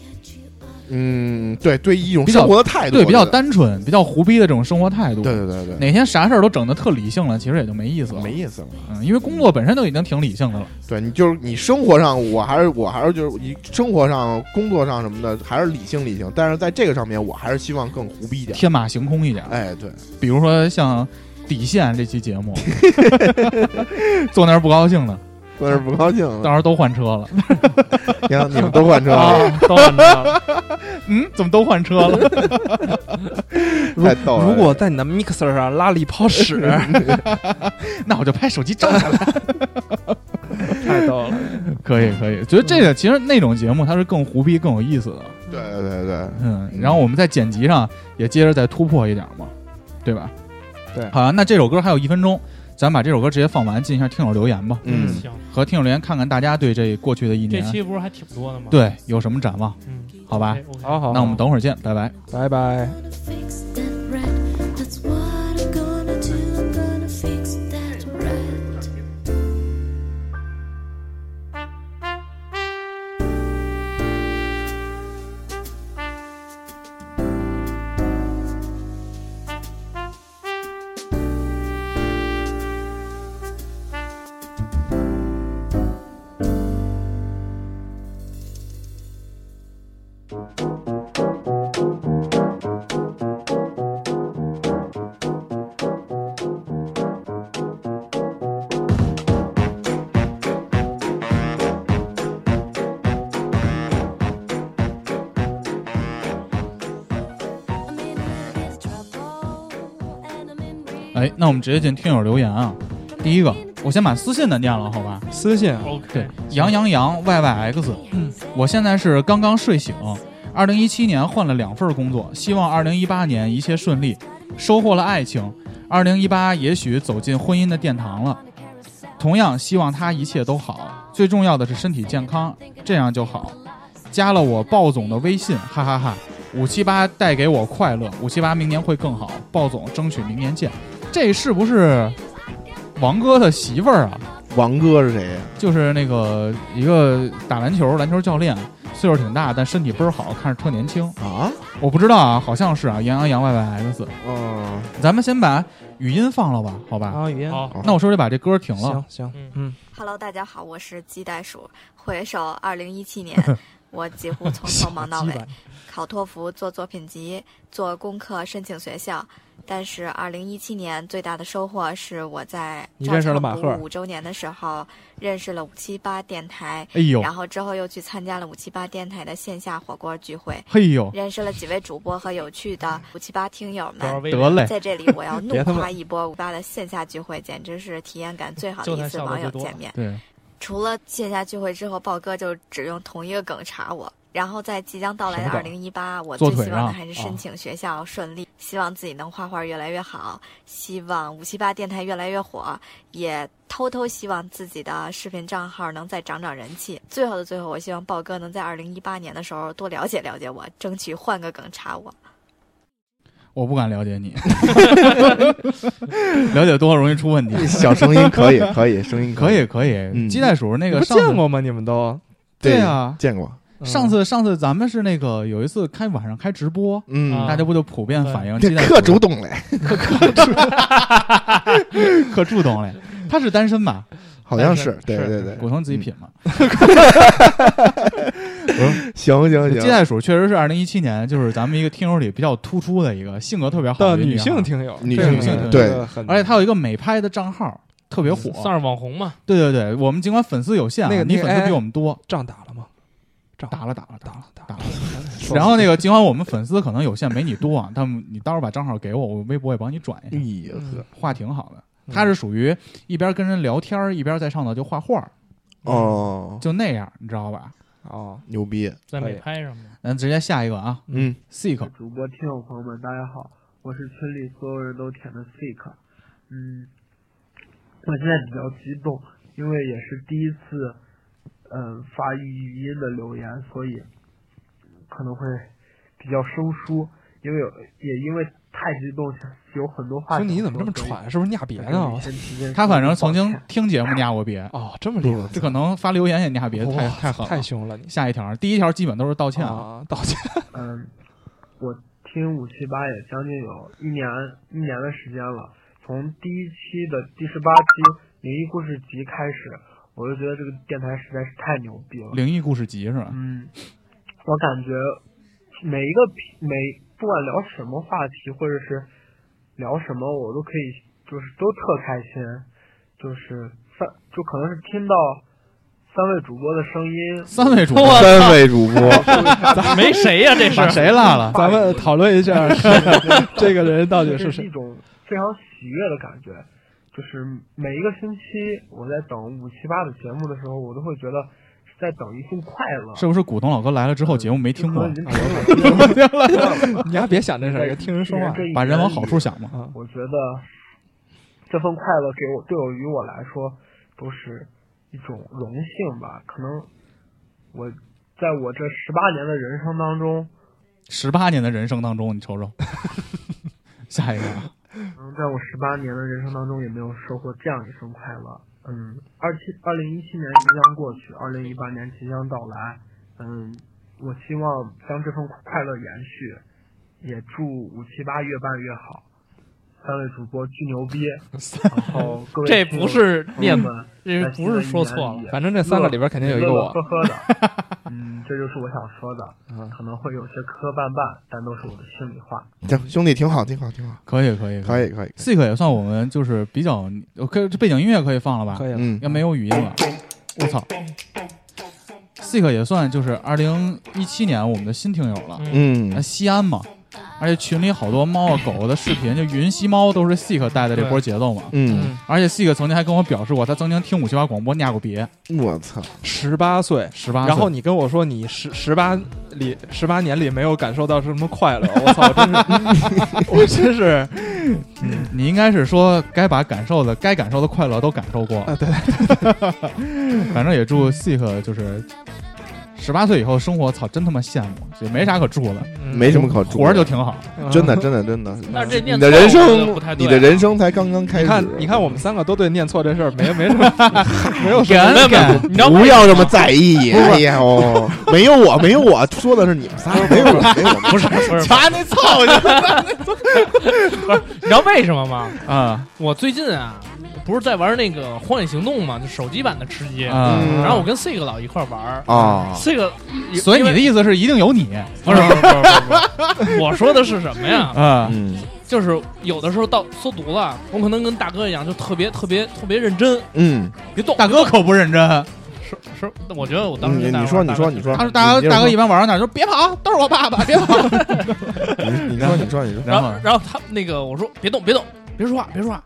S1: 嗯，对，对一种
S3: 比较
S1: 生活的态度，
S3: 对比较
S1: 我觉得
S3: 单纯、比较胡逼的这种生活态度。
S1: 对对对对，
S3: 哪天啥事儿都整的特理性了，其实也就没意思了。
S1: 没意思了。
S3: 嗯，因为工作本身都已经挺理性的了。
S1: 对你就是你生活上，我还是我还是就是你生活上、工作上什么的，还是理性理性。但是在这个上面，我还是希望更胡逼一点。
S3: 天马行空一点。
S1: 哎，对，
S3: 比如说像《底线》这期节目， 坐那儿不高 兴的，
S1: 但是不高兴了。
S3: 到时候都换车了。
S1: 行，你们都 换车了，
S5: 啊，都 按照
S3: 嗯，怎么都换车了？
S1: 太逗了。
S4: 如果在你的 mixer 上拉了一 泡屎，
S3: 那我就拍手机照下来。
S4: 太逗 了。
S3: 可以，可以。觉得这
S5: 嗯
S3: 个其实那种节目它是更胡逼、更有意思的。
S1: 对对对对，
S3: 嗯，然后我们在剪辑上也接着再突破一点嘛，对吧？
S4: 对
S3: 好、啊，那这首歌还有一分钟，咱把这首歌直接放完，进一下听友留言吧，
S1: 嗯，
S5: 行。
S3: 和听友留言看看大家对这过去的一
S5: 这
S3: 年，
S5: 期不是还挺多的吗？，
S3: 对有什么展望？
S5: 嗯，
S3: 好吧
S5: OK，OK
S4: 好好，
S3: 那我们等会儿见，拜拜。
S4: 拜拜。
S7: Fix that right. That's what I'm gonna do. I'm gonna fix
S3: 哎，那我们直接进听友留言啊。第一个，我先把私信的念了，好吧？
S4: 私信啊，
S3: 对
S5: OK，，
S3: 杨洋洋 YYX，我现在是刚刚睡醒，二零一七年换了两份工作，希望二零一八年一切顺利，收获了爱情，二零一八也许走进婚姻的殿堂了。同样希望他一切都好，最重要的是身体健康，这样就好。加了我鲍总的微信，哈哈哈五七八带给我快乐，五七八明年会更好，鲍总争取明年见。这是不是王哥的媳妇儿啊？
S1: 王哥是谁呀？
S3: 就是那个一个打篮球篮球教练，岁数挺大，但身体倍儿好，看着特年轻。
S1: 啊，
S3: 我不知道啊，好像是啊，杨洋洋 Y Y X。
S1: 嗯，
S3: 咱们先把语音放了吧，好吧？
S4: 啊，语音，
S5: 好，
S3: 那我是不是得把这歌停了
S4: 行？行，
S5: 嗯
S4: 嗯，
S10: Hello，大家好，我是鸡袋鼠。回首二零一七年， 我几乎从头忙到
S4: 小
S10: 尾
S4: 鸡吧，
S10: 考托福、做作品集、做功课、申请学校。但是二零一七年最大的收获是我在
S4: 你认识了马赫
S10: 照常补五周年的时候认识了五七八电台，
S3: 哎呦，
S10: 然后之后又去参加了五七八电台的线下火锅聚会，
S4: 哎
S3: 嘿呦，
S10: 认识了几位主播和有趣的五七八听友们。
S3: 得嘞，
S10: 在这里，我 要怒
S4: 别他妈
S10: 夸一波五八的线下聚会，简直是体验感最好的
S5: 就他
S10: 一次
S5: 笑得
S10: 网友
S5: 最多
S10: 见面。
S3: 对，
S10: 除了线下聚会之后，豹哥就只用同一个梗查我。然后在即将到来的
S3: 什么
S10: 二
S3: 梗
S10: 零一八，我
S3: 坐
S10: 最
S3: 腿
S10: 希望的
S3: 上
S10: 还是
S3: 啊
S10: 申请学校顺利，希望自己能画画越来越好，希望五七八电台越来越火，也偷偷希望自己的视频账号能再涨涨人气。最后的最后，我希望豹哥能在二零一八年的时候多了解了解我，争取换个梗查我。
S3: 我不敢了解你， 了解多了容易出问题。
S1: 小声音可以，可以，声音
S3: 可
S1: 以，
S3: 以可以，
S1: 嗯
S3: 鸡袋鼠那
S4: 你
S3: 个
S4: 不
S3: 上次
S4: 见过吗？你们都
S3: 对啊，
S1: 见过，
S4: 嗯
S3: 上次上次咱们是那个有一次开晚上开直播，
S1: 嗯
S5: 啊
S3: 大家不就普遍反映鸡袋鼠
S1: 特主动 嘞，
S3: 可主 动嘞？他是单身吧？
S1: 好像是，对
S4: 是
S1: 对对，
S3: 古潼自己品嘛。
S1: 嗯行行
S3: 这
S1: 行，
S3: 接待鼠确实是二零一七年，就是咱们一个听友里比较突出的一个性格特别好
S4: 的
S3: 一个
S4: 女
S3: 女
S4: 性
S3: 孩，
S4: 听友，
S1: 女
S4: 这
S3: 性
S4: 个
S3: 听
S4: 这
S3: 友
S4: 个
S1: 对
S4: 很
S3: 而且她有一个美拍的账号，特别火。
S5: 算是网红嘛，
S3: 对对对，我们尽管粉丝有限啊，
S4: 那个
S3: 你
S4: 那个
S3: 粉丝比
S4: 哎
S3: 我们多，
S4: 仗打了吗？仗
S3: 打了打了打
S4: 打
S3: 了。
S4: 了打
S3: 打
S4: 了
S3: 了，
S4: 说
S3: 然后那个，尽管我们粉丝可能有限，没你多啊，但你到时候把账号给我，我微博也帮你转一下。
S1: 咦呵，
S3: 画挺好的，
S4: 哎嗯
S3: 他是属于一边跟人聊天儿，一边在上头就画画儿，嗯
S1: 哦，
S3: 就那样，你知道吧？
S4: 哦，
S1: 牛逼，
S5: 在
S4: 可以
S5: 美拍上面。
S3: 咱直接下一个啊
S1: 嗯，
S3: ，seek
S11: 主播、听友朋友们，大家好，我是群里所有人都舔的 Sick。嗯，我现在比较激动，因为也是第一次，嗯，发语音的留言，所以可能会比较生疏，因为有也因为太激动，有很多话想
S4: 兄
S11: 说。
S4: 弟你怎么这么
S11: 所以
S4: 喘？是不是压别
S11: 在
S4: 的
S11: 这
S3: 哎
S4: 啊
S11: 里？先提前
S3: 他
S11: 说
S3: 反
S11: 声
S3: 正曾经
S11: 抱歉
S3: 听节目压过别，
S4: 哦，这么厉害，
S3: 可能发留言也压别，太
S4: 哇
S3: 太狠
S4: 太
S3: 了。
S4: 凶了，你
S3: 下一条，第一条基本都是道歉啊，
S4: 啊，道歉，
S11: 嗯，我听五七八也将近有一年一年的时间了，从第一期的第十八期灵异故事集开始，我就觉得这个电台实在是太牛逼了。
S3: 灵异故事集是吧？
S11: 嗯，我感觉每一个频每不管聊什么话题或者是聊什么，我都可以就是都特开心，就是三就可能是听到三位主播的声音，
S3: 三位主播
S5: 我
S1: 三位主播，
S5: 操，没谁呀，这
S3: 把
S5: 是
S3: 谁拉了？
S4: 咱们讨论一下这个人到底
S11: 这
S4: 是
S11: 是
S4: 谁
S11: 一。种非常喜悦的感觉。就是每一个星期我在等五七八的节目的时候，我都会觉得是在等一份快乐。
S3: 是不是古董老哥来了之后
S4: 呃
S3: 节目没听过
S11: 就可能已？经成 为我的
S4: 啊哎你还别想这事儿，听人说话。
S11: 这一
S3: 把人往好
S11: 年里
S3: 处想嘛。
S4: 啊，
S11: 我觉得这份快乐给我对我于我来说都是一种荣幸吧。可能我在我这十八年的人生当中，
S3: 十八年的人生当中，你 瞅瞅。下一个啊，
S11: 嗯，在我十八年的人生当中也没有收获这样一份快乐。嗯，二七二零一七年即将过去，二零一八年即将到来。嗯，我希望将这份快乐延续，也祝五七八越办越好。三位主播巨牛 逼，然后各位
S5: 这
S11: 听
S5: 不
S11: 友
S5: 是
S11: 朋友
S5: 念，
S11: 们
S5: 这不是说错了，
S4: 反正这三个里边肯定有一个我
S11: 乐乐呵。 呵的，嗯，这就是我想说的，
S4: 嗯
S11: 可能会有些磕绊绊，但都是我的心里话。
S1: 行，兄弟挺好，挺好，挺好，
S3: 可以可以
S1: 可
S3: 以
S1: 以可以，
S3: ，seek 也算我们就是比较，我可以这背景音乐可以放了吧？
S4: 可以了，
S1: 嗯，
S3: 要没有语音了，我操！Sick 也算就是二零一七年我们的新听友了，啊
S5: 嗯
S1: 嗯
S3: 那，西安嘛，而且群里好多猫啊狗的视频，就云吸猫都是 Seek 带的这波节奏嘛。
S1: 嗯，
S3: 而且 Seek 曾经还跟我表示过，他曾经听五七八广播念过别，
S1: 我操，
S4: 十八岁，
S3: 十八岁。
S4: 然后你跟我说你十十八里十八年里没有感受到什么快乐，我操，我真是， 我真是，
S3: 你应该是说该把感受的、该感受的快乐都感受过。
S4: 啊对，
S3: 反正也祝 Seek 就是十八岁以后生活，操，真他妈羡慕，也没啥可住的，
S1: 嗯没什么可住
S3: 嗯活着就挺好。
S4: 嗯
S1: 真的，真的，真的。
S5: 但是这念
S1: 你
S5: 错
S1: 的人
S5: 我觉得
S1: 生
S5: 不太，
S1: 你
S5: 对啊
S1: 的人生才刚刚开
S4: 你
S1: 始。
S4: 看，你看，我们三个都对念错这事儿没没什 么，没有什么。
S3: 敢敢，
S5: 你知道
S1: 不要这么在意。哎呀，哦，没有我，没有我，说的是你们仨，没有我，没有我。
S5: 不是不 是，不是
S1: 查那操去！
S5: 你知道为什么吗？
S3: 啊
S5: 我最近啊，不是在玩那个《荒野行动》嘛，就手机版的吃鸡。
S3: 啊！
S1: 嗯
S5: 然后我跟 Sig 老一块玩儿
S1: 啊
S5: ，Sig，
S3: 所以你的
S5: 因为
S3: 意思是一定有你
S5: 不是不是不是不是不 是，我说的是什么呀？
S3: 啊？
S1: 嗯
S5: 就是有的时候到缩毒了，我可能跟大哥一样，就特别特别特别认真，
S1: 嗯，
S5: 别动。
S3: 大哥可不认真，
S5: 是是，我觉得我当时
S1: 你
S5: 大
S1: 你
S5: 哥
S1: 说
S5: 大
S1: 你
S5: 哥
S1: 说你说，
S3: 他说大
S1: 你
S3: 哥
S1: 接着
S3: 大哥
S1: 说
S3: 一般玩到哪儿就别跑，都是我爸爸，别跑。
S1: 你你说你说你说，
S5: 然
S3: 然
S5: 后
S3: 后
S5: 然后他那个我说别动别动，别说话别说话，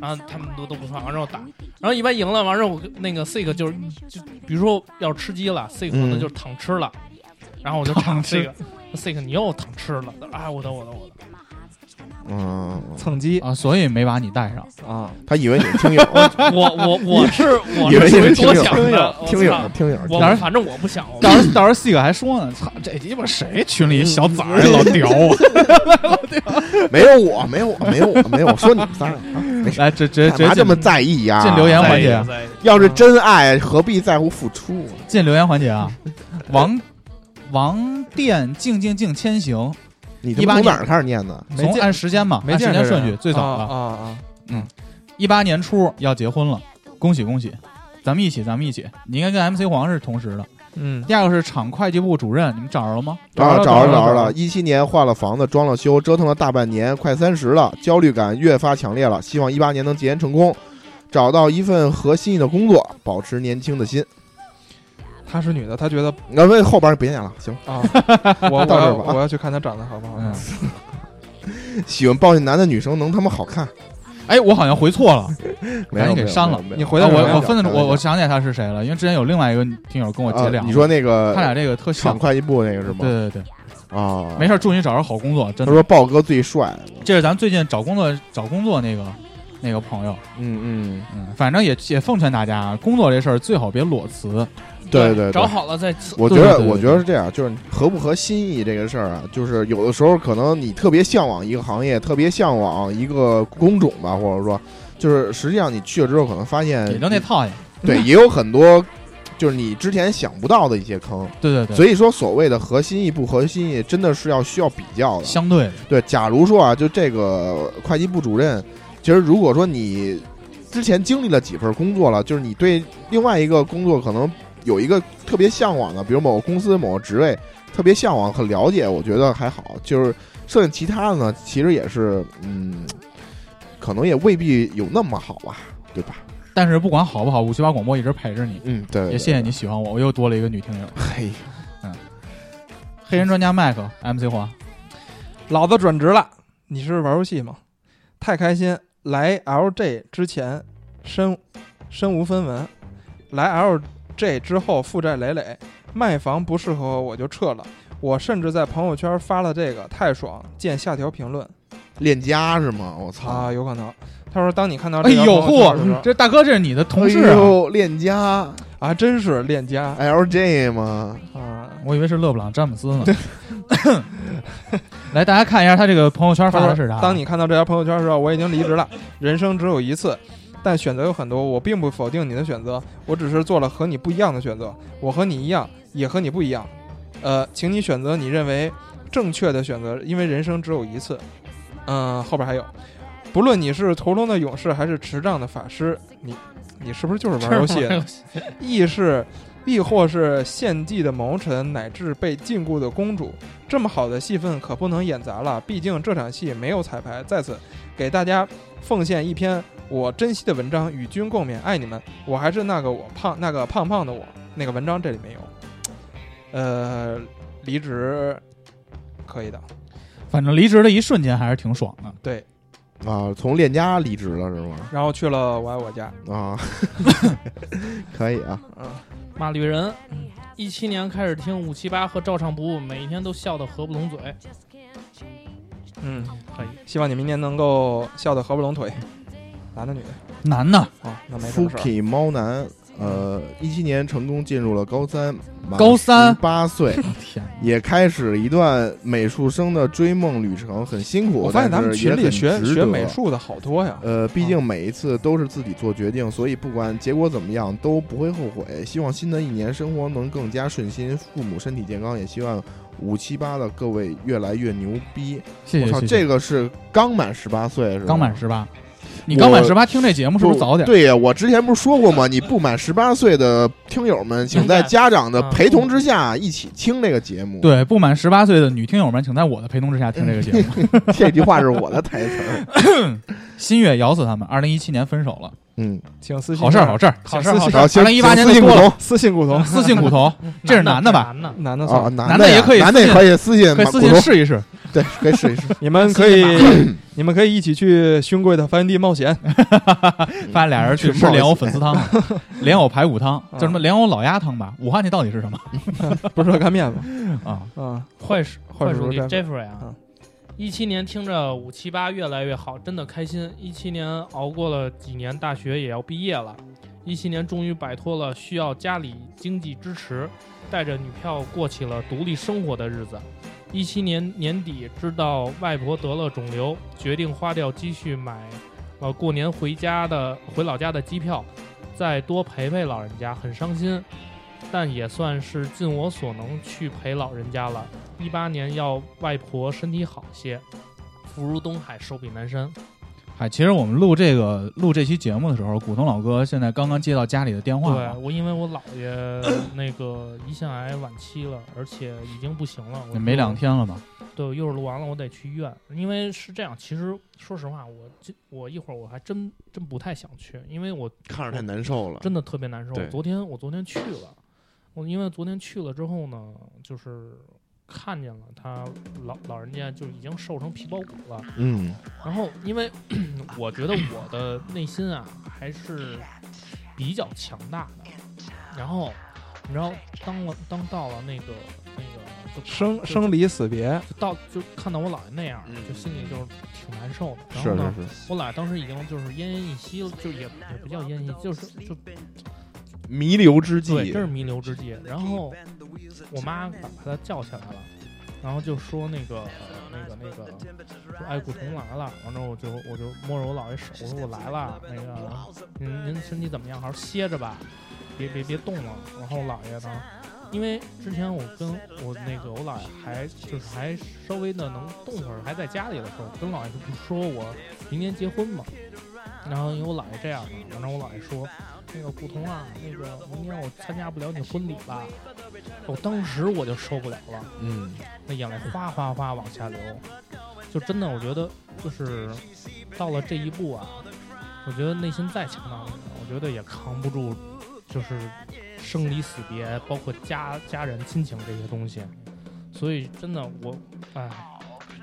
S5: 然后他们都都不说话，完之后打，然后一般赢了，完之后我跟那个 Sig 就是就比如说要吃鸡了，Sig 可能
S1: 嗯
S5: 就是躺吃了，然后我就
S3: 躺
S5: 躺
S3: 吃
S5: Sig，Sig 你又躺吃了，啊我的我的我的，
S1: 嗯，
S4: 蹭鸡
S3: 啊，所以没把你带上。
S4: 啊，
S1: 他以为你是听友，
S5: 我我我是我
S1: 以为
S5: 属
S1: 你
S5: 于
S1: 是
S5: 多
S1: 听友，
S5: 想
S1: 听
S5: 的
S1: 友，，听友，听友。
S5: 我操，
S3: 当
S5: 我
S3: 然
S5: 反正我不想，我
S3: 到时候到时候细个还说呢，操，这鸡巴谁群里小崽儿老啊屌啊！
S1: 没有我，没有我，没有我，没有我，说你 们仨，啊没事，
S3: 来，直直
S1: 干
S3: 直
S1: 嘛
S3: 接
S1: 这
S3: 进
S1: 么在意呀？
S3: 进留言
S5: 在
S3: 环
S5: 意
S3: 节，
S5: 在意
S1: 要是真爱，何必在乎付出？
S3: 进留言环节啊！王王殿静静静千行，
S1: 你他
S3: 一八
S1: 妈从
S3: 年
S1: 哪儿开始念的？
S4: 没
S3: 从
S4: 见
S3: 按时间嘛，
S4: 没
S3: 按时
S4: 见
S3: 间
S4: 这人
S3: 顺序，最早
S4: 啊
S3: 的
S4: 啊啊！
S3: 嗯一八年初要结婚了，恭喜恭喜！咱们一起，咱们一起。你应该跟 MC 黄是同时的。
S4: 嗯，
S3: 第二个是厂会计部主任，你们找着了吗？
S1: 啊，
S4: 找着
S1: 找着
S4: 了找
S1: 着
S4: 着
S1: 了！
S4: 了
S1: 一七年换了房子，装了修，折腾了大半年，快三十了，焦虑感越发强烈了。希望一八年能结缘成功，找到一份合心意的工作，保持年轻的心。
S4: 她是女的，她觉
S3: 呃
S4: 得
S1: 那问后边别念了，行。
S4: 啊，我我
S1: 到这
S4: 要
S1: 儿吧啊
S4: 我要去看她长得好不好看
S3: 嗯。
S1: 喜欢抱怨男的女生能他妈好看？
S3: 哎，我好像回 错了。
S1: 没有，
S3: 赶紧
S1: 没
S3: 给
S1: 有
S3: 删了。
S1: 没有没有
S4: 你回到
S3: 啊
S4: 我
S3: 我我
S4: 要
S3: 分得
S1: 开玩
S3: 我
S1: 笑
S3: 我想起来他是谁了，因为之前有另外一个听友跟我
S1: 啊
S3: 结两、
S1: 你说那个
S3: 他俩这个特
S1: 厂
S3: 像。
S1: 会计部那个是吗？
S3: 对对对，
S1: 啊，
S3: 没事，祝你找着好工作，真
S1: 他
S3: 的。
S1: 说豹哥最帅。
S3: 这是咱最近找工作找工作那个那个朋友，
S1: 嗯嗯，
S3: 嗯，反正也也奉劝大家，啊，工作这事儿最好别裸辞。
S1: 对对对
S5: 找。好了再辞
S1: 我觉
S3: 对
S1: 得，
S3: 对对
S1: 我
S3: 对
S1: 觉得是这样，就是合不合心意这个事儿啊，就是有的时候可能你特别向往一个行业，特别向往一个工种吧，或者说，就是实际上你去了之后，可能发现
S3: 也就那套呀。
S1: 对，也有很多就是你之前想不到的一些坑。
S3: 对对对，
S1: 所以说，所谓的合心意不合心意，真的是要需要比较的。
S3: 相对的
S1: 对，假如说啊，就这个会计部主任，其实如果说你之前经历了几份工作了，就是你对另外一个工作可能有一个特别向往的，比如某个公司某个职位特别向往、很了解，我觉得还好。就是剩下其他的呢，其实也是，嗯，可能也未必有那么好吧，对吧？
S3: 但是不管好不好，五七八广播一直陪着你，
S1: 嗯，对对
S3: 也谢谢你。喜欢我，我又多了一个女听友。 嗯
S1: 嘿，
S3: 黑人专家麦克 MC 黄，
S4: 老子转职了，你是玩游戏吗？太开心！来 LJ 之前身身无分文，来 LJ 之后负债累累，卖房不适合我，我就撤了。我甚至在朋友圈发了这个，太爽！见下条评论
S1: 链家是吗？我操！
S4: 啊，有可能。他说，当你看到
S3: 哎
S4: 这条
S3: 呦
S4: 朋友圈的时候
S3: 嚯，这大哥这是你的同事
S1: 哎
S3: 啊，
S1: 呦，链家
S4: 啊，真是链
S1: 哎
S4: 家
S1: LJ 吗？
S4: 啊！
S3: 我以为是勒布朗詹姆斯 呢。来，大家看一下他这个朋友圈
S4: 他
S3: 发
S4: 说
S3: 的是啥？啊
S4: 当你看到这条朋友圈的时候，我已经离职了，人生只有一次，但选择有很多。我并不否定你的选择，我只是做了和你不一样的选择。我和你一样，也和你不一样。呃，请你选择你认为正确的选择，因为人生只有一次。嗯、后边还有，不论你是屠龙的勇士还是持杖的法师，你你是不是就是玩游 戏的？亦是，亦或是献祭的谋臣，乃至被禁锢的公主。这么好的戏份可不能演砸了，毕竟这场戏没有彩排。在此给大家奉献一篇我珍惜的文章，与君共勉，爱你们。我还是那个我胖那个胖胖的我，那个文章这里没有。呃，离职可以的，
S3: 反正离职的一瞬间还是挺爽的。
S4: 对，
S1: 啊，从链家离职了是吗？
S4: 然后去了我爱我家，
S1: 啊，可以啊，
S4: 嗯，
S5: 马旅人，一七年开始听五七八和照唱不误，每天都笑得合不拢嘴。
S4: 嗯，
S5: 可以，
S4: 希望你明年能够笑得合不拢腿，男的女的
S3: 男的，
S4: 啊，那没什么事儿。
S1: Fuki 猫男，呃，一七年成功进入了高三，
S3: 高三
S1: 八 岁，
S3: 天哪，
S1: 也开始一段美术生的追梦旅程，很辛苦。
S4: 我发现咱们
S1: 但是也
S4: 群里
S1: 很
S4: 学
S1: 值
S4: 学
S1: 得
S4: 美，术的好多呀，嗯
S1: 呃，毕竟每一次都是自己做决定，所以不管结果怎么样都不会后悔。希望新的一年生活能更加顺心，父母身体健康，也希望五七八的各位越来越牛逼。
S3: 谢
S1: 我
S3: 谢
S1: 操，
S3: 谢谢。
S1: 这个是刚满十八岁是吧？
S3: 刚满十八，你刚满
S1: 我
S3: 十八听这节目是不是早点？
S1: 对呀，我之前不是说过吗？你不满十八岁的听友们，请在家长的陪同之下一起听这个节目。，
S3: 对，不满十八岁的女听友们，请在我的陪同之下 听这个节目。
S1: 这句话是我 的台词儿。
S3: 新月咬死他们，二零一七年分手了，
S1: 嗯，
S4: 请私信
S3: 好事儿，好
S4: 事，
S3: 事儿，
S5: 好
S4: 事
S5: 事
S4: 儿
S5: 儿，
S4: 好
S5: 好
S3: 事
S5: 事
S3: 儿
S5: 儿。
S1: 好，行，
S3: 2018年
S1: 私信
S3: 过
S1: 股
S3: 了
S1: 东
S4: 私信古潼，
S3: 私信骨 头，这是男的吧？
S5: 男的，
S4: 男的
S1: 啊，
S4: 送，
S1: 男
S3: 男的
S1: 呀
S3: 也可以
S1: 男
S3: 私
S1: 的也
S3: 信
S1: 可以私信
S3: 可
S1: 马，
S3: 以私
S1: 股
S3: 信
S1: 东
S3: 试一试。
S1: 对，可以试 一试。
S4: 你们可以， 你们可以一起去熏贵的发源地冒险。
S3: 发现俩人去吃莲藕粉丝汤， 莲藕排骨汤，
S4: 啊
S1: 嗯
S3: 叫什么莲藕老鸭汤吧？武汉那到底是什么
S4: 不是热干面吗？
S3: 啊？
S4: 啊，
S5: 坏事
S4: 坏
S5: 坏
S4: 主
S5: 书记
S4: 播
S5: Jeffrey 啊
S4: 嗯，
S5: 一七年听着五七八越来越好，真的开心。一七年熬过了几年大学，也要毕业了。一七年终于摆脱了需要家里经济支持，带着女票过起了独立生活的日子。一七年年底知道外婆得了肿瘤，决定花掉积蓄买，呃，过年回家的回老家的机票，再多陪陪老人家，很伤心，但也算是尽我所能去陪老人家了。一八年要外婆身体好些，福如东海，寿比南山。
S3: 嗨，哎其实我们录这个录这期节目的时候，古潼老哥现在刚刚接到家里的电话
S5: 对啊
S3: 嘛，
S5: 我，因为我姥爷 那个胰腺癌晚期了，而且已经不行了。我
S3: 也没两
S5: 天。
S3: 天了嘛。
S5: 对，一会儿录完了，我得去医院，因为是这样。其实说实话，我这我一会儿我还真真不太想去，因为我
S1: 看着太难受了，
S5: 真的特别难受。
S1: 对
S5: 我昨天我昨天去了，我因为昨天去了之后呢，就是看见了他老老人家就已经瘦成皮包骨了。
S1: 嗯，
S5: 然后，因为我觉得我的内心啊还是比较强大的。然后，你知道，当我当到了那个那个就
S4: 生生离死别，
S5: 就到就看到我姥爷那样，就心里就是挺难受的。然后
S1: 是
S5: 呢，
S1: 是是，
S5: 我姥爷当时已经就是奄奄一息了，就也也不叫奄奄一息，就是就
S1: 弥留之
S5: 对，
S1: 际
S5: 真，是弥留之际。然后我妈把把他叫起来了，然后就说那个那个那个，说哎，古潼来了。完之后我就我就摸着我姥爷手，我说我来了，那个您您身体怎么样？好好歇着吧，别别别动了。然后我姥爷呢，因为之前我跟我那个我姥爷还就是还稍微的能动会儿，还在家里的时候，跟姥爷不是说我明年结婚嘛。然后因为我姥爷这样嘛，然后我姥爷说，那个古潼啊，那个明天我参加不了你婚礼了。我当时我就受不了了，
S1: 嗯，
S5: 那眼泪哗哗哗往下流，就真的我觉得就是到了这一步啊，我觉得内心再强大的人，我觉得也扛不住，就是生离死别，包括家家人亲情这些东西。所以真的我，哎，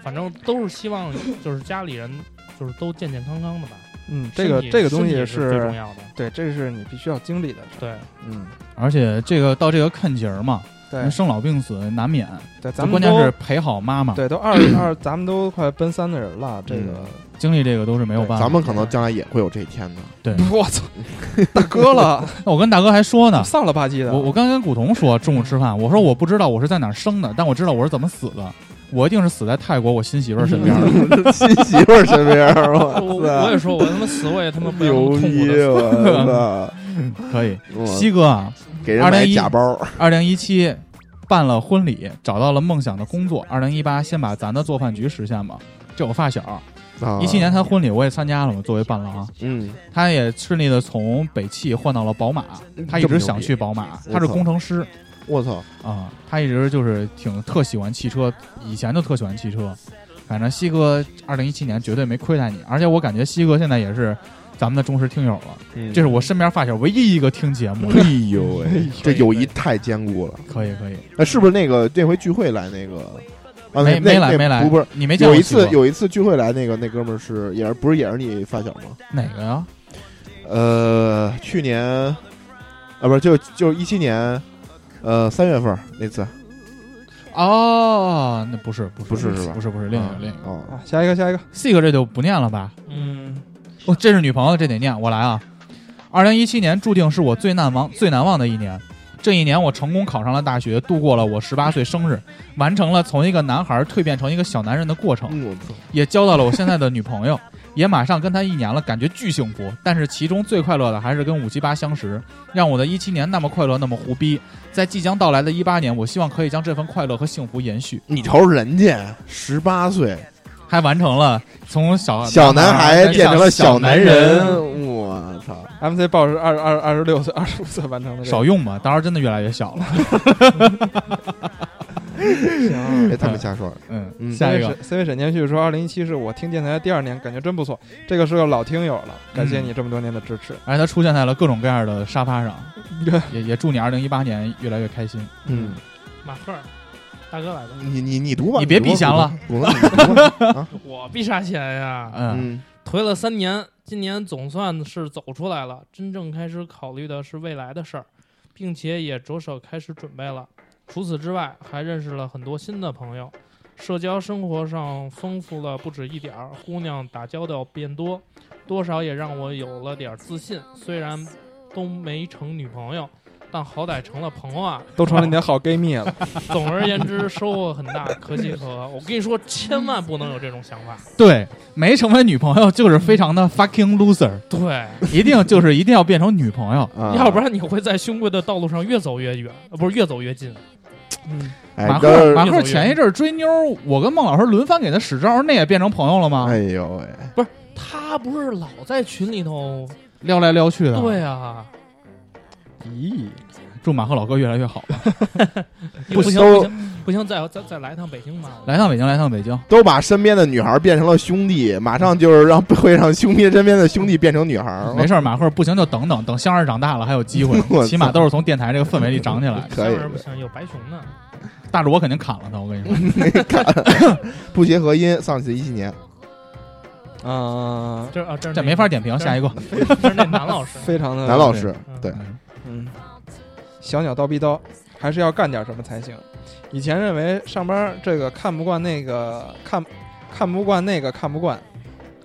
S5: 反正都是希望就是家里人就是都健健康康的吧。
S4: 嗯，这个
S5: 身体
S4: 这个东
S5: 身
S4: 西
S5: 体是最重要的，
S4: 对，这是你必须要经历的事儿。
S5: 对。
S1: 嗯，
S3: 而且这个到这个坎节儿嘛，
S4: 对
S3: 生老病死难免，
S4: 对，咱们
S3: 就关键
S4: 都
S3: 是陪好妈妈，
S4: 对，都 二二，咱们都快奔三的人了，这个
S3: 经历这个都是没有办法。
S1: 咱们可能将来也会有这一天的。
S4: 我操，大哥了，
S3: 我跟大哥还说呢，
S4: 丧了吧唧的。
S3: 我我刚跟古潼说中午吃饭，我说我不知道我是在哪儿生的，但我知道我是怎么死的，我一定是死在泰国我新媳妇儿身边儿。
S1: 新媳妇儿身边儿，
S5: 我
S1: 我
S5: 我
S1: 操
S5: 也说，我他妈死我也他妈不要
S1: 牛
S5: 那么痛苦
S1: 逼，
S5: 的。
S1: 我
S3: 可以，
S1: 操！
S3: 西哥啊，
S1: 给人买
S3: 2001
S1: 假包，
S3: 二零一七办了婚礼，找到了梦想的工作。二零一八先把咱的做饭局实现吧。这我发小，
S1: 啊
S3: 一七，年他婚礼我也参加了嘛，作为伴郎，
S1: 嗯，
S3: 他也顺利的从北汽换到了宝马，他一直想去宝马，
S1: 嗯这么牛逼
S3: 他是工程师
S1: 我操，
S3: 啊、他一直就是挺特喜欢汽车，以前就特喜欢汽车。反正西哥二零一七年绝对没亏待你，而且我感觉西哥现在也是咱们的忠实听友了，
S1: 嗯
S3: 这是我身边发小唯一一个听节目的。
S1: 哎呦喂，这友谊太坚固了。
S3: 哎可以可以，
S1: 那是不是那个这回聚会来那个啊，那
S3: 没没
S1: 那
S3: 来
S1: 那
S3: 没来，
S1: 不不是，
S3: 你没见
S1: 有
S3: 过
S1: 一
S3: 西瓜
S1: 次有一次聚会来那个那哥们儿是也是不是也是你发小吗？
S3: 哪个啊呀？
S1: 呃，去年啊，不是就就是一七年，呃三月份儿那次
S3: 哦，那不是不是
S1: 不是
S3: 不
S1: 是
S3: 是
S1: 吧
S3: 不是不是另一个另一个
S1: 哦，
S4: 啊，下一个，下一个，
S3: ，Sig 这就不念了吧？
S5: 嗯，
S3: 我这是女朋友，这得念。我来啊！二零一七年注定是我最难忘、最难忘的一年。这一年，我成功考上了大学，度过了我十八岁生日，完成了从一个男孩蜕变成一个小男人的过程，
S1: 嗯，我操，
S3: 也交到了我现在的女朋友，也马上跟她一年了，感觉巨幸福。但是其中最快乐的还是跟五七八相识，让我的一七年那么快乐，那么胡逼。在即将到来的一八年，我希望可以将这份快乐和幸福延续，
S1: 你瞅瞅人家十八岁
S3: 还完成了从小
S1: 小男孩变成了小男人
S3: 小男，
S1: 我操，
S4: MC 报是二二二十六岁、二十五岁完成的、这个，
S3: 少用吧，到时候真的越来越小 了。
S4: 哎
S1: 别他们瞎说，
S3: 嗯，
S1: 嗯
S3: 下一个，
S4: C 位沈建旭说：“二零一七是我听电台的第二年，感觉真不错。这个是个老听友了，感谢你这么多年的支持。
S3: 哎而且他出现在了各种各样的沙发上，也也祝你二零一八年越来越开心。
S1: 嗯，
S5: 马赫，大哥来吧，
S1: 你你你读吧，
S3: 你别
S1: 读吧
S3: 避嫌了，
S1: 读吧读吧你读吧，啊
S5: 我必杀钱呀，
S3: 嗯，
S1: 嗯，
S5: 颓了三年，今年总算是走出来了，真正开始考虑的是未来的事儿，并且也着手开始准备了。除此之外，还认识了很多新的朋友，社交生活上丰富了不止一点儿，姑娘打交道变多，多少也让我有了点儿自信。虽然都没成女朋友，但好歹成了朋友啊。
S4: 都 成了你的好 gay 蜜了。
S5: 总而言之，收获很大，可喜可贺。我跟你说，千万不能有这种想法。
S3: 对，没成为女朋友就是非常
S1: 嗯
S3: 的 fucking loser，
S5: 对，
S3: 一定就是一定要变成女朋友。
S1: 啊
S5: 要不然你会在凶贵的道路上越走越远，呃，不是越走越近。嗯
S1: 哎
S3: 马
S1: 都
S3: 赫
S1: 是
S3: 马赫前一阵儿追妞儿，我跟孟老师轮番给他使招儿，那也变成朋友了吗
S1: 哎？呦喂，
S5: 他不是老在群里头？
S3: 撩来撩去的。
S5: 对，啊，
S4: 咦，
S3: 祝马赫老哥越来越好 吧。
S5: 不行
S1: 都
S5: 不行不行，再再再来趟北京吧。
S3: 来趟北京，来趟北京。
S1: 都把身边的女孩变成了兄弟，马上就是让 会让兄弟身边的兄弟变成女孩儿，
S3: 没事儿，马赫不行就等等，等香儿长大了还有 机
S1: 我
S3: 会，
S1: 操
S3: 起码都是从电台这个氛围里长起来。
S1: 可以
S5: 香儿不行，有白熊呢。
S3: 大主我肯定砍了他，我跟你说。
S1: 不协和音，上次一七年，
S4: 嗯、
S5: 这啊这
S3: 这没法，点评，下一个。
S5: 这是那男老师。
S4: 非常的
S1: 男老师，对，
S4: 嗯，小鸟叨逼叨，还是要干点什么才行。以前认为上班这个看不惯那个看，看不惯那个看不惯，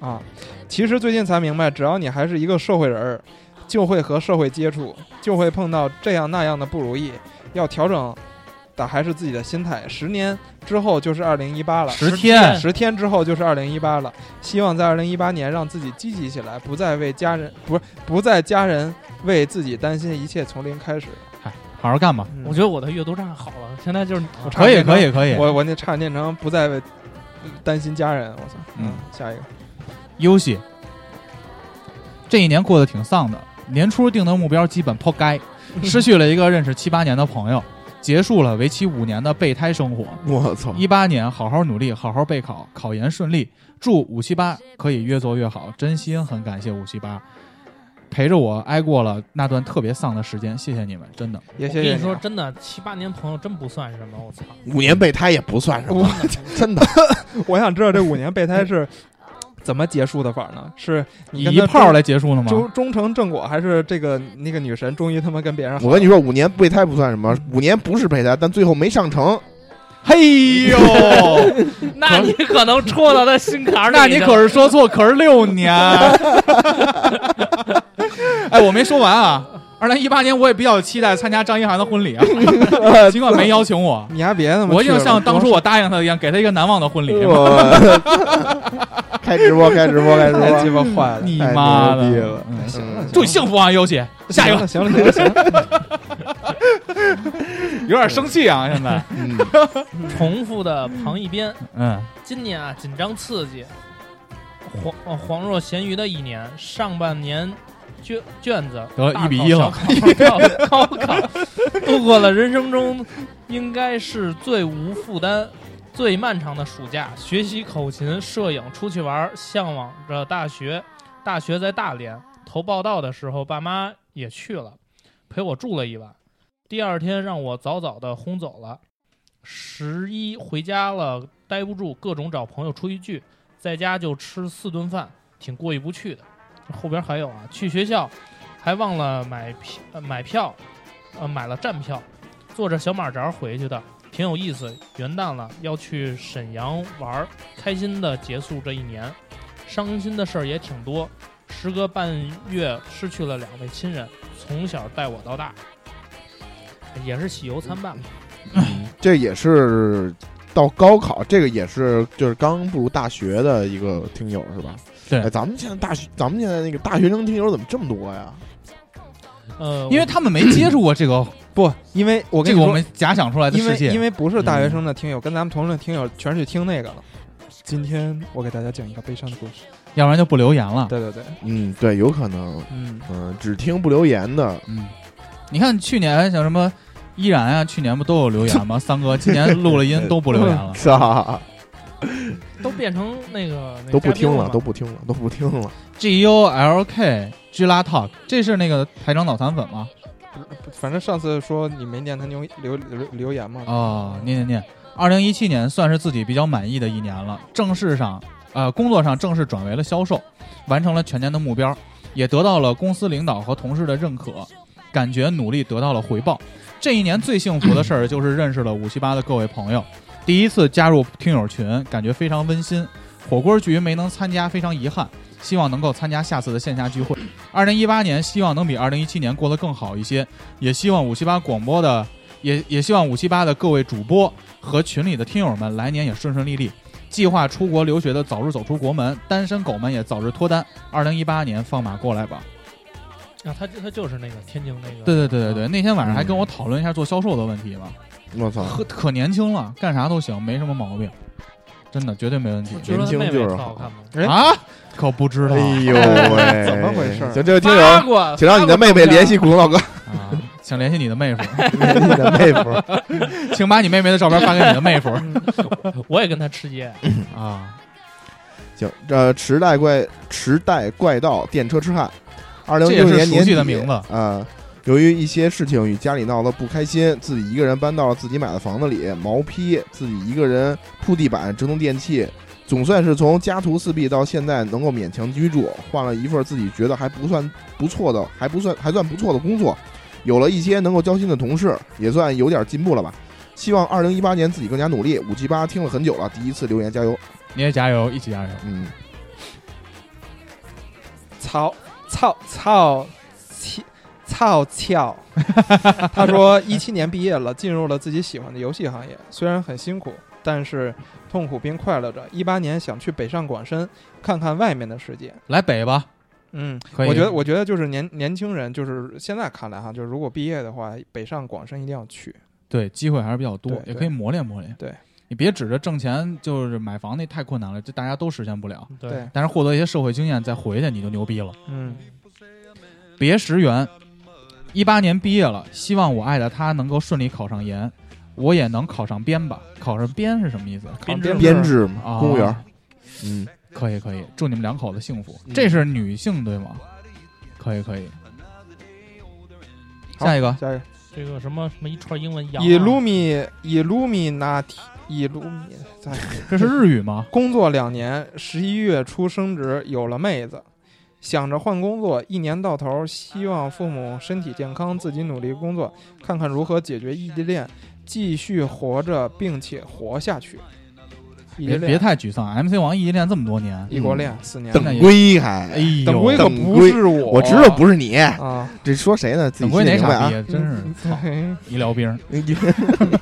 S4: 啊，其实最近才明白，只要你还是一个社会人儿，就会和社会接触，就会碰到这样那样的不如意，要调整的还是自己的心态。十年之后就是二零一八了，
S3: 十
S5: 天
S3: 天，
S4: 十天之后就是二零一八了，希望在二零一八年让自己积极起来，不再为家人不是不再家人为自己担心，一切从零开始。
S3: 好好干吧。
S1: 嗯
S4: 嗯
S5: 我觉得我的阅读障碍好了，现在就是
S4: 我差
S3: 可以，
S4: 点
S3: 可以，可以
S4: 念成，。我我那差点念成不再为呃担心家人，我操！
S3: 嗯，
S4: 下一个，
S3: 优戏。这一年过得挺丧的，年初定的目标基本抛 该，失去了一个认识七八年的朋友，结束了为期五年的备胎生活。
S1: 我操，
S3: 一八年好好努力，好好备考，考研顺利，祝五七八可以越做越好，真心很感谢五七八。陪着我挨过了那段特别丧的时间，谢谢你们，真的。
S4: 也
S5: 我
S4: 谢
S5: 跟
S4: 谢
S5: 你
S4: 你
S5: 说，
S4: 啊。
S5: 真的七八年朋友真不算什么，我操！
S1: 五年备胎也不算什么， 真的，
S4: 我想知道这五年备胎是怎么结束的法呢？是你
S3: 以
S4: 跟
S3: 一
S4: 他
S3: 炮来结束了吗？
S4: 忠忠诚正果，还是这个那个女神终于他妈跟别人好
S1: 我跟你说，五年备胎不算什么，五年不是备胎，但最后没上成，
S3: 嘿呦，
S5: 那你可能戳到他心坎儿里
S3: 那你
S5: 了
S3: 可是说错，可是 六年。哎，我没说完啊。二零一八年我也比较期待参加张一涵的婚礼啊， 尽管没邀请我，
S4: 你还别他妈去了，
S3: 我一定像当初
S4: 我
S3: 我答应他一样，给他一个难忘的婚礼。
S1: 开直播，开直播，开直
S4: 太鸡
S1: 播，
S4: 巴坏了。
S3: 你妈
S1: 太牛逼
S3: 的
S1: 了！
S3: 嗯
S1: 嗯
S3: 祝你幸福啊，优姐。下一个
S4: 行了行了行了，行了
S3: 有点生气啊，现在。
S1: 嗯，
S5: 重复的旁一边，
S3: 嗯，
S5: 今年啊，紧张刺激，黄呃黄若咸鱼的一年，上半年卷卷子
S3: 得
S5: 大考
S3: 1比1了
S5: 小考高考，度过了人生中应该是最无负担、最漫长的暑假，学习口琴、摄影、出去玩，向往着大学。大学在大连，投报道的时候，爸妈也去了，陪我住了一晚。第二天让我早早的轰走了。十一回家了，待不住，各种找朋友出去聚，在家就吃四顿饭，挺过意不去的。后边还有啊，去学校还忘了买票，呃买票，呃，买了站票，坐着小马扎回去的，挺有意思。元旦了，要去沈阳玩儿，开心的结束这一年，伤心的事儿也挺多。时隔半月，失去了两位亲人，从小带我到大，也是喜忧参半吧。
S1: 这也是到高考，这个也是就是刚步入大学的一个听友是吧？
S3: 对
S1: 哎，咱们现在大学，咱们现在那个大学生听友怎么这么多呀？
S5: 呃，
S3: 因为他们没接触过这个，
S4: 不，因为我跟
S3: 这
S4: 你
S3: 个
S4: 说，
S3: 我们假想出来的
S4: 因
S3: 世
S4: 为
S3: 界，
S4: 因为不是
S1: 嗯
S4: 大学生的听友，跟咱们同龄的听友全是去听那个了。今天我给大家讲一个悲伤的故事。
S3: 要不然就不留言了。
S4: 对对对，
S1: 嗯，对，有可能，
S4: 嗯，
S1: 嗯，只听不留言的，，
S3: 嗯，你看去年像什么依然啊，去年不都有留言吗？三哥今年录了音都不留言了
S1: 是吧？
S5: 都变成那个那
S1: 都不
S5: 嘉宾
S1: 听了，
S5: 嘛
S1: 啊都不听了，都不听了。
S3: G U L K G 拉 Talk，这是那个台长脑残粉吗？
S4: 反正上次说你没念他留留留留言嘛。
S3: 哦，念念念，二零一七年算是自己比较满意的一年了，正式上，呃，工作上正式转为了销售，完成了全年的目标，也得到了公司领导和同事的认可，感觉努力得到了回报。这一年最幸福的事儿就是认识了五七八的各位朋友，第一次加入听友群，感觉非常温馨。火锅局没能参加，非常遗憾，希望能够参加下次的线下聚会。二零一八年希望能比二零一七年过得更好一些，也希望五七八广播的也也希望五七八的各位主播和群里的听友们来年也顺顺利利，计划出国留学的早日走出国门，单身狗们也早日脱单。二零一八年放马过来吧！
S5: 啊，他他就是那个天津那个，
S3: 对对对对对，那天晚上还跟我讨论一下做销售的问题嘛，
S1: 嗯我操，
S3: 可可年轻了，干啥都行，没什么毛病，真的绝对没问题
S5: 我觉得
S1: 年轻
S5: 妹妹
S1: 就是
S5: 特
S1: 好
S5: 好看嘛。
S4: 哎
S3: 啊！可不知道
S1: 哎呦 喂，
S4: 怎么回事儿
S1: 行，这位听
S5: 发
S1: 友，
S5: 过，
S1: 请让你的妹妹联系古龙老哥，
S3: 啊，想联系你的妹夫，
S1: 你的妹夫。
S3: 请把你妹妹的照片发给你的妹夫
S5: 我也跟他吃街，
S3: 啊。
S1: 行，这时代怪时代怪盗电车痴汉，二零
S3: 这
S1: 一
S3: 也
S1: 六
S3: 是
S1: 年
S3: 熟
S1: 年
S3: 悉
S1: 底
S3: 的名字
S1: 啊、由于一些事情与家里闹得不开心，自己一个人搬到了自己买的房子里，毛坯，自己一个人铺地板、折腾电器，总算是从家徒四壁到现在能够勉强居住，换了一份自己觉得还不算不错的，还不算还算不错的工作，有了一些能够交心的同事，也算有点进步了吧。希望二零一八年自己更加努力。五七八听了很久了，第一次留言加油。
S3: 你也加油，一起加油！
S1: 嗯，
S4: 操操操切操翘。他 说，一七年毕业了，进入了自己喜欢的游戏行业，虽然很辛苦，但是痛苦并快乐着。一八年想去北上广深看看外面的世界。
S3: 来北吧，
S4: 嗯，
S3: 可以
S4: 我觉得，我觉得就是年年轻人，就是现在看来哈，就是如果毕业的话，北上广深一定要去。
S3: 对，机会还是比较多
S4: 对，对
S3: 也可以磨练磨练。
S4: 对，
S3: 你别指着挣钱就是买房那太困难了，这大家都实现不了。
S5: 对，
S3: 但是获得一些社会经验再回去，你就牛逼了。
S4: 嗯，
S3: 别石原，一八年毕业了，希望我爱的他能够顺利考上研，我也能考上编吧。考上编是什么意思？
S5: 编织
S1: 编制
S3: 啊
S1: 嘛，公务员儿。嗯，
S3: 可以可以，祝你们两口子幸福。
S1: 嗯
S3: 这是女性对吗？可以可以。
S4: 好
S3: 下一个
S4: 加油
S5: 这个什么什么一串英文洋啊
S4: ！Illumi Illuminati Illumi，在
S3: 这是日语吗？
S4: 工作两年，十一月初升职，有了妹子，想着换工作，一年到头，希望父母身体健康，自己努力工作，看看如何解决异地恋，继续活着并且活下去。异地
S3: 别别
S4: 恋，
S3: 太沮丧，MC 王异地恋这么多年，
S4: 异国恋四年，
S3: 等那也
S1: 嗯等归
S3: 哎
S1: 还，
S3: 呦，
S4: 等归可
S1: 等
S4: 不
S1: 归
S4: 是我，
S1: 我知道不是你，
S4: 啊，嗯
S1: 这说谁呢？自
S3: 等
S1: 己
S3: 归
S1: 心里明
S3: 哪
S1: 白
S3: 傻
S1: 啊
S3: 逼。啊，真是 操
S4: 嘿
S3: 医疗兵。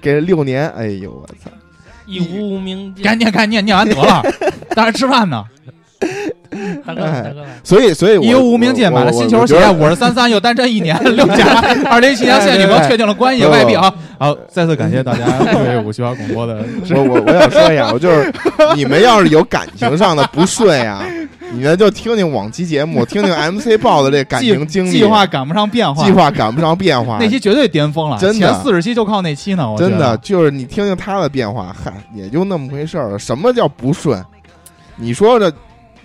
S1: 给了六年，哎呦我 操！
S5: 一无名
S3: 赶
S5: 剑，
S3: 紧赶紧念完得了， 当时吃饭呢。
S5: 大哥
S1: 哎
S5: 大哥来，
S1: 所以，所以我
S3: 一无无名界买了新球鞋，
S1: 我
S3: 我是三三又单身一年六 甲，二零一七年现在女朋友确定了关系，
S1: 哎对对对哦
S3: 外币啊！好，再次感 谢大家对五七八广播的
S1: 我我我想说一下，我 就是你们要是有感情上的不顺呀，你们就听听往期节目，听听 MC 豹的这感情经历，
S3: 计划赶不上变化，
S1: 计划赶不上变化，
S3: 那期绝对巅峰了，
S1: 真的
S3: 前四十期就靠那期呢，我觉
S1: 真的
S3: 得。
S1: 就是你听听他的变化，嗨，也就那么回事儿了。什么叫不顺？你说这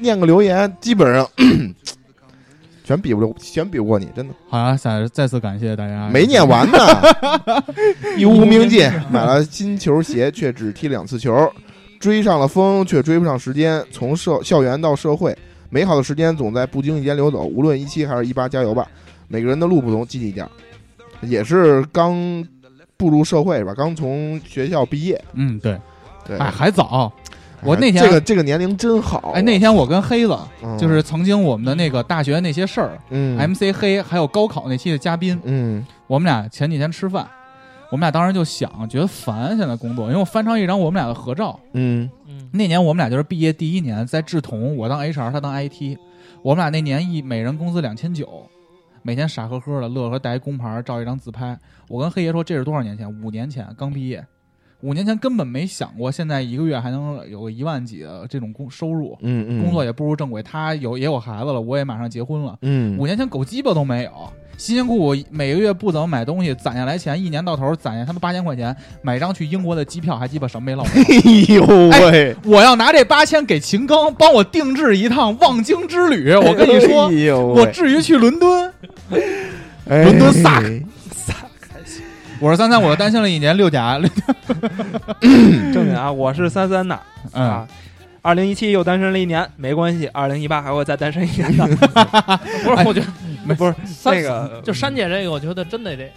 S1: 念个留言，基本上 全比不了，全比不过你，真的
S3: 好啊，再再次感谢大家。
S1: 没念 完呢。哎 一无名界买了新球鞋，却只踢两次球，追上了风，却追不上时间。从社校园到社会，美好的时间总在不经意间流走。无论一七还是一八，加油吧！每个人的路不同，积极一点。也是刚步入社会吧，刚从学校毕业。
S3: 嗯，对，
S1: 对，
S3: 哎，还早。我
S1: 哎
S3: 那天
S1: 这个这个年龄真好。
S3: 哎，那天我跟黑子，
S1: 嗯
S3: 就是曾经我们的那个大学那些事儿、
S1: 嗯
S3: m c 黑还有高考那期的嘉宾，
S1: 嗯
S3: 我们俩前几天吃饭，我们俩当时就想，觉得烦现在工作，因为我翻唱一张我们俩的合照。
S1: 嗯
S5: 嗯，
S3: 那年我们俩就是毕业第一年，在志同，我当 HR，他当 IT，我们俩那年一每人工资两千九，每天傻呵呵的，乐呵带一工牌，照一张自拍。我跟黑爷说这是多少年前？五年前刚毕业，五年前根本没想过现在一个月还能有个一万几的这种工收入，
S1: 嗯嗯，
S3: 工作也步入正轨，他有也有孩子了，我也马上结婚了。
S1: 嗯
S3: 五年前狗鸡巴都没有，辛辛苦苦每个月不怎么买东西，攒下来钱，一年到头攒下他妈八千块钱，买一张去英国的机票，还鸡巴什么没落。
S1: 哎呦 喂！
S3: 我要拿这八千给秦刚帮我定制一趟望京之旅。我跟你说
S1: 哎，呦
S3: 我
S1: 喂
S3: 至于去伦敦？
S1: 哎
S3: 伦敦萨克我是三三，我担心了一年六甲，六
S4: 正经啊，我是三三呐
S3: 嗯
S4: 啊，二零一七又单身了一年，没关系，二零一八还会再单身一年 的。
S5: 不是，我觉得
S3: 哎
S4: 不是
S5: 三
S4: 那个，
S5: 就珊姐这个，我觉得真得得，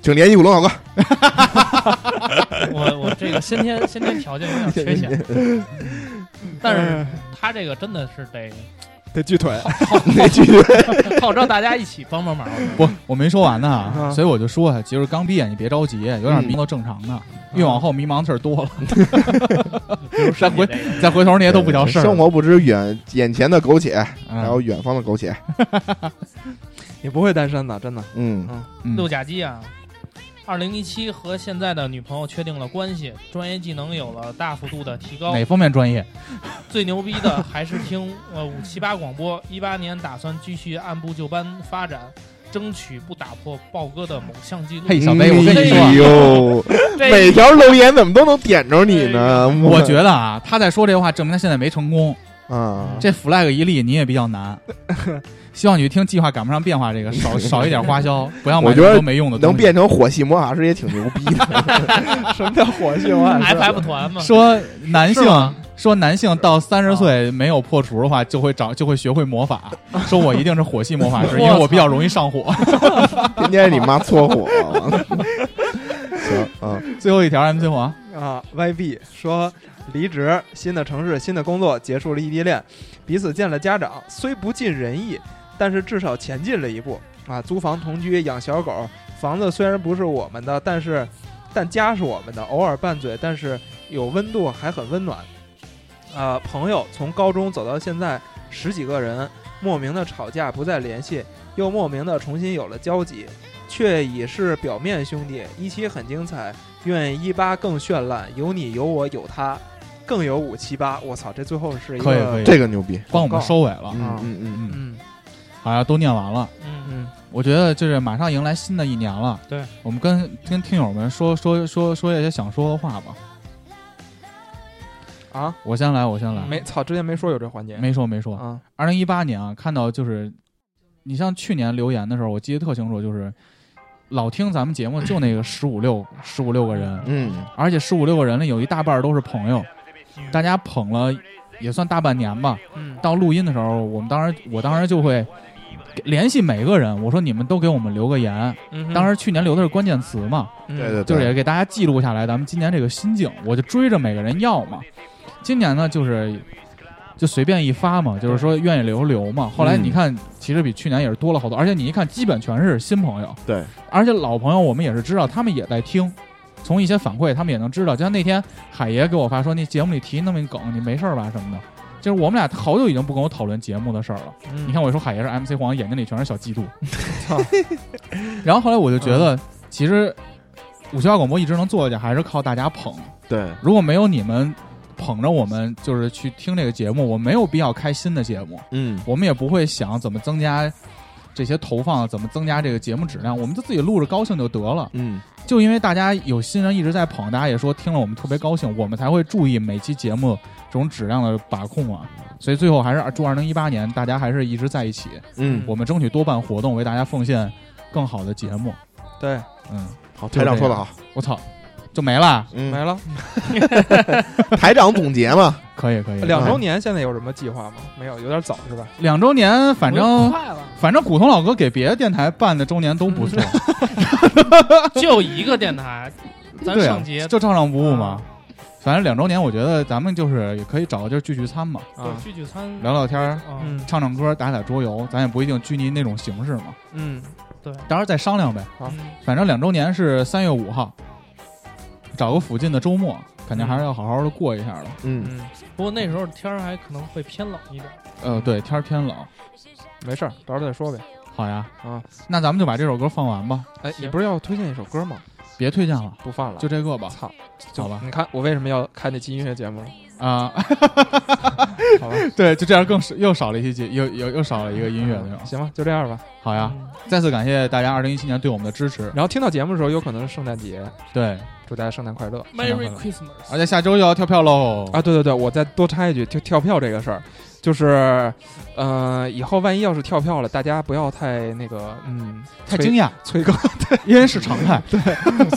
S1: 请联系五龙老哥。
S5: 我我这个先天先天条件有点 缺陷，但是她这个真的是得
S4: 得锯腿。
S1: 那句
S5: 号召大家一起帮帮忙。我觉得
S3: 我我没说完呢
S4: 啊，
S3: 所以我就说呀，其实刚毕业你别着急，有
S1: 嗯
S3: 点迷茫都正常的，越往后迷茫的事 儿多了，
S5: 比如珊姐这个，
S3: 再回头那些都不叫事儿。
S1: 生活不止远眼前的苟且，
S3: 嗯，
S1: 还有远方的苟且。
S4: 你不会单身的，真的。
S1: 嗯
S3: 嗯
S5: 六甲基啊，二零一七和现在的女朋友确定了关系，专业技能有了大幅度的提高。
S3: 哪方面专业？
S5: 最牛逼的还是听呃五七八广播。一八年打算继续按部就班发展，争取不打破豹哥的某项记录。
S3: 嘿，小贝，我跟你说啊
S1: 哎。呦，
S5: 这
S1: 每条留言怎么都能点着你呢？
S3: 我觉得啊，他在说这话，证明他现在没成功。
S1: 啊，
S3: 这 flag 一立，你也比较 难。希望你听计划赶不上变化这个，少少一点 花销，不要买
S1: 我觉得
S3: 那么多没用的东西。
S1: 能变成火系魔法师也挺牛逼的。
S4: 什么叫火性 啊？
S5: FF 团嘛，
S3: 说男性
S5: 是吗
S3: 说男性到三十岁没有破除的话，就会找就会学会魔法。说我一定是火系魔 法师，因为我比较容易 上火。
S1: 天天你妈搓火。行啊，
S3: 最后一条 MC 黄，
S4: 啊，YB 说离职，新的城市，新的工作，结束了异地恋，彼此见了家长，虽不尽人意，但是至少前进了一步啊。租房同居，养小狗，房子虽然不是我们的，但是但家是我们的，偶尔拌嘴，但是有温度，还很温暖。啊，朋友从高中走到现在十几个人，莫名的吵架不再联系，又莫名的重新有了交集，却已是表面兄弟。一期很精彩，愿一八更绚烂，有你有我有他，更有五七八。 我操，这最后是一个
S3: 可以可以
S1: 这个牛逼。
S3: 帮我们收尾了，
S1: 嗯嗯嗯，
S3: 嗯，
S4: 嗯
S3: 好像都念完了。
S5: 嗯，
S4: 嗯
S3: 我觉得就是马上迎来新的一年了，
S5: 对，
S3: 我们跟跟听友们说说说说一些想说的话吧。
S4: 啊，
S3: 我先来，我先来，
S4: 没操，之前没说有这环节
S3: 没说没说，
S4: 啊，
S3: 二零一八年啊，看到就是，你像去年留言的时候，我记得特清楚，就是老听咱们节目就那个十五六十五六个人，
S1: 嗯，
S3: 而且十五六个人里有一大半都是朋友，大家捧了也算大半年吧。
S4: 嗯
S3: 到录音的时候，我们当时我当时就会给联系每个人，我说你们都给我们留个言。
S4: 嗯哼，嗯
S3: 当时去年留的是关键词嘛，
S4: 对
S1: 对对，对，
S3: 就是也给大家记录下来咱们今年这个心境，我就追着每个人要嘛。今年呢，就是就随便一发嘛，就是说愿意留留
S4: 嗯
S3: 嘛。后来你看，其实比去年也是多了好多，而且你一看，基本全是新朋友。
S1: 对，
S3: 而且老朋友我们也是知道，他们也在听。从一些反馈，他们也能知道。就像那天海爷给我发说，那节目里提那么一梗，你没事儿吧什么的。就是我们俩好久已经不跟我讨论节目的事儿了。
S4: 嗯
S3: 你看我说海爷是 MC 黄，眼睛里全是小嫉妒
S4: 操。
S3: 然后后来我就觉得，其实五七八广播一直能做下去，还是靠大家捧。
S1: 对，
S3: 如果没有你们捧着我们，就是去听这个节目，我没有必要开新的节目，
S1: 嗯
S3: 我们也不会想怎么增加这些投放，怎么增加这个节目质量，我们就自己录着高兴就得了。
S1: 嗯
S3: 就因为大家有新人一直在捧，大家也说听了我们特别高兴，我们才会注意每期节目这种质量的把控啊。所以最后还是祝二零一八年大家还是一直在一起，
S1: 嗯，
S3: 我们争取多办活动，为大家奉献更好的节目。
S4: 对，
S3: 嗯，
S1: 好，台长说 的好，
S3: 我操，就没了，
S1: 嗯，
S4: 没了。
S1: 台长总结嘛，
S3: 可以可以，
S4: 两周年现在有什么计划吗？没有，有点早是吧？
S3: 两周年，反正
S2: 快了，
S3: 反正古潼老哥给别的电台办的周年都不错，
S5: 嗯就一个电台，咱
S3: 对啊
S5: 上啊节
S3: 就照常不误嘛。反正两周年，我觉得咱们就是也可以找个地儿聚聚餐嘛，
S5: 对
S4: 啊，
S5: 聚聚餐
S3: 聊聊天儿，
S5: 啊，
S4: 嗯
S3: 唱唱歌，打打桌游，咱也不一定拘泥那种形式嘛，
S4: 嗯，
S5: 对，
S3: 到时候再商量呗。
S5: 嗯
S3: 反正两周年是三月五号，找个附近的周末，肯定还是要好好的过一下的。
S1: 嗯，
S4: 嗯，
S5: 不过那时候天儿还可能会偏冷一点。
S3: 呃，对，天儿偏冷，
S4: 没事儿，到时候再说呗。
S3: 好呀，
S4: 啊，
S3: 那咱们就把这首歌放完吧，
S4: 哎，
S5: 行
S4: 你不是要推荐一首歌吗？
S3: 别推荐了，
S4: 不放了，
S3: 就这个吧。
S4: 操，就
S3: 好吧
S4: 你看我为什么要看这期音乐节目了？
S3: 啊、
S4: 好吧，
S3: 对，就这样更少又少了一期节，又又又少了一个音乐内容。
S4: 行吧，就这样吧。
S3: 好呀，
S5: 嗯
S3: 再次感谢大家二零一七年对我们的支持。
S4: 然后听到节目的时候，有可能是圣诞节，
S3: 对，
S4: 祝大家圣诞快乐。
S3: 而
S5: Merry Christmas！
S3: 且下周又要跳票喽。
S4: 啊，对对对，我再多插一句，跳跳票这个事儿，就是，呃，以后万一要是跳票了，大家不要太那个，嗯，
S3: 太
S4: 催
S3: 惊讶，
S4: 催更，
S3: 因为是常 态。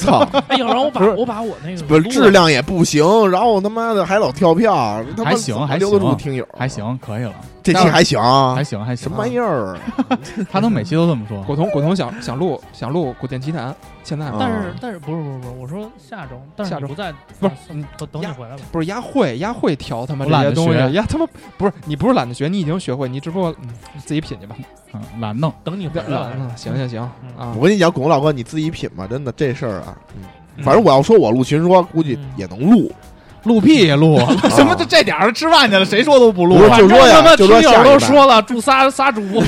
S1: 操，
S5: 哎，要不然我把
S1: 不是
S5: 我把我那个
S1: 不是
S5: 录了
S1: 质量也不行，然后他妈的还老跳票，他妈
S3: 还行
S1: 怎么
S3: 还
S1: 留得住
S3: 行
S1: 听友，
S3: 哦还，行，可以了，
S1: 这期还行，
S3: 还行，还行。
S1: 什么玩意儿？
S3: 他都每期都这么 说。
S4: 果彤果彤想想录想录古剑奇谭，现在
S1: 啊
S5: 嗯但是但是不是不是不是，我说下周，但
S4: 嗯
S5: 是
S4: 下
S5: 你
S4: 周
S5: 不在，
S4: 不是
S5: 算等等你回来吧。
S4: 不是丫会丫会调他妈
S3: 我懒
S4: 这些
S3: 得
S4: 东
S3: 学
S4: 西，丫他妈不是你不是懒得学，你已经学会，你只不过、嗯、自己品去吧。
S3: 嗯，懒弄。
S5: 等你回
S4: 懒
S5: 来吧。
S4: 了，行行行
S5: 嗯
S4: 啊
S1: 我，跟你讲，巩老哥你自己品吧，真的这事儿啊，
S4: 嗯
S1: 反正我要说我录群说，估计也能录，啊
S3: 录屁也录，什么就这点儿吃饭去了，谁说都不录
S1: 不是
S3: 啊？
S1: 就说
S5: 他
S1: 呀，
S5: 妈
S1: 就
S5: 听
S1: 说下
S5: 友
S1: 一
S5: 都
S1: 版
S5: 说了，祝仨仨主 播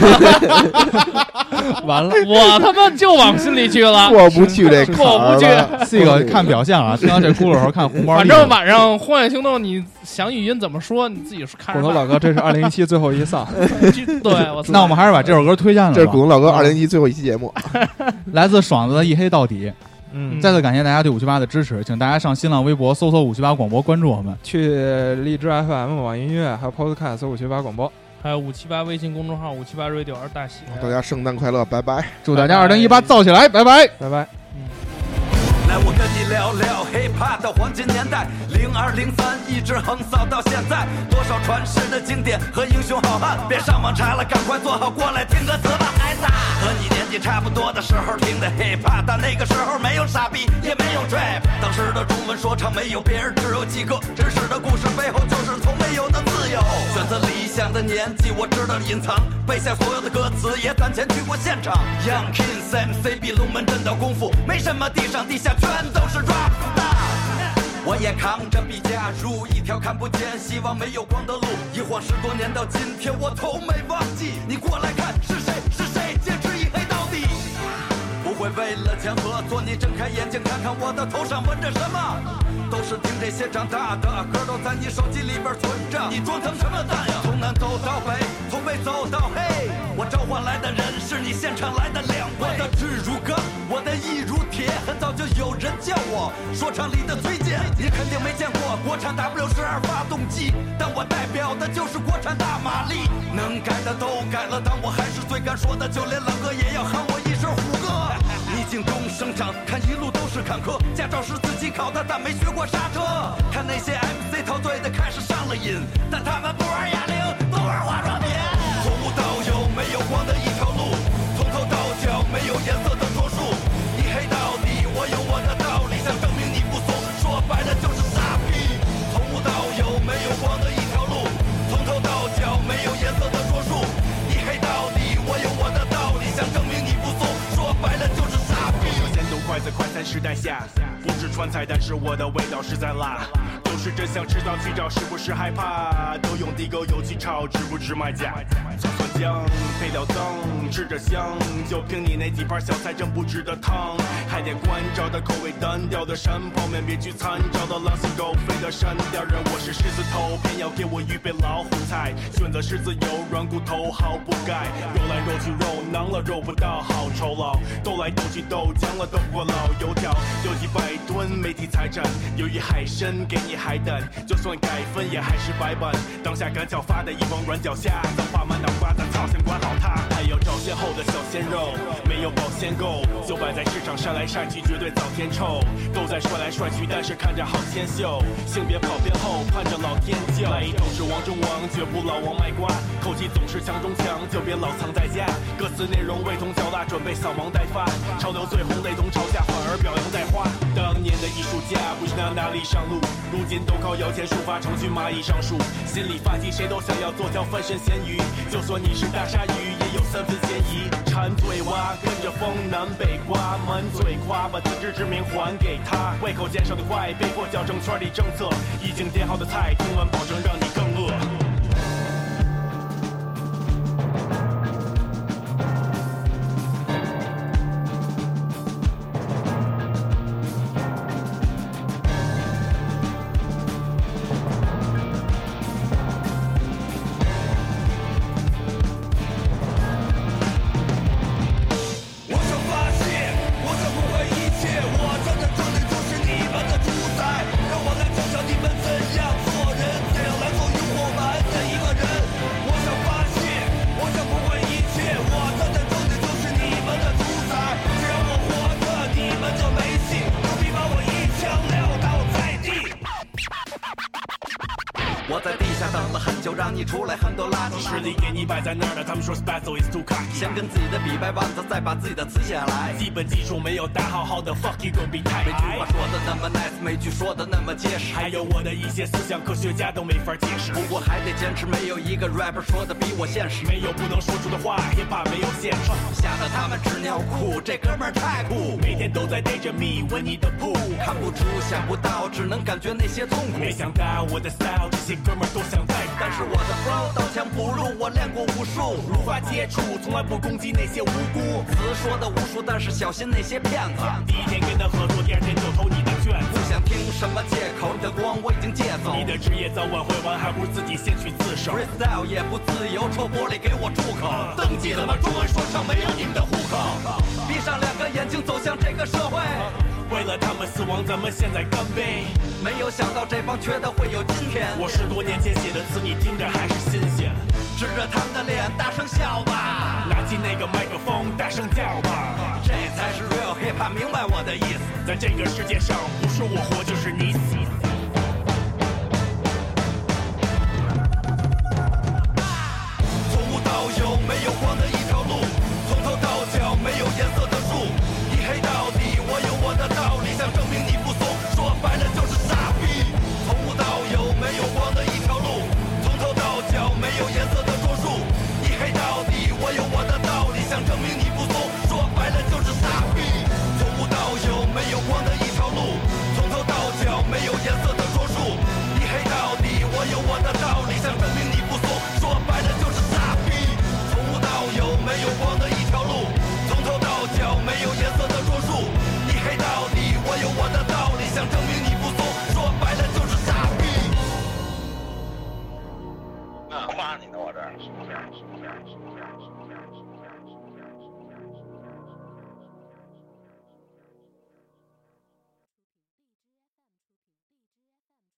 S5: 完了， 我他妈就往心里去 了。
S1: 过不去这坎
S5: 过
S1: 儿
S5: 不去
S1: 了。
S3: 这个看表象啊，听到这轱辘头看红包
S5: 反
S3: 立
S5: 正
S3: 着。
S5: 晚上《荒野行动》，你想语音怎么说，你自己看
S4: 骨头
S5: 着办。
S4: 老哥，这 是二零一七最后一丧，
S5: 这对， 我操
S3: 那我们还是把这首歌推荐了
S1: 这是
S3: 吧嗯
S1: 古龙老哥二零一最后一期节目，
S3: 来自爽子的一黑到底。
S4: 嗯，
S3: 再次感谢大家对五七八的支持，请大家上新浪微博搜索五七八广播，关注我们。
S4: 去荔枝 FM、网易音乐还有 Podcast 搜五七八广播，
S5: 还有五七八微信公众号五七八 radio 二大写。
S1: 大家圣诞快乐，拜拜。
S3: 祝大家二零一八造起来，拜拜。
S4: 拜拜。
S12: 来，我跟你聊聊 hiphop 的黄金年代，零二零三一直横扫到现在，多少传世的经典和英雄好汉。别上网查了，赶快坐好过来听歌词吧，孩子。和你年纪差不多的时候听的 hiphop，但那个时候没有傻逼，也没有 trap。当时的中文说唱没有别人，只有几个真实的故事背后就是从没有的自由。选择理想的年纪，我知道隐藏，背下所有的歌词，也攒钱去过现场。Young Kings MCB 龙门阵的功夫，没什么地上地下全都是 rap star。我也扛着笔加入一条看不见、希望没有光的路。一晃十多年到今天，我从没忘记。你过来看，是谁？是谁？坚持一黑到底。不会为了钱和做你睁开眼睛看看我的头上纹着什么，都是听这些长大的歌都在你手机里边存着，你装成什么蛋呀？从南走到北，从北走到黑，我召唤来的人是你现场来的两倍。我的志如钢，我的艺如铁，很早就有人叫我说唱里的崔健，你肯定没见过国产 W 十二发动机，但我代表的就是国产大马力，能改的都改了，但我还是最敢说的，就连老哥也要喊我一声虎哥。逆境中生长，看一路都是坎坷。驾照是自己考的，但没学过刹车。看那些 MC 陶醉的开始上了瘾，但他们不玩哑铃，都玩化妆品。从无到有，没有光的一条路，从头到脚没有颜色的装束。你黑到底，我有我的道理，想证明你不怂，说白了就是傻逼。从无到有，没有光的一条路，从头到脚没有颜色的装束。你黑到底，我有我的道理，想证明你不怂，说白了就是傻逼。
S13: 先动筷子快餐时代下，不是川菜，但是我的味道实在辣。总是真想知道去找是不是害怕，都用地沟油去炒，值不值卖价？葱蒜姜配料脏，吃着香，就凭你那几盘小菜真不值得汤，还得关照的口味单调的山泡面别去参照到狼心狗肺的山调人，我是狮子头，偏要给我预备老虎菜，选择狮子油软骨头毫不盖，揉来揉去肉囊了肉不到好酬劳，斗来斗去斗僵了斗不过老油条，有几百吨媒体财产，由于海参给你海胆，就算改分也还是白板，当下赶巧发的一帮软脚虾，脏话满脑瓜子，操心管好它，还有找鲜后的小鲜肉，没有保鲜够，就摆在市场上来晒去，绝对早添臭，都在帅来帅去，但是看着好纤秀，性别跑偏后，盼着老天救，来一桶是王中王，绝不老王卖瓜，口气总是强中强，就别老藏在家，歌词内容味同嚼蜡，准备扫盲待发，潮流最红内容朝下，反而表扬带花，当年的艺术家不知道哪里上路，如今都靠摇钱树发，成群蚂蚁上树，心里发急，谁都想要做条翻身咸鱼，就算你是大鲨鱼，也有三分嫌疑，馋嘴蛙跟着风南北刮，满嘴夸把自知之明还给他，胃口减少的快，被迫矫正圈里政策，已经点好的菜，听完保证让你更饿。
S12: 我想发泄，我想不顾一切，我站在这里就是你们的主宰，让我来教教你们怎样做人，怎样来做一我们的一个人。我想发泄，我想不顾一切，我站在这里就是你们的主宰，只要我活着，你们就没戏，牛逼把我一枪撂倒在地。
S13: 我在地下等了很久，让你出来很多垃圾。实力给你摆在那儿了，他们说 special is too cocky。先跟自己的比掰腕子，再把自己的词写下来。基本基础没有打好好的，fuck you 狗逼太。每句话说的那么 nice，每句说的那么结实。还有我的一些思想，科学家都没法解释。不过还得坚持，没有一个 rapper 说的比我现实。没有不能说出的话，也怕没有限制。吓得他们直尿裤，这哥们儿太酷，每天都在 danger me when need the pool。看不出，想不到，只能感觉那些痛苦。没想到我的 style，这些哥们儿都想带。但是我的 flow 刀枪不入，我练过武术，如花接触，从来不攻击那些无辜。词说的无数，但是小心那些骗子。第一天跟他合作，第二天就偷你的券子。不想听什么借口，你的光我已经借走。你的职业早晚会完，还不如自己先去自首。freestyle 也不自由，臭玻璃给我住口！登记了吗？中文说唱没有你们的户口。闭上两个眼睛，走向这个社会。为了他们死亡，咱们现在干杯！没有想到这帮缺的会有今天。我十多年前写的词，你听着还是新鲜。指着他们的脸，大声笑吧！拿起那个麦克风，大声叫吧！这才是 real hip hop，明白我的意思。在这个世界上，不是我活就是你死。